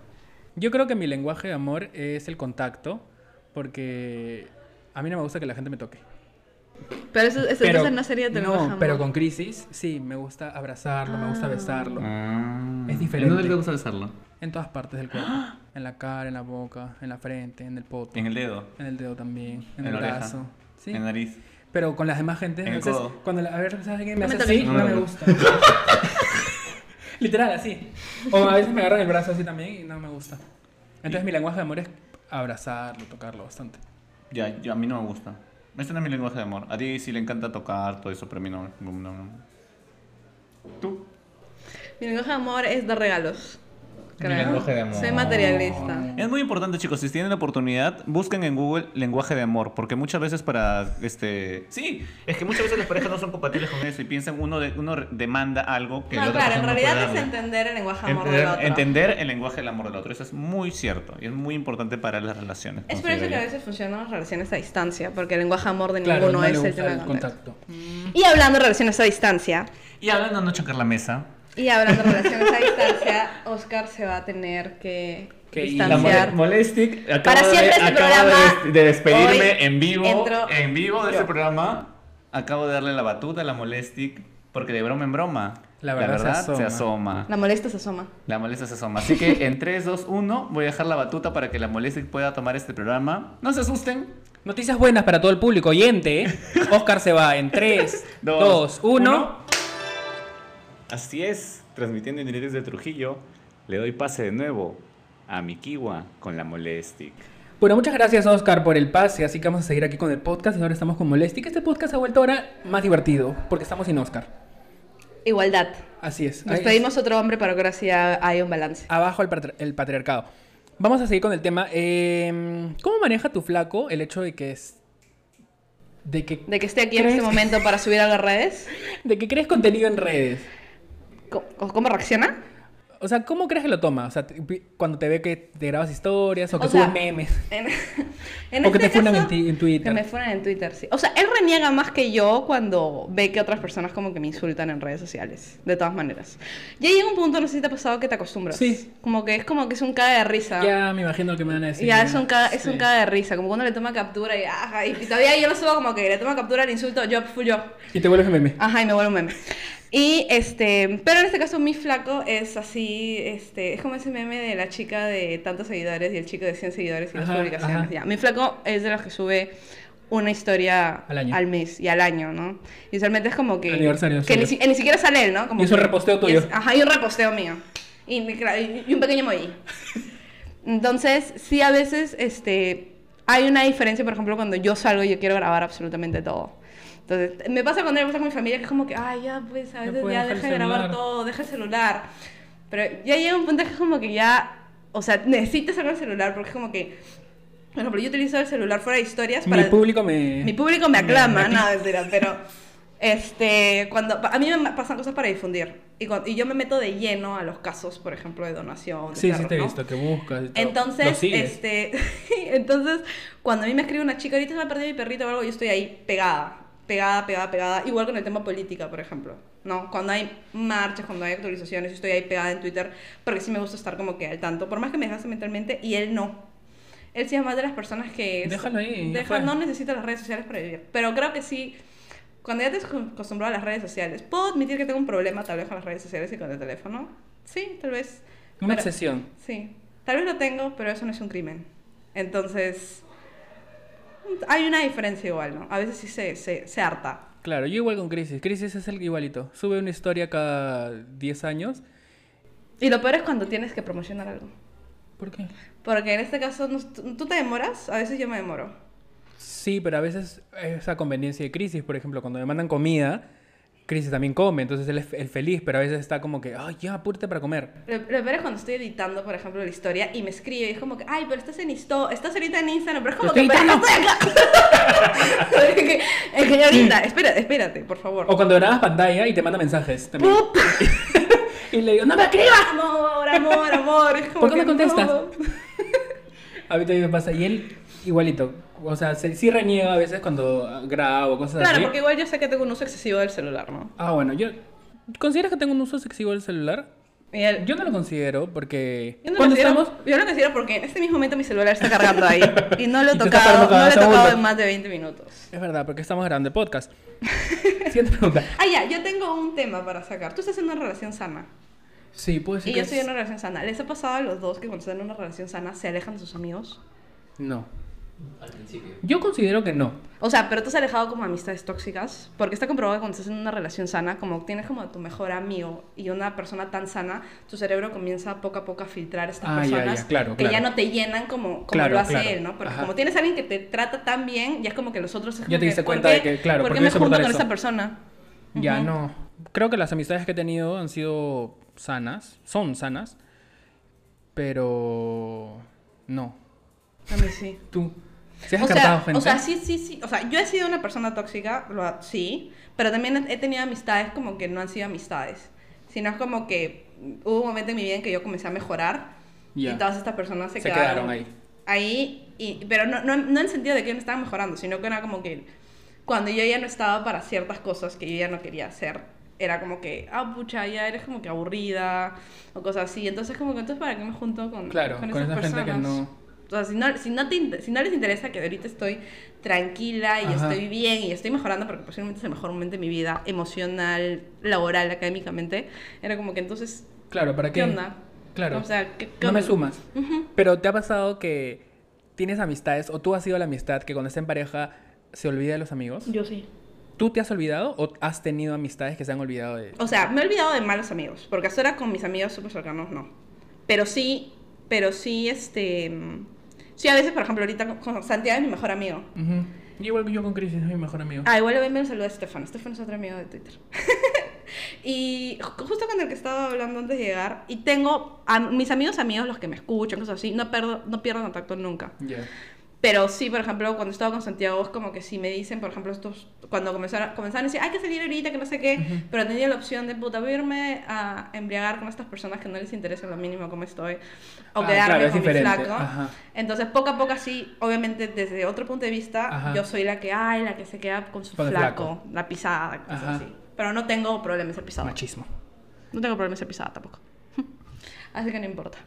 yo creo que mi lenguaje de amor es el contacto, porque a mí no me gusta que la gente me toque.
Pero eso, eso
Pero-
entonces no sería tu lenguaje de
no,
amor.
pero con crisis, sí, me gusta abrazarlo, me
Ah.
gusta besarlo.
Ah.
Es diferente.
Mm. ¿En dónde te gusta besarlo?
En todas partes del cuerpo.
Ah.
En la cara, en la boca, en la frente, en el poto.
En el dedo.
En el dedo también, en,
En
el
la oreja.
brazo. Sí.
En la nariz.
Pero con las demás gente,
En el
a veces,
codo.
cuando la- a ver, ¿sabes alguien me
No me
hace así?
toques.
No,
No me
me gusta. Literal, así. O a veces me agarran el brazo así también y no me gusta. Entonces mi lenguaje de amor es abrazarlo, tocarlo bastante.
Ya, yo- a mí no me gusta. Ese no es mi lenguaje de amor. A ti sí le encanta tocar, todo eso, pero a mí no. no, no, no. ¿Tú?
Mi lenguaje de amor es dar regalos. Creo.
lenguaje de amor.
Soy materialista.
Es muy importante, chicos, si tienen la oportunidad, busquen en Google lenguaje de amor, porque muchas veces para este sí, es que muchas veces las parejas no son compatibles con eso y piensan uno de, uno re- demanda algo que el
No,
otro
claro, en
persona no puede
realidad es
darle.
entender el lenguaje de amor del
entender,
otro.
entender el lenguaje del amor del otro, eso es muy cierto y es muy importante para las relaciones.
Es por eso que
considero
a
yo.
veces funcionan las relaciones a distancia, porque el lenguaje de amor de
Claro,
ninguno
no le
es el
gusta
tema
el
de contacto.
contacto.
Y hablando de relaciones a distancia,
Y hablando de no chocar la mesa,
y hablando de relaciones a distancia, Oscar se va a tener que
Que ir.
La
distanciar.
mole- Molestic acaba
Para siempre
de,
este
acaba
programa,
de, des- de despedirme
hoy
en vivo.
entro-
en vivo de
Yo.
este programa acabo de darle la batuta a la Molestic porque de broma en broma
La verdad se
se
asoma.
asoma.
La molesta se asoma.
La molestia se asoma. Así que en 3, 2, 1 voy a dejar la batuta para que la molestia pueda tomar este programa. No se asusten.
Noticias buenas para todo el público oyente. ¿eh? Oscar se va en 3,
Dos,
2, 1.
uno. Así es, transmitiendo en directo desde Trujillo, le doy pase de nuevo a mi kiwa con la Molestic.
Bueno, muchas gracias Oscar por el pase, así que vamos a seguir aquí con el podcast y ahora estamos con Molestic. Este podcast se ha vuelto ahora más divertido porque estamos sin Oscar.
Igualdad.
Así es.
Nos
Ahí-
pedimos otro hombre para que ahora sí ha- haya un balance.
Abajo el, patri- el patriarcado. Vamos a seguir con el tema. Eh, ¿Cómo maneja tu flaco el hecho de que es... De que,
De que esté aquí en
¿Crees
este
que-
momento para subir a las redes.
de que crees contenido en redes?
¿Cómo, cómo reacciona?
O sea, ¿cómo crees que lo toma? O sea, te- cuando te ve que te grabas historias o que
O sea,
subes memes.
En, en este
O que te funan
caso,
en ti- en Twitter.
Que me funan en Twitter, sí. O sea, él reniega más que yo cuando ve que otras personas como que me insultan en redes sociales. De todas maneras. Ya llega un punto, no sé si te ha pasado, que te acostumbras.
Sí.
Como que es como que es un caga de risa.
Ya me imagino lo que me van a decir.
Ya, es un, caga, es un
Sí.
caga de risa, como cuando le toma captura y, ajá, y todavía yo lo subo como que le toma captura al insulto, yo, full yo,
Y te vuelves meme.
ajá, y me vuelvo un meme. Y este, pero en este caso mi flaco es así, este, es como ese meme de la chica de tantos seguidores y el chico de 100 seguidores y las
Ajá,
publicaciones.
ajá.
Ya, mi flaco es de los que sube una historia
Al año.
mes y al año, ¿no? Y usualmente es como que...
Aniversario
que ni,
suyo.
si- eh, ni siquiera sale él, ¿no? Como
Y es un
que-
reposteo
y es-
tuyo.
ajá, y un reposteo mío. Y, mi cra- y- y un pequeño emoji. Entonces, sí, a veces este, hay una diferencia, por ejemplo, cuando yo salgo yo quiero grabar absolutamente todo. Entonces, me pasa cuando me pasa con mi familia que es como que, ay, ya, pues a
Ya
veces
puedes
ya
dejar el
deja de grabar
celular".
todo, deja el celular. Pero ya llega un punto que es como que ya, o sea, necesitas sacar el celular porque es como que, por ejemplo, yo utilizo el celular fuera de historias
Mi
para...
público me...
Mi público me aclama, no, mentira, pero este, cuando, a mí me pasan cosas para difundir y, cuan- y yo me meto de lleno a los casos, por ejemplo, de donación. de
Sí, sí
carros,
te he
¿no?
visto, que buscas. y todo. Lo
Entonces,
sigues.
este, entonces, cuando a mí me escribe una chica, ahorita se me ha perdido mi perrito o algo, yo estoy ahí pegada, pegada, pegada, pegada, igual con el tema política, por ejemplo, ¿no? Cuando hay marchas, cuando hay actualizaciones, yo estoy ahí pegada en Twitter, porque sí me gusta estar como que al tanto, por más que me desgaste mentalmente, y él no. Él sí es más de las personas que...
Déjalo ahí, ya
Deja-
fue.
no necesita las redes sociales para vivir, pero creo que sí... Cuando ya te has acostumbrado a las redes sociales, puedo admitir que tengo un problema tal vez con las redes sociales y con el teléfono. Sí, tal vez.
Una
Pero-
obsesión.
Sí, tal vez lo tengo, pero eso no es un crimen. Entonces, hay una diferencia igual, ¿no? A veces sí se, se, se harta.
Claro, yo igual con Crisis. Crisis es el igualito. Sube una historia cada 10 años.
Y lo peor es cuando tienes que promocionar algo.
¿Por qué?
Porque en este caso, nos- tú tú te demoras, a veces yo me demoro.
Sí, pero a veces esa conveniencia de Crisis, por ejemplo, cuando me mandan comida, Crisis también come, entonces él es el feliz, pero a veces está como que, ay, ya, apúrate para comer.
Lo, lo peor es cuando estoy editando, por ejemplo, la historia y me escribe y es como que, ay, pero estás en Insta, estás ahorita en Instagram, pero es como
Pero
que,
estoy
pero estoy acá. es que, es que ahorita, espérate, espérate, por favor.
O cuando grabas pantalla y te manda mensajes también.
Pup.
Y le digo, ¡no me escribas!
Amor, amor, amor. Es como
¿Por qué
que
no contestas?
no.
A mí también me pasa. Y él, igualito. O sea, se- sí reniega a veces cuando grabo, cosas
Claro,
así.
porque igual yo sé que tengo un uso excesivo del celular, ¿no?
Ah, bueno, yo. ¿Consideras que tengo un uso excesivo del celular?
Y el-
Yo no lo considero porque.
Yo no,
cuando
lo considero-
estamos.
yo no lo considero porque en este mismo momento mi celular está cargando ahí. Y no lo he
Y tú estás parando cada
tocado, no lo he
segundo.
tocado en más de 20 minutos.
Es verdad, porque estamos grabando el podcast. Siguiente pregunta.
Ah, ya, yo tengo un tema para sacar. Tú estás en una relación sana.
Sí, puede ser.
y
que
yo estoy
es-
en una relación sana. ¿Les ha pasado a los dos que cuando están en una relación sana se alejan de sus amigos?
No.
Al principio.
Yo considero que no.
O sea, pero te has alejado como amistades tóxicas, porque está comprobado que cuando estás en una relación sana, como tienes como a tu mejor amigo y una persona tan sana, tu cerebro comienza poco a poco a filtrar a estas
Ah, ya,
personas
ya, claro,
que
claro.
ya no te llenan como, como
Claro,
lo hace
claro.
él, ¿no? Porque
Ajá.
como tienes a alguien que te trata tan bien, ya es como que los otros es como
te
que,
diste
¿por
cuenta
qué-
de que, claro,
¿por
¿por
qué
qué
me junto
soportar
con
eso?
esta persona?
Ya no. Creo que las amistades que he tenido han sido sanas. Son sanas. Pero. No.
A mí sí.
Tú. ¿Se has
O
descartado
sea,
gente?
o sea, sí, sí, sí. O sea, yo he sido una persona tóxica, lo ha- sí, pero también he he tenido amistades como que no han sido amistades, sino es como que hubo un momento en mi vida en que yo comencé a mejorar
Ya.
y todas estas personas se,
Se
quedaron,
quedaron ahí.
ahí, y, pero no, no, no en el sentido de que no estaban mejorando, sino que era como que cuando yo ya no estaba para ciertas cosas que yo ya no quería hacer, era como que, ah, pucha, ya eres como que aburrida o cosas así. Entonces, como que, entonces, ¿para qué me junto con,
Claro, con esa gente que no-
O sea, si no, si, no te, inter- si no les interesa que ahorita estoy tranquila y
Ajá.
estoy bien y estoy mejorando, porque posiblemente es el mejor momento de mi vida, emocional, laboral, académicamente, era como que entonces,
Claro, ¿para qué?
¿qué onda?
Claro.
O sea, ¿qué, qué
no me
onda?
sumas.
Ujú.
Pero te ha pasado que tienes amistades o tú has sido la amistad que cuando está en pareja se olvida de los amigos.
Yo sí.
¿Tú te has olvidado o has tenido amistades que se han olvidado de
O sea, me he olvidado de malos amigos, porque hasta ahora con mis amigos súper cercanos no. Pero sí, pero sí, este... mm, Sí, a veces, por ejemplo, ahorita con- con Santiago es mi mejor amigo.
Ujú. Y Igual que yo con Chris, es mi mejor amigo.
Ah, igual le voy a saludar a Stefano. Stefano es otro amigo de Twitter. y ju- justo con el que estaba hablando antes de llegar, y tengo a mis amigos amigos, los que me escuchan, cosas así, no pierdo, no pierdo contacto nunca.
Ya.
Pero sí, por ejemplo, cuando estaba con Santiago, es como que si me dicen, por ejemplo, estos, cuando comenzaron, comenzaron a decir, hay que salir ahorita, que no sé qué, pero tenía la opción de, puta, voy a irme a embriagar con estas personas que no les interesa en lo mínimo cómo estoy, o
Ah,
quedarme
claro, es
con mi
diferente,
flaco.
ajá.
Entonces, poco a poco, así, obviamente, desde otro punto de vista,
Ajá.
yo soy la que, ay, la que se queda con su
Con el
flaco,
flaco.
la pisada, cosas
Ajá.
así. Pero no tengo problema en ser pisada.
Machismo.
No tengo problema en ser pisada tampoco. así que no importa.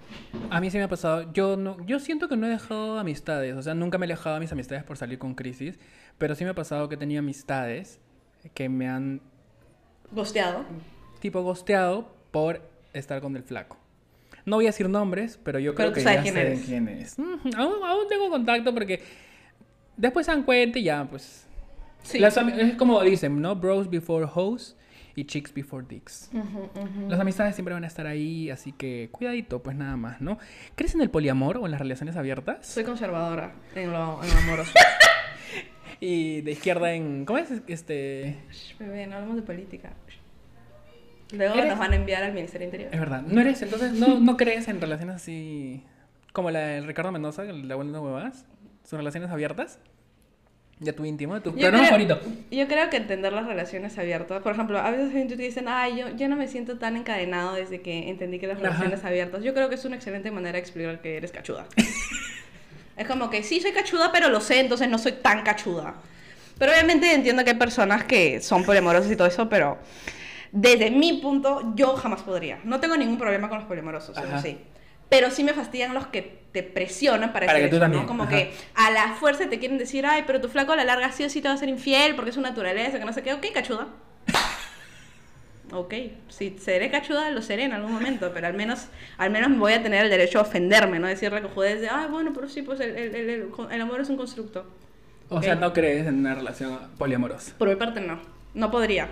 A mí sí me ha pasado. Yo no, yo siento que no he dejado amistades. O sea, nunca me he alejado de mis amistades por salir con crisis. Pero sí me ha pasado que he tenido amistades que me han
Gosteado.
tipo gosteado por estar con el flaco. No voy a decir nombres, pero yo creo
Pero tú
que
sabes
ya
quién
sé
eres.
quién es. Ujú, Aún, aún tengo contacto porque después se dan cuenta y ya, pues.
Sí.
Las ami- es como dicen, ¿no? Bros before hoes y chicks before dicks. Las amistades siempre van a estar ahí, así que cuidadito, pues nada más, ¿no? ¿Crees en el poliamor o en las relaciones abiertas?
Soy conservadora en lo, en lo amoroso.
Y de izquierda en. ¿Cómo es? Este.
Shh, Bebé, no hablamos de política. Luego
¿Eres-
nos van a enviar al Ministerio Interior.
Es verdad. No eres, entonces, no, no crees en relaciones así como la de Ricardo Mendoza, el de Abuelo de Huevas. Son relaciones abiertas. De tu íntimo, de tu
Yo
programa
creo-
favorito.
Yo creo que entender las relaciones abiertas. Por ejemplo, a veces hay en Twitter que dicen, ay, yo, yo no me siento tan encadenado desde que entendí que las
Ajá.
relaciones abiertas. Yo creo que es una excelente manera de explicar que eres cachuda. es como que sí, soy cachuda, pero lo sé, entonces no soy tan cachuda. Pero obviamente entiendo que hay personas que son poliamorosas y todo eso, pero desde mi punto, yo jamás podría. No tengo ningún problema con los poliamorosos, eso
Ajá.
sí. Pero sí me fastidian los que te presionan para,
Para
hacer
que tú
eso, ¿no?
también,
Como
ajá.
que a la fuerza te quieren decir, ay, pero tu flaco a la larga sí o sí te va a ser infiel porque es su naturaleza, que no sé qué. Ok, cachuda. Ok, si seré cachuda, lo seré en algún momento, pero al menos, al menos voy a tener el derecho a ofenderme, ¿no? Decirle que jodés de, ay, bueno, pero sí, pues el, el- el- el- el amor es un constructo.
O sea,
Ok.
no crees en una relación poliamorosa.
Por mi parte, no. No podría.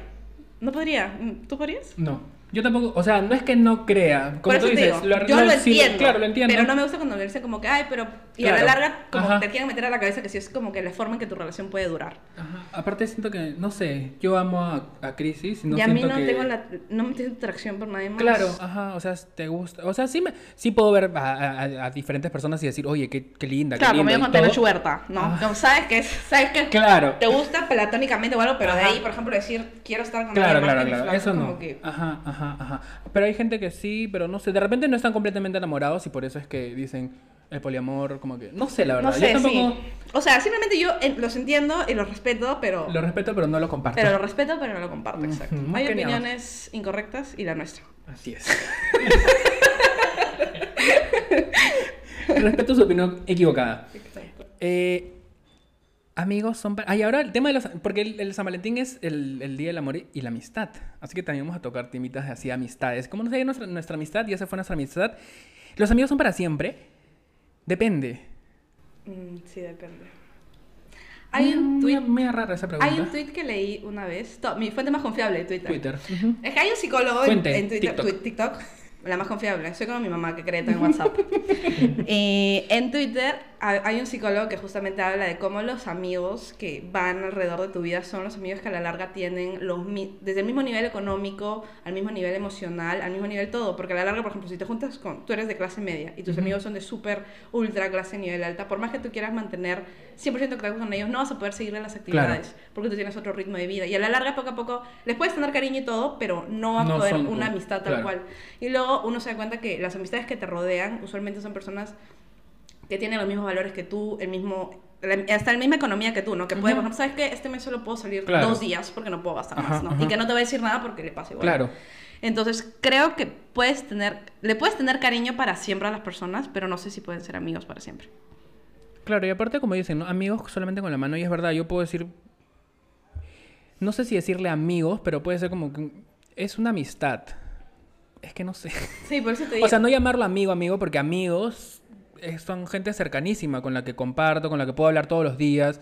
No podría. ¿Mm? ¿Tú podrías?
No. Yo tampoco, o sea, no es que no crea. Como
Por
tú
eso te
dices,
digo, yo lo
sí,
entiendo.
claro, lo entiendo.
Pero no me gusta cuando me dicen como que, ay, pero Y a
Claro.
la larga, como
Ajá.
te quieren meter a la cabeza que sí es como que la forma en que tu relación puede durar.
Ajá. Aparte siento que, no sé, yo amo a, a Crisis. No
y a mí
siento
no
que...
tengo la, no me siento atracción por nadie más.
Claro, ajá, o sea, te gusta. O sea, sí, me, sí puedo ver a, a- a diferentes personas y decir, oye, qué, qué linda,
Claro,
qué
como
linda.
yo
y
conté
todo.
la huerta, ¿no?
Ah.
No, sabes que es- sabes que
Claro.
te gusta platónicamente o algo, pero de
Ajá.
ahí, por ejemplo, decir quiero estar con
Claro,
alguien más
claro,
que mi
claro.
flaco",
Eso
es como
no.
que-
Ajá, ajá, ajá. Pero hay gente que sí, pero no sé. De repente no están completamente enamorados y por eso es que dicen el poliamor, como que. No sé, Ah, la verdad.
no sé,
yo tampoco
sí. O sea, simplemente yo eh, los entiendo y los respeto, pero
lo respeto, pero no lo comparto.
pero lo respeto, pero no lo comparto, exacto.
Ujú,
Hay
genial.
opiniones incorrectas y la nuestra.
Así es. respeto su opinión equivocada. Eh, amigos son... pa- Ay, ahora el tema de los... Porque el, el San Valentín es el, el Día del Amor y la Amistad. Así que también vamos a tocar temitas así de amistades. Como nos sé, nuestra, nuestra amistad, ya se fue nuestra amistad. Los amigos son para siempre. Depende.
Mm, sí, depende. Hay un
Mm,
tweet,
Media, media rara esa pregunta.
hay un tweet que leí una vez, to- mi fuente más confiable, Twitter.
Twitter. Ujú.
Es que hay un psicólogo en-
Fuente,
en Twitter,
TikTok.
twi- TikTok, la más confiable. Soy como mi mamá que cree todo en WhatsApp. Eh, en Twitter ha- hay un psicólogo que justamente habla de cómo los amigos que van alrededor de tu vida son los amigos que a la larga tienen los mi- desde el mismo nivel económico, al mismo nivel emocional, al mismo nivel todo. Porque a la larga, por ejemplo, si te juntas con, tú eres de clase media y tus amigos son de súper, ultra clase nivel alta, por más que tú quieras mantener 100% contacto con ellos, no vas a poder seguirle las actividades porque tú tienes otro ritmo de vida. Y a la larga, poco a poco, les puedes tener cariño y todo, pero no va a
No
poder
son-
una amistad tal
claro.
cual. Y luego uno se da cuenta que las amistades que te rodean usualmente son personas que tienen los mismos valores que tú, el mismo, la- hasta la misma economía que tú, ¿no? Que puede, por
Ujú.
ejemplo, ¿sabes qué? Este mes solo puedo salir
Claro.
dos días porque no puedo gastar
Ajá,
más, ¿no?
ajá.
Y que no te va a decir nada porque le pasa igual.
Claro.
Entonces, creo que puedes tener, le puedes tener cariño para siempre a las personas, pero no sé si pueden ser amigos para siempre.
Claro, y aparte, como dicen, ¿no? amigos solamente con la mano, y es verdad, yo puedo decir. No sé si decirle amigos, pero puede ser como que. un- Es una amistad. Es que no sé.
Sí, por eso te digo.
O sea, no llamarlo amigo, amigo, porque amigos eh, son gente cercanísima con la que comparto, con la que puedo hablar todos los días.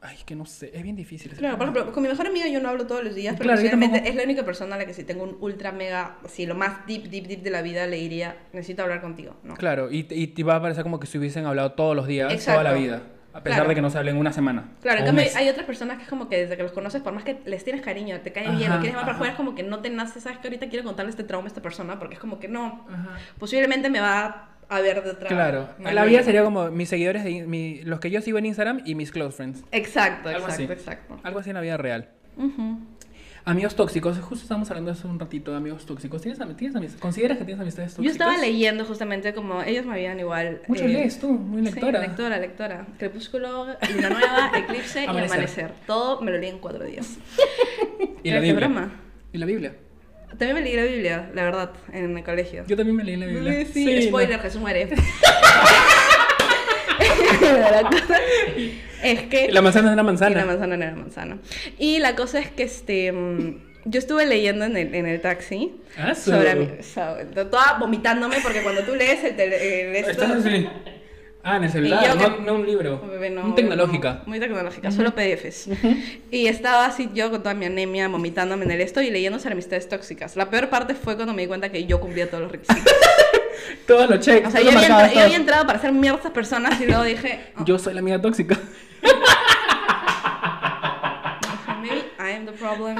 Ay, que no sé, es bien difícil. ese
Claro, por
tema.
ejemplo, con mi mejor amiga yo no hablo todos los días, pero
Claro, yo
posiblemente
tampoco.
es la única persona a la que si tengo un ultra mega, así lo más deep, deep, deep de la vida, le diría, necesito hablar contigo, ¿no?
Claro, y, y te va a parecer como que se hubiesen hablado todos los días, toda la
Exacto.
vida. A pesar
Claro.
de que no se hablen una semana.
Claro, en
o un
cambio
mes.
hay otras personas que es como que desde que los conoces, por más que les tienes cariño, te caen bien,
Ajá,
lo quieres más para
ajá.
jugar, es como que no te nace, sabes que ahorita quiero contarle este trauma a esta persona, porque es como que no,
Ajá.
posiblemente me va a ver de otra
Ah. Claro, la
manera.
vida sería como mis seguidores, de, in- mi- los que yo sigo en Instagram y mis close friends.
Exacto,
Algo
exacto,
así.
exacto.
Algo así en la vida real.
Ujú.
Amigos tóxicos, justo estábamos hablando hace un ratito de amigos tóxicos. ¿Tienes, am- tienes amistades? ¿Consideras que tienes amistades
Yo
tóxicas?
estaba leyendo justamente como ellos me habían igual...
Mucho
eh,
lees tú, muy lectora.
Sí, lectora, lectora. Crepúsculo, Luna Nueva, Eclipse y
Amanecer.
amanecer. Todo me lo leí en cuatro días.
y la
¿Qué
Biblia.
broma?
Y la Biblia.
También me leí la Biblia, la verdad, en el colegio.
Yo también me leí la Biblia.
Sí, spoiler,
no.
Jesús muere. la cosa es que...
Y La manzana es una manzana.
Y la manzana no era manzana. Y la cosa es que este... mm, Yo estuve leyendo en el, en el taxi
Ah, su-
sobre mi- sobre- toda vomitándome porque cuando tú lees el, tele- el esto-
Estás así. Ah, en el celular,
Y yo
no,
que-
no un libro.
Bebé, no,
un tecnológica.
no, muy tecnológica, solo PDFs. Y estaba así yo con toda mi anemia, vomitándome en el esto y leyendo sobre amistades tóxicas. La peor parte fue cuando me di cuenta que yo cumplía todos los requisitos.
Todos los checks.
O sea,
tú
yo
lo
había,
marcabas
entra- yo había
todo.
entrado para ser mierda a estas personas y luego dije, oh,
Yo soy la amiga tóxica.
maybe I am the problem.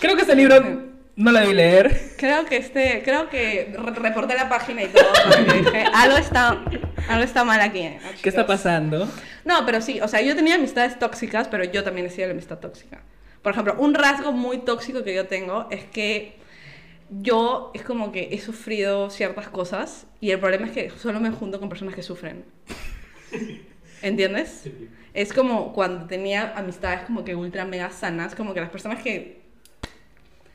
Creo que ese libro no la debí leer.
Creo que este, creo que re- reporté la página y todo. porque dije, algo está, algo está mal aquí. eh,
¿Qué está
chicos".
pasando?
No, pero sí, o sea, yo tenía amistades tóxicas, pero yo también he sido la amistad tóxica. Por ejemplo, un rasgo muy tóxico que yo tengo es que yo es como que he sufrido ciertas cosas y el problema es que solo me junto con personas que sufren. ¿Entiendes? Es como cuando tenía amistades como que ultra mega sanas, como que las personas que...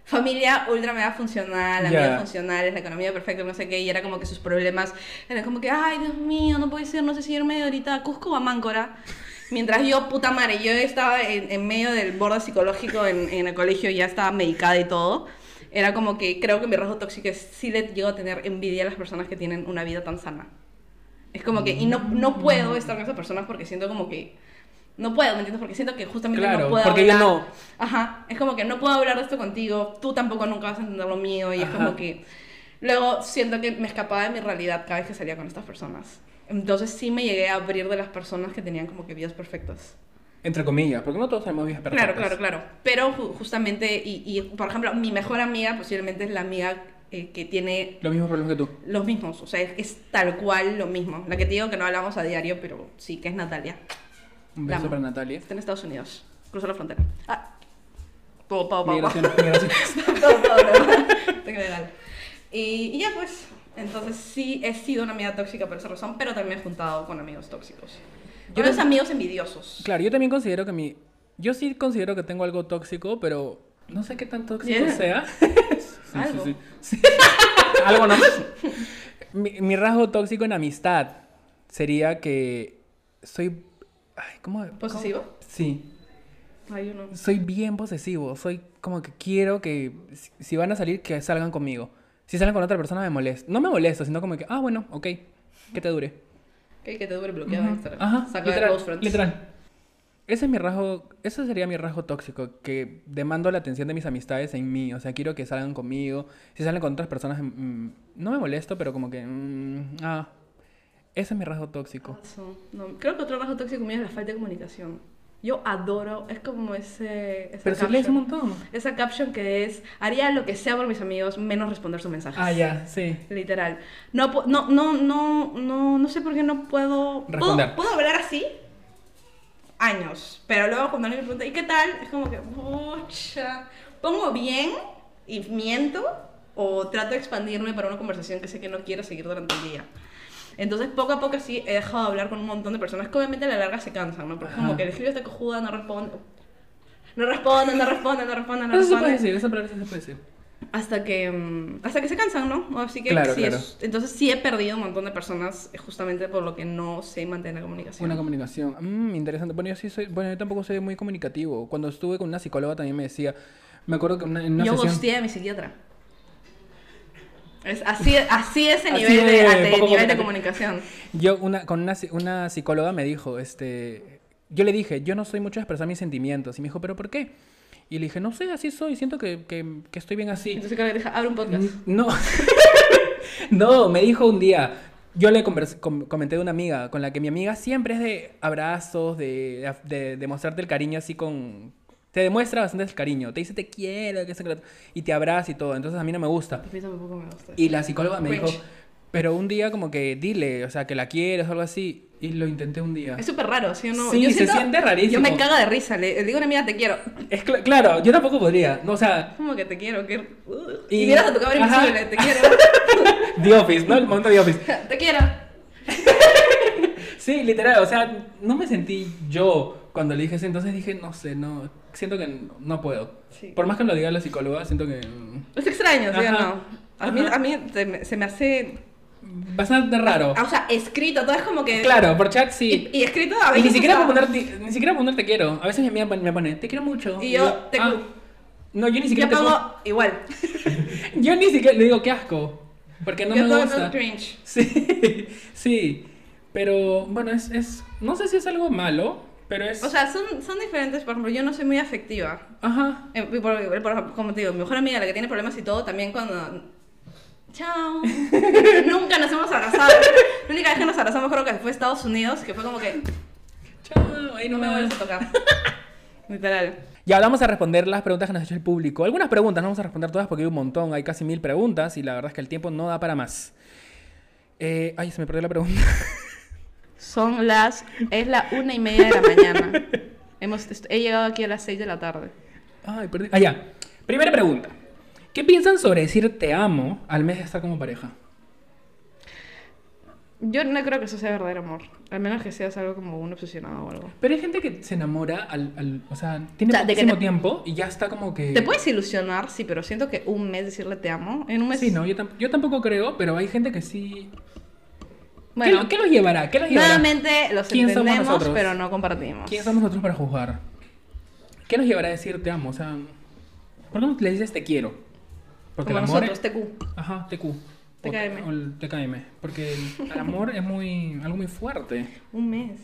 Familia ultra mega funcional, amigos
Ya.
funcionales, la economía perfecta, no sé qué, y era como que sus problemas eran como que, ay, Dios mío, no puede ser, no sé si irme ahorita a Cusco o a Máncora. Mientras yo, puta madre, yo estaba en, en medio del borde psicológico en, en el colegio, ya estaba medicada y todo. Era como que creo que mi rasgo tóxico es sí le llego a tener envidia a las personas que tienen una vida tan sana. Es como que, y no, no puedo estar con esas personas porque siento como que, no puedo, ¿me entiendes? Porque siento que justamente
Claro,
no puedo
porque yo
hablar.
no.
Ajá, es como que no puedo hablar de esto contigo, tú tampoco nunca vas a entender lo mío, y
Ajá.
es como que Luego siento que me escapaba de mi realidad cada vez que salía con estas personas. Entonces sí me llegué a abrir de las personas que tenían como que vidas perfectas.
Entre comillas, porque no todos tenemos vidas perfectas.
Claro, claro, claro. Pero ju- justamente, y, y, por ejemplo, mi mejor amiga posiblemente es la amiga eh, que tiene
Los mismos problemas que tú.
los mismos. O sea, es, es tal cual lo mismo. La que te digo que no hablamos a diario, pero sí, que es Natalia.
Un
La
beso
amo.
para Natalia.
Está en Estados Unidos. Cruzó la frontera. Ah. Pau, pau, pau, pau.
Migraciones, migraciones.
Todo, todo, todo. Tengo legal. Y, y ya pues, entonces sí he sido una amiga tóxica por esa razón, pero también me he juntado con amigos tóxicos. Yo los amigos envidiosos.
Claro, yo también considero que mi... Yo sí considero que tengo algo tóxico, pero no sé qué tan tóxico
Yeah.
sea.
Algo.
algo no. Mi, mi rasgo tóxico en amistad sería que soy... Ay, ¿cómo? cómo?
¿Posesivo?
Sí.
Ay, uno.
soy bien posesivo, soy como que quiero que si- si van a salir, que salgan conmigo. Si salen con otra persona me molesta. No me molesta, sino como que, ah, bueno, ok, que te dure.
Que que te dure bloqueado en Instagram.
Ajá,
Saca de
literal,
Ghost Friends.
literal. Ese es mi rasgo, ese sería mi rasgo tóxico, que demando la atención de mis amistades en mí. O sea, quiero que salgan conmigo. Si salen con otras personas, mm, no me molesto, pero como que, mm, ah, ese es mi rasgo tóxico.
Eso, no. Creo que otro rasgo tóxico mío es la falta de comunicación. Yo adoro, es como ese... Esa
Pero si
caption.
lees un montón.
Esa caption que es, haría lo que sea por mis amigos, menos responder sus mensajes.
Ah, ya, sí.
Literal. No, pu- no, no, no, no, no sé por qué no puedo... puedo-
Responder.
Puedo, hablar así años, pero luego cuando alguien me pregunta, ¿y qué tal? Es como que, pucha, pongo bien y miento o trato de expandirme para una conversación que sé que no quiero seguir durante el día. Entonces, poco a poco sí he dejado de hablar con un montón de personas que obviamente a la larga se cansan, ¿no? Porque es como
Ajá.
que le escribo esta cojuda, no responde. No responde, no responde, no responde, no
Eso se puede
responde
decir, esa palabra sí se puede decir.
hasta que mm, hasta que se cansan, ¿no? Así que
Claro,
sí
claro.
es- entonces sí he perdido un montón de personas eh, justamente por lo que no sé mantener la comunicación.
Una comunicación. Mm, interesante. Bueno, yo sí soy, bueno, yo tampoco soy muy comunicativo. Cuando estuve con una psicóloga también me decía, me acuerdo que una- en una
Yo
sesión-
gosteé a mi psiquiatra. Es así, así ese
Así
nivel,
de
de,
poco
ante- nivel
comunicativo.
de comunicación.
yo una, con una, psi- una psicóloga me dijo, este, yo le dije, yo no soy mucho de expresar mis sentimientos. Y me dijo, ¿pero por qué? Y le dije, no sé, así soy, siento que, que- que estoy bien así.
Entonces creo que deja, abre un podcast.
No. no, me dijo un día. Yo le convers- com- comenté de una amiga con la que mi amiga siempre es de abrazos, de, de, de mostrarte el cariño así con. Te demuestra bastante el cariño. Te dice te quiero, que esto, que lo otro", y te abraza y todo. Entonces a mí no me gusta.
Repito, un poco me gusta.
Y la psicóloga me dijo,
Cringe.
pero un día como que dile, o sea, que la quieres o algo así. Y lo intenté un día.
Es súper raro, ¿sí o no?
Sí,
Yo
se siente rarísimo.
Yo me caga de risa, le, le digo a una amiga, te quiero.
Es cl- claro, yo tampoco podría. No, o sea,
Como que te quiero, que... uh,
Y-
y miras a tu cámara
Ajá.
invisible, te quiero,
The Office, ¿no? El momento de Office.
te quiero.
Sí, literal, o sea, no me sentí yo cuando le dije eso, entonces dije, no sé, no, siento que no, no puedo.
Sí.
Por más que me lo diga la psicóloga, siento que... mm,
Es extraño, ¿sí o
Ajá.
no? A mí,
Ajá.
a mí se me- se me hace
Bastante raro.
Ah, o sea, escrito, todo es como que.
Claro, por chat sí.
Y, y escrito a
Y,
veces.
ni siquiera
hasta-
por poner, ni, ni siquiera por poner te quiero. A veces mi amiga pon- me pone, te quiero mucho.
Y yo, te
"Ah".
cu-
No, yo ni
Yo
siquiera te
pongo
pongo-
igual.
Yo ni siquiera le digo, qué asco. Porque no
yo
me
pongo
gusta.
cringe.
Sí, sí. Pero bueno, es, es... No sé si es algo malo, pero es...
O sea, son, son diferentes. Por ejemplo, yo no soy muy afectiva.
Ajá.
Eh, Por, por- por- como te digo, mi mejor amiga, la que tiene problemas y todo, también cuando. Chao. Nunca nos hemos abrazado. La única vez que nos abrazamos, creo que fue Estados Unidos, que fue como que.
Chao, ahí
No me
nomás.
vuelves a tocar. Literal.
Y ahora vamos a responder las preguntas que nos ha hecho el público. Algunas preguntas, no vamos a responder todas porque hay un montón, hay casi mil preguntas y la verdad es que el tiempo no da para más. Eh, ay, se me perdió la pregunta.
Son las. Es la una y media de la mañana. Hemos, he llegado aquí a las seis de la tarde.
Ay, perdí. Ah, ya. Primera pregunta. ¿Qué piensan sobre decir te amo al mes de estar como pareja?
Yo no creo que eso sea verdadero amor. Al menos que seas algo como un obsesionado o algo.
Pero hay gente que se enamora al, al- o sea, tiene
O sea, de que
poquísimo
te-
tiempo y ya está como que...
Te puedes ilusionar, sí, pero siento que un mes decirle te amo. En un mes.
Sí, no, yo, tam- yo tampoco creo, pero hay gente que sí... ¿Qué
Bueno,
lo- ¿Qué, los llevará? ¿Qué los llevará?
nuevamente los
¿Quién somos
entendemos,
nosotros?
pero no compartimos.
¿Quién somos nosotros para juzgar? ¿Qué nos llevará a decir te amo? O sea, ¿por qué no le dices te quiero? Porque
Como
el amor.
nosotros,
es-
TQ.
Ajá, TQ. O-
TKM.
o el TKM. Porque el, el amor es muy, algo muy fuerte.
Un mes.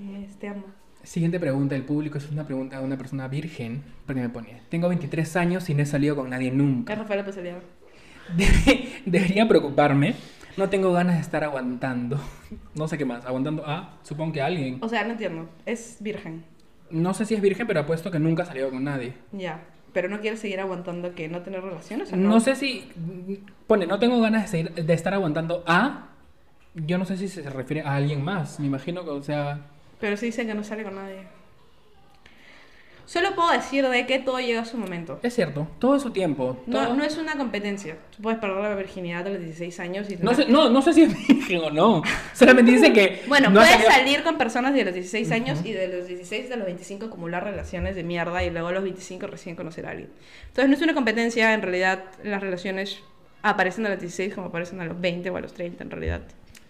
Un mes, te amo.
Siguiente pregunta del público es una pregunta de una persona virgen. Porque me pone: Tengo 23 años y no he salido con nadie
Es
nunca.
Rafael Pesalía.
Debe- debería preocuparme. No tengo ganas de estar aguantando. No sé qué más. Aguantando a, supongo que a alguien.
O sea, no entiendo. Es virgen.
No sé si es virgen, pero apuesto que nunca ha salido con nadie.
Ya. Pero no quiere seguir aguantando que no tener relaciones o no.
No sé si. Pone, no tengo ganas de, seguir- de estar aguantando a. Yo no sé si se refiere a alguien más. Me imagino que, o sea.
Pero sí dicen que no sale con nadie. Solo puedo decir de que todo llega a su momento.
Es cierto, todo su tiempo.
No,
todo-
no es una competencia. Tú puedes perder la virginidad a los 16 años y
No
tener-
sé, no, no sé si es virgen o no. Solamente dice que.
Bueno,
no ha
puedes
salido-
salir con personas de los 16 años y de los 16 a los 25 acumular relaciones de mierda y luego a los 25 recién conocer a alguien. Entonces no es una competencia, en realidad las relaciones aparecen a los 16 como aparecen a los 20 o a los 30 en realidad.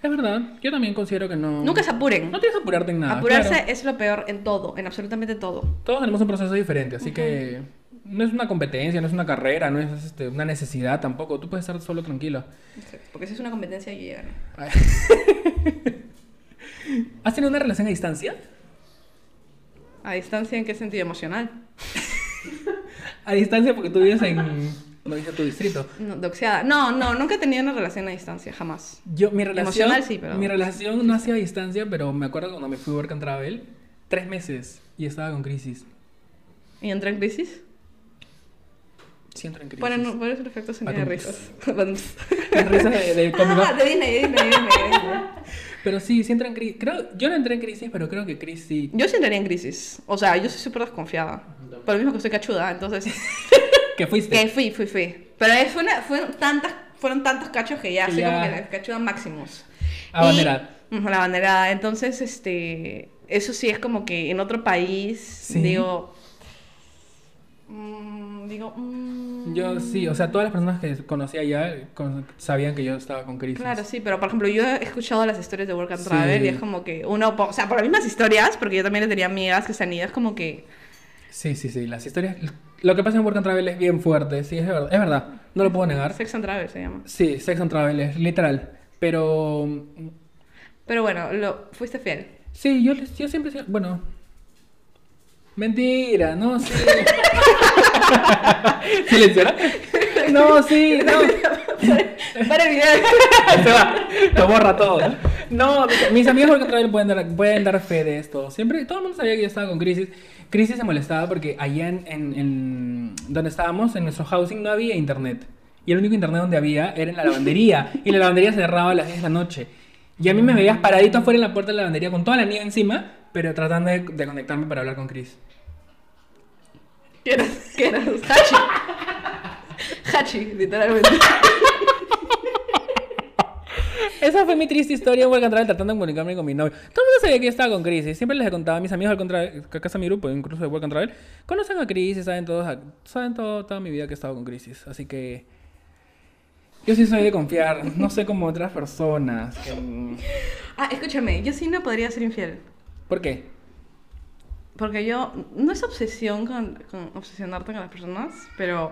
Es verdad, yo también considero que no.
Nunca se apuren.
No tienes que apurarte en nada.
Apurarse
Ah, claro.
es lo peor en todo, en absolutamente todo.
Todos tenemos un proceso diferente, así que. No es una competencia, no es una carrera, no es este, una necesidad tampoco. Tú puedes estar solo tranquilo.
Porque si es una competencia yo ya gané.
Ay. ¿Has tenido una relación a distancia?
¿A distancia en qué sentido emocional?
A distancia porque tú vives en. No dice tu distrito.
No, doxeada. No, no, nunca he tenido una relación a distancia, jamás.
Yo, mi relación.
Emocional sí, pero-
Mi relación no hacía distancia, pero me acuerdo cuando me fui a Work and Travel, tres meses y estaba con crisis.
¿Y entra en crisis?
Siempre en crisis.
Bueno, no, por eso el efecto sonido de risas.
Badums.
Badums.
Las risas de, de cómico.
Ah, de Disney, de Disney, de Disney, de Disney.
Pero sí, sí entra en crisis. Creo, yo no entré en crisis, pero creo que crisis.
Yo sí entraría en crisis. O sea, yo soy súper desconfiada. Por lo mismo que soy cachuda, entonces...
Que fuiste.
que fui, fui, fui. Pero es- fue una- fueron, tantas, fueron tantos cachos que ya
Que
soy
ya-
como que la cachuda máximos.
Abanderada.
Y- Ujú, La banderada. Entonces, este... Eso sí es como que en otro país,
Sí.
digo... mm, digo... mm,
Yo sí, o sea, todas las personas que conocí allá con- sabían que yo estaba con crisis.
Claro, sí, pero por ejemplo, yo he escuchado las historias de Work and
Sí.
Travel y es como que uno, po- o sea, por las mismas historias, porque yo también le tenía amigas que se han ido, es como que
Sí, sí, sí. Las historias. Lo que pasa en Work and Travel es bien fuerte, sí, es verdad. Es verdad. No lo puedo negar.
Sex and Travel se llama.
Sí, Sex and Travel es literal. Pero. mm,
Pero bueno, lo, fuiste fiel.
Sí, yo, les- yo siempre. he sido- Bueno. Mentira, no, sí. ¿Silenciará? No, sí, no.
Para el video.
Se va, lo borra todo. No, mis- mis amigos porque otra vez pueden dar, pueden dar fe de esto. Siempre, todo el mundo sabía que yo estaba con crisis. Crisis se molestaba porque allá en, en- en donde estábamos, en nuestro housing, no había internet. Y el único internet donde había era en la lavandería. Y la lavandería cerraba a las 10 de la noche. Y a mí me veías paradito afuera en la puerta de la lavandería con toda la nieve encima, pero tratando de, de conectarme para hablar con Chris.
¿Qué eras? ¿Qué eras? Hachi. Hachi, literalmente.
Esa fue mi triste historia en Work and Travel tratando de comunicarme con mi novio. Todo el mundo sabía que yo estaba con Crisis. Siempre les he contado a mis amigos, al contrario, que acá está mi grupo, incluso de Work and Travel, conocen a Crisis, saben todos, a- saben todo, toda mi vida que he estado con Crisis. Así que yo sí soy de confiar. No sé como otras personas. que- mm,
Ah, escúchame, yo sí no podría ser infiel.
¿Por qué?
Porque yo, no es obsesión con, con obsesionarte con las personas, pero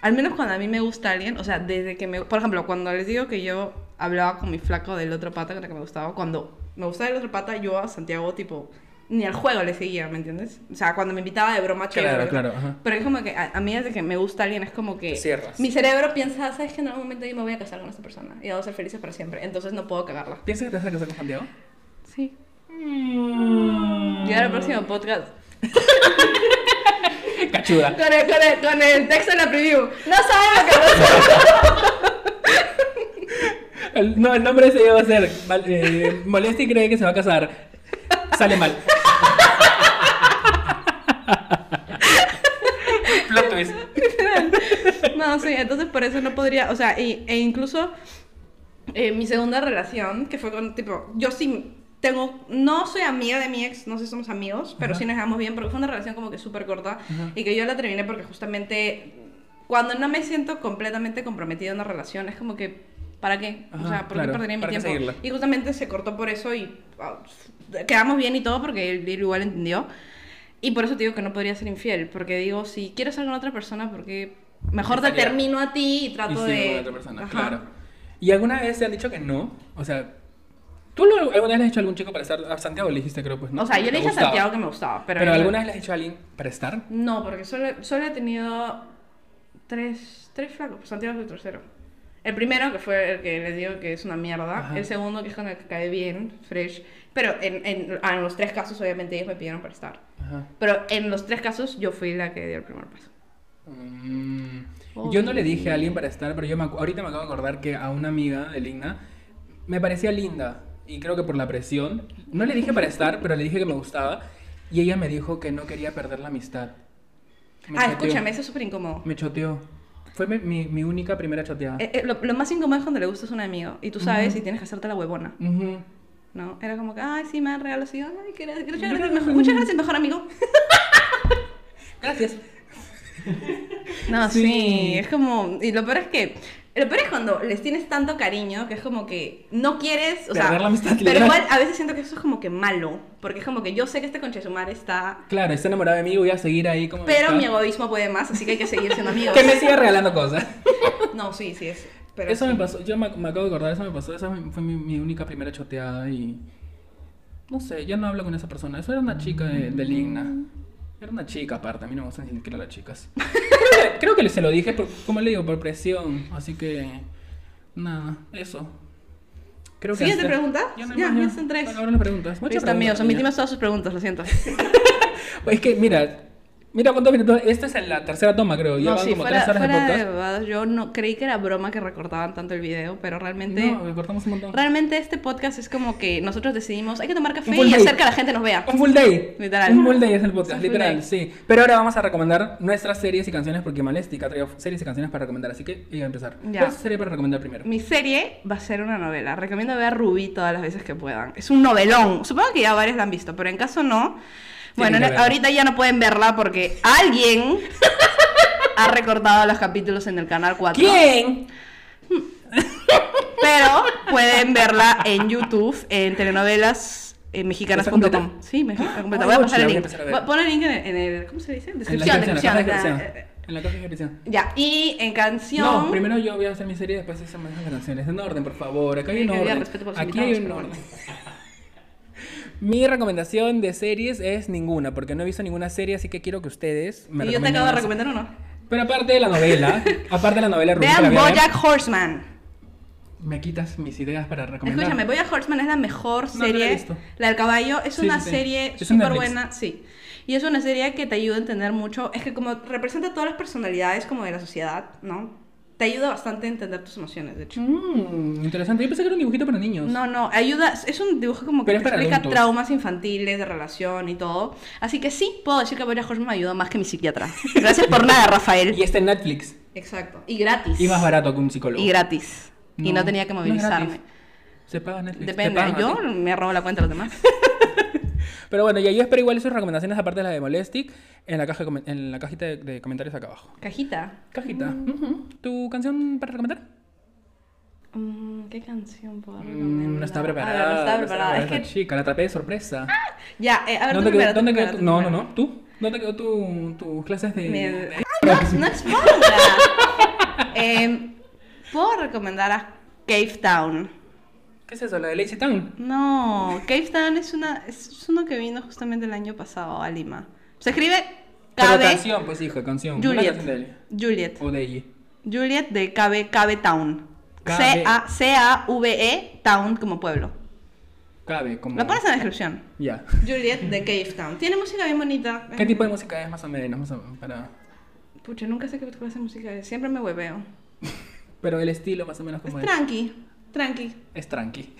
al menos cuando a mí me gusta alguien, o sea, desde que me... Por ejemplo, cuando les digo que yo hablaba con mi flaco del otro pata con el que me gustaba, cuando me gustaba el otro pata, yo a Santiago, tipo, ni al juego le seguía, ¿me entiendes? O sea, cuando me invitaba de broma,
Claro,
chévere.
claro, ajá.
Pero es como que a, a mí desde que me gusta alguien es como que...
Te cierras.
Mi cerebro piensa, ¿sabes que en algún momento yo me voy a casar con esta persona? Y vamos a ser felices para siempre, entonces no puedo cagarla.
¿Piensas que te vas a casar con Santiago?
Sí.
Mm.
Llegar al próximo podcast.
Cachuda.
Con el, con, el, con el texto en la preview. No saben lo que no saben.
El- no, el nombre se va a ser. mal- eh, molesta y cree que se va a casar. Sale mal. Plot twist.
No, sí, entonces por eso no podría. O sea, y- e incluso eh, mi segunda relación, que fue con, tipo, yo sí tengo. No soy amiga de mi ex, no sé si somos amigos, pero sí nos llevamos bien, porque fue una relación como que súper corta y que yo la terminé porque justamente cuando no me siento completamente comprometida en una relación, es como que. ¿Para qué? o
Ajá,
sea, ¿por
claro,
qué perdería mi
¿para qué
tiempo?
seguirla?
Y justamente se cortó por eso y ah, quedamos bien y todo porque él, él igual entendió. Y por eso te digo que no podría ser infiel, porque digo, si quiero ser con otra persona, porque mejor te
Estaría-
termino a ti y trato
y sigo
de...
con otra persona,
Ajá.
claro. ¿Y alguna vez te han dicho que no? O sea, ¿tú lo- alguna vez le has dicho a algún chico para estar? A Santiago le dijiste, creo, pues no.
O sea, yo
Porque te
le dije a
gustaba.
Santiago que me gustaba, pero...
Pero, alguna vez le has dicho a alguien para estar?
No, porque solo, solo he tenido tres, tres flacos, pues Santiago es el tercero. El primero, que fue el que les digo que es una mierda.
Ajá.
El segundo, que es con el que cae bien, fresh. Pero en, en- ah, en los tres casos, obviamente, ellos me pidieron para estar.
Ajá.
Pero en los tres casos, yo fui la que dio el primer paso. Ah,
Mm, Yo no le dije a alguien para estar, pero yo me acu- ahorita me acabo de acordar que a una amiga de Ligna me parecía linda y creo que por la presión no le dije para estar, pero le dije que me gustaba y ella me dijo que no quería perder la amistad. Me
ah,
choteó.
escúchame, eso es súper incómodo.
Me choteó. Fue mi, mi- mi única primera choteada.
Eh, eh, lo, lo más incómodo es cuando le gustas a un amigo y tú sabes y tienes que hacerte la huevona,
Ujú.
¿no? Era como que, ay, sí, me han regalado así, ay, que gra- muchas gracias, mejor, muchas gracias, mejor amigo.
Gracias.
No, sí.
Sí.
es como, y lo peor es que, lo peor es cuando les tienes tanto cariño que es como que no quieres, o sea,
Perder la amistad,
pero
literal.
igual a veces siento que eso es como que malo, porque es como que yo sé que este concha de su madre está,
Claro, está enamorada de mí, voy a seguir ahí como...
pero
amistad.
mi egoísmo puede más, así que hay que seguir siendo amigos.
Que me siga regalando cosas.
No, sí, sí, es, pero
Eso
sí.
me pasó, yo me, me acabo de acordar, eso me pasó, esa fue mi, mi única primera choteada y... No sé, ya no hablo con esa persona, eso era una chica de,
Mm.
de Ligna. Era una chica aparte, a mí no me gustan ni siquiera las chicas. Creo que- Creo que se lo dije, por, como le digo, por presión, así que... Nada, eso. Creo que...
Siguiente
hasta-
pregunta.
Ya, no hay
Ya,
más, ya.
ya son tres.
Bueno, ahora las preguntas. Muchas
Listo, amigos,
preguntas, niña.
omitimos todas sus preguntas, lo siento.
Es que, mira, mira cuántos minutos. Esta es en la tercera toma, creo.
No,
Llevan
sí,
como
fuera,
tres horas de
fuera de
podcast.
bobadas, yo no creí que era broma que recortaban tanto el video, pero realmente...
No, eh, cortamos un montón.
Realmente este podcast es como que nosotros decidimos, hay que tomar café
Un full
y
day.
hacer que la gente nos vea.
Un full day.
Literal.
Un full day es el
Es un
podcast,
full
literal,
day.
sí. Pero ahora vamos a recomendar nuestras series y canciones porque Malestica traía series y canciones para recomendar. Así que iba a empezar.
Ya.
¿Cuál serie para recomendar primero?
Mi serie va a ser una novela. Recomiendo ver Rubí todas las veces que puedan. Es un novelón. Supongo que ya varios la han visto, pero en caso no. Bueno,
que
no-
verla.
ahorita ya no pueden verla porque alguien ha recortado los capítulos en el canal 4.
¿Quién?
Pero pueden verla en YouTube, en telenovelas. En
¿Está
mexicanas.com.
completa?
Sí, me está completa.
Ay,
Voy a
ocho,
pasar
la Ah, voy a
el link.
empezar a ver.
Voy a poner el link en el, en el- ¿Cómo se dice?
En la
Descripción,
descripción, en la
descripción.
caja de descripción.
ya.
En la caja de descripción.
Ya, y en canción.
No, primero yo voy a hacer mi serie y después hacemos las canciones. En orden, por favor. Acá hay un
Que haya
orden.
respeto por los
Aquí hay un
invitados,
orden.
pero
Mi recomendación de series es ninguna, porque no he visto ninguna serie, así que quiero que ustedes me
y yo te
recomienden
acabo de
una
recomendar uno.
serie. Pero aparte de la novela, aparte de la novela Rubí, que la ¿eh?
Vean
voy a ver,
Bojack Horseman.
me quitas mis ideas para recomendar.
Escúchame, Bojack Horseman es la mejor
No, no la he
serie.
visto.
la del caballo es
Sí,
una
sí, sí.
serie
Es un
súper
Netflix.
buena, sí. Y es una serie que te ayuda a entender mucho. Es que como representa todas las personalidades como de la sociedad, ¿no? Te ayuda bastante a entender tus emociones, de hecho.
Mm, interesante. Yo pensé que era un dibujito para niños.
No, no, ayuda, es un dibujo como que
Pero
te
es para
explica
adultos.
traumas infantiles, de relación y todo. Así que sí, puedo decir que Bojack Horseman me ayudó más que mi psiquiatra. Gracias por nada, Rafael.
Y está en Netflix.
Exacto. Y gratis.
Y más barato que un psicólogo.
Y gratis. y no tenía que
no es gratis.
movilizarme.
Se paga Netflix. te
Depende,
pagan a
yo
ti.
me robo la cuenta de los demás.
Pero bueno, ya yo espero igual sus recomendaciones, aparte de la de Molestic, en la, caja de comen- en la cajita de, de comentarios acá abajo.
Cajita.
Cajita. Ujú. ¿Tu canción para recomendar?
Mm, ¿Qué canción puedo recomendar?
Mm, no está
A
preparada.
ver, no está preparada.
preparada
Es
esta
que...
chica, la atrapé de sorpresa.
Ya, eh, a
¿Dónde
ver, tú
quedó,
primero, tú
dónde quedó
primero,
tu-
tú
No, no, Eh,
primero.
no. ¿Tú? ¿Dónde quedó tu, tus clases de...?
Me-
de-
No, no exponga. Em, ¿Puedo recomendar a Cave Town?
¿Qué es eso? ¿La de Lazy Town?
No, Cave Town es, una, es, es uno que vino justamente el año pasado a Lima. Se escribe
Pero
KB
canción, pues hija, canción. Una canción de
Juliet.
él.
Juliet.
O de ella.
Juliet de KB, KB Town.
KB.
C-A- C-A-V-E E Town como pueblo.
Cabe, como...
Lo pones en la descripción.
Ya.
Juliet de Cave Town. Tiene música bien bonita.
¿Qué tipo de música es más o menos? Más o menos, para...
Pucha, nunca sé qué clase de música es. Siempre me hueveo.
Pero el estilo más o menos
Es
como es.
tranqui. Tranqui.
Es tranqui.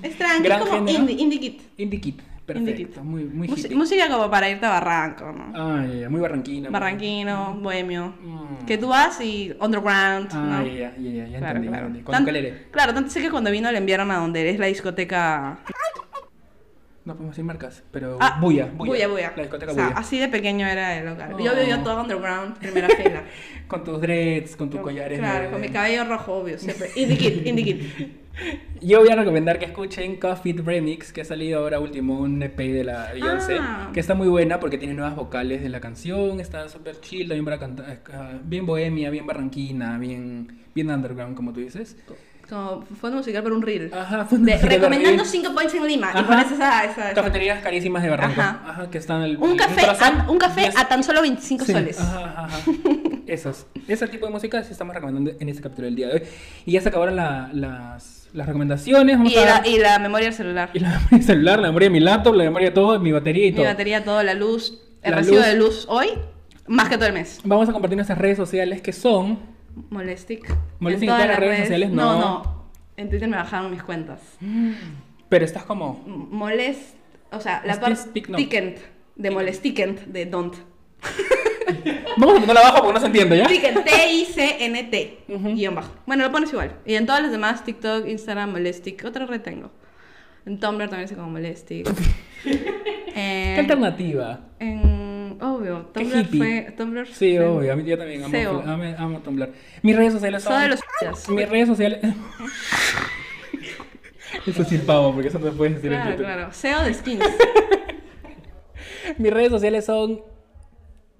Es tranqui.
Gran
es como
género.
indie, indie kit.
Indie kid.
Indie
Perfecto.
kid.
Muy, muy
Musi-
hippie.
música como para irte a Barranco, ¿no?
Ah, ya, ya, muy barranquina. muy-
Barranquino, bohemio.
Mm.
Que tú vas y underground,
Ah,
¿no?
ya, ya, ya, ya, ya
Claro,
entendí, ya
claro.
entendí. Con
Tan-
ukelele.
claro, tanto sé que cuando vino le enviaron a donde es la discoteca
No podemos decir marcas, pero
Ah,
Buya, Buya.
Bulla, bulla.
La discoteca
O sea,
Buya.
así de pequeño era el local. Yo
Oh.
vivía todo underground, primera fila.
Con tus dreads, con tus
Con-
collares.
Claro,
de-
con mi cabello rojo, obvio, siempre. Indie kid, indie kid.
Yo voy a recomendar que escuchen Coffee Remix, que ha salido ahora último, un EP de la Beyoncé,
Ah.
que está muy buena porque tiene nuevas vocales de la canción, está súper chill, ah, también para cantar, eh, bien bohemia, bien barranquina, bien, bien underground, como tú dices.
Como fondo musical para un reel.
Ajá, fue un
De,
Ah, de
recomendando
Berlín.
5 points en Lima. Y
Ajá.
pones esa. esa, esa.
Cafeterías carísimas de Barranco.
Ajá.
Ajá. que están en el.
Un café,
croissant,
a, un café
diez-
a tan solo 25
Sí,
soles.
Ajá, ajá, ajá. Esas. Ese tipo de música sí estamos recomendando en este capítulo del día de hoy. Y ya se acabaron la- las, las recomendaciones. Vamos
Y
a
la,
dar-
y la memoria del celular.
y la memoria del celular, la memoria de mi laptop, la memoria de todo, mi batería y
Mi
todo.
batería, todo, la luz. El
La
recibo
luz.
de luz hoy, más que todo el mes.
Vamos a compartir nuestras redes sociales que son.
Molestic.
Molestic
En
en todas las redes sociales,
No,
no.
no. En Twitter me bajaron mis cuentas.
Pero estás como.
M- Molest. O sea, la
Molestic,
parte.
speak, no.
Tickent. De molestikent, de don't.
Vamos a ponerla abajo porque no se entiende, ¿ya?
Tickent, T-I-C-N-T.
Ujú.
Guión bajo. Bueno, lo pones igual. Y en todas las demás, TikTok, Instagram, Molestic. Otra red tengo. En Tumblr también se como Molestic.
¿Qué
en,
alternativa?
en. Obvio,
Qué
Tumblr
hippie.
fue. Tumblr
Sí,
fue-
obvio, a mí yo también amo,
Seo.
amo, amo Tumblr. Mis redes sociales son. Ah,
Soy de los-
Mis redes sociales. eso sí, pavo, porque eso no se puede decir en
Claro,
Twitter.
claro. SEO de skins.
Mis redes sociales son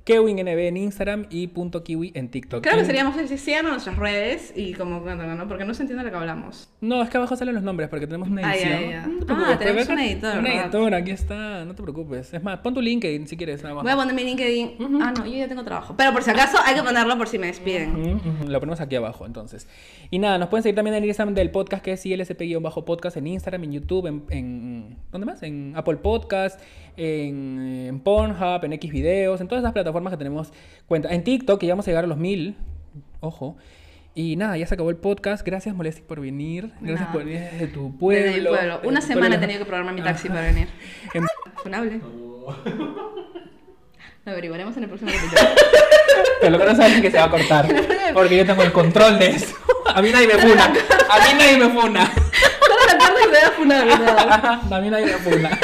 KewinNB en Instagram y punto Kiwi en TikTok.
Creo que
En-
sería más fácil. Sigan a nuestras redes y como cuentan, ¿no? Porque no se entiende lo que hablamos.
No, es que abajo salen los nombres porque tenemos una
Ay,
edición.
ay, ay.
No te
Ah,
preocupes,
tenemos
acá-
un editor,
Un
¿verdad?
editor, aquí está, no te preocupes. Es más, pon tu LinkedIn si quieres. Abajo.
Voy a poner mi LinkedIn.
Ujú.
Ah, no, yo ya tengo trabajo. Pero por si acaso hay que ponerlo por si me despiden.
Ujú, ujú, Mm, Lo ponemos aquí abajo, entonces. Y nada, nos pueden seguir también en el Instagram del podcast, que es ILSP-podcast, en Instagram, en YouTube, en, en- ¿Dónde más? En Apple Podcast, en, en Pornhub, en X Videos, en todas esas plataformas que tenemos cuenta. En TikTok, que ya vamos a llegar a los mil. Ojo. Y nada, ya se acabó el podcast. Gracias, Molestic, por venir. Gracias
Nada.
por venir desde tu
Desde
pueblo.
mi pueblo.
Desde tu
Una semana he
pueblo.
tenido que programar mi taxi
Ajá.
para venir.
En-
Funable. Lo averiguaremos en el próximo capítulo.
Te lo conoces a alguien que se va a cortar. Porque yo tengo el control de eso. A mí nadie me funa. A mí nadie me funa.
Toda la tarde me da funable. ¿no?
También hay una puna.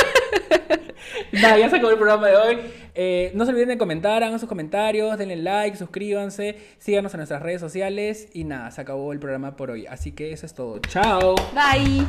Nada, ya se acabó el programa de hoy. Eh, no se olviden de comentar, hagan sus comentarios, denle like, suscríbanse, síganos en nuestras redes sociales y nada, se acabó el programa por hoy. Así que eso es todo. Chao.
Bye.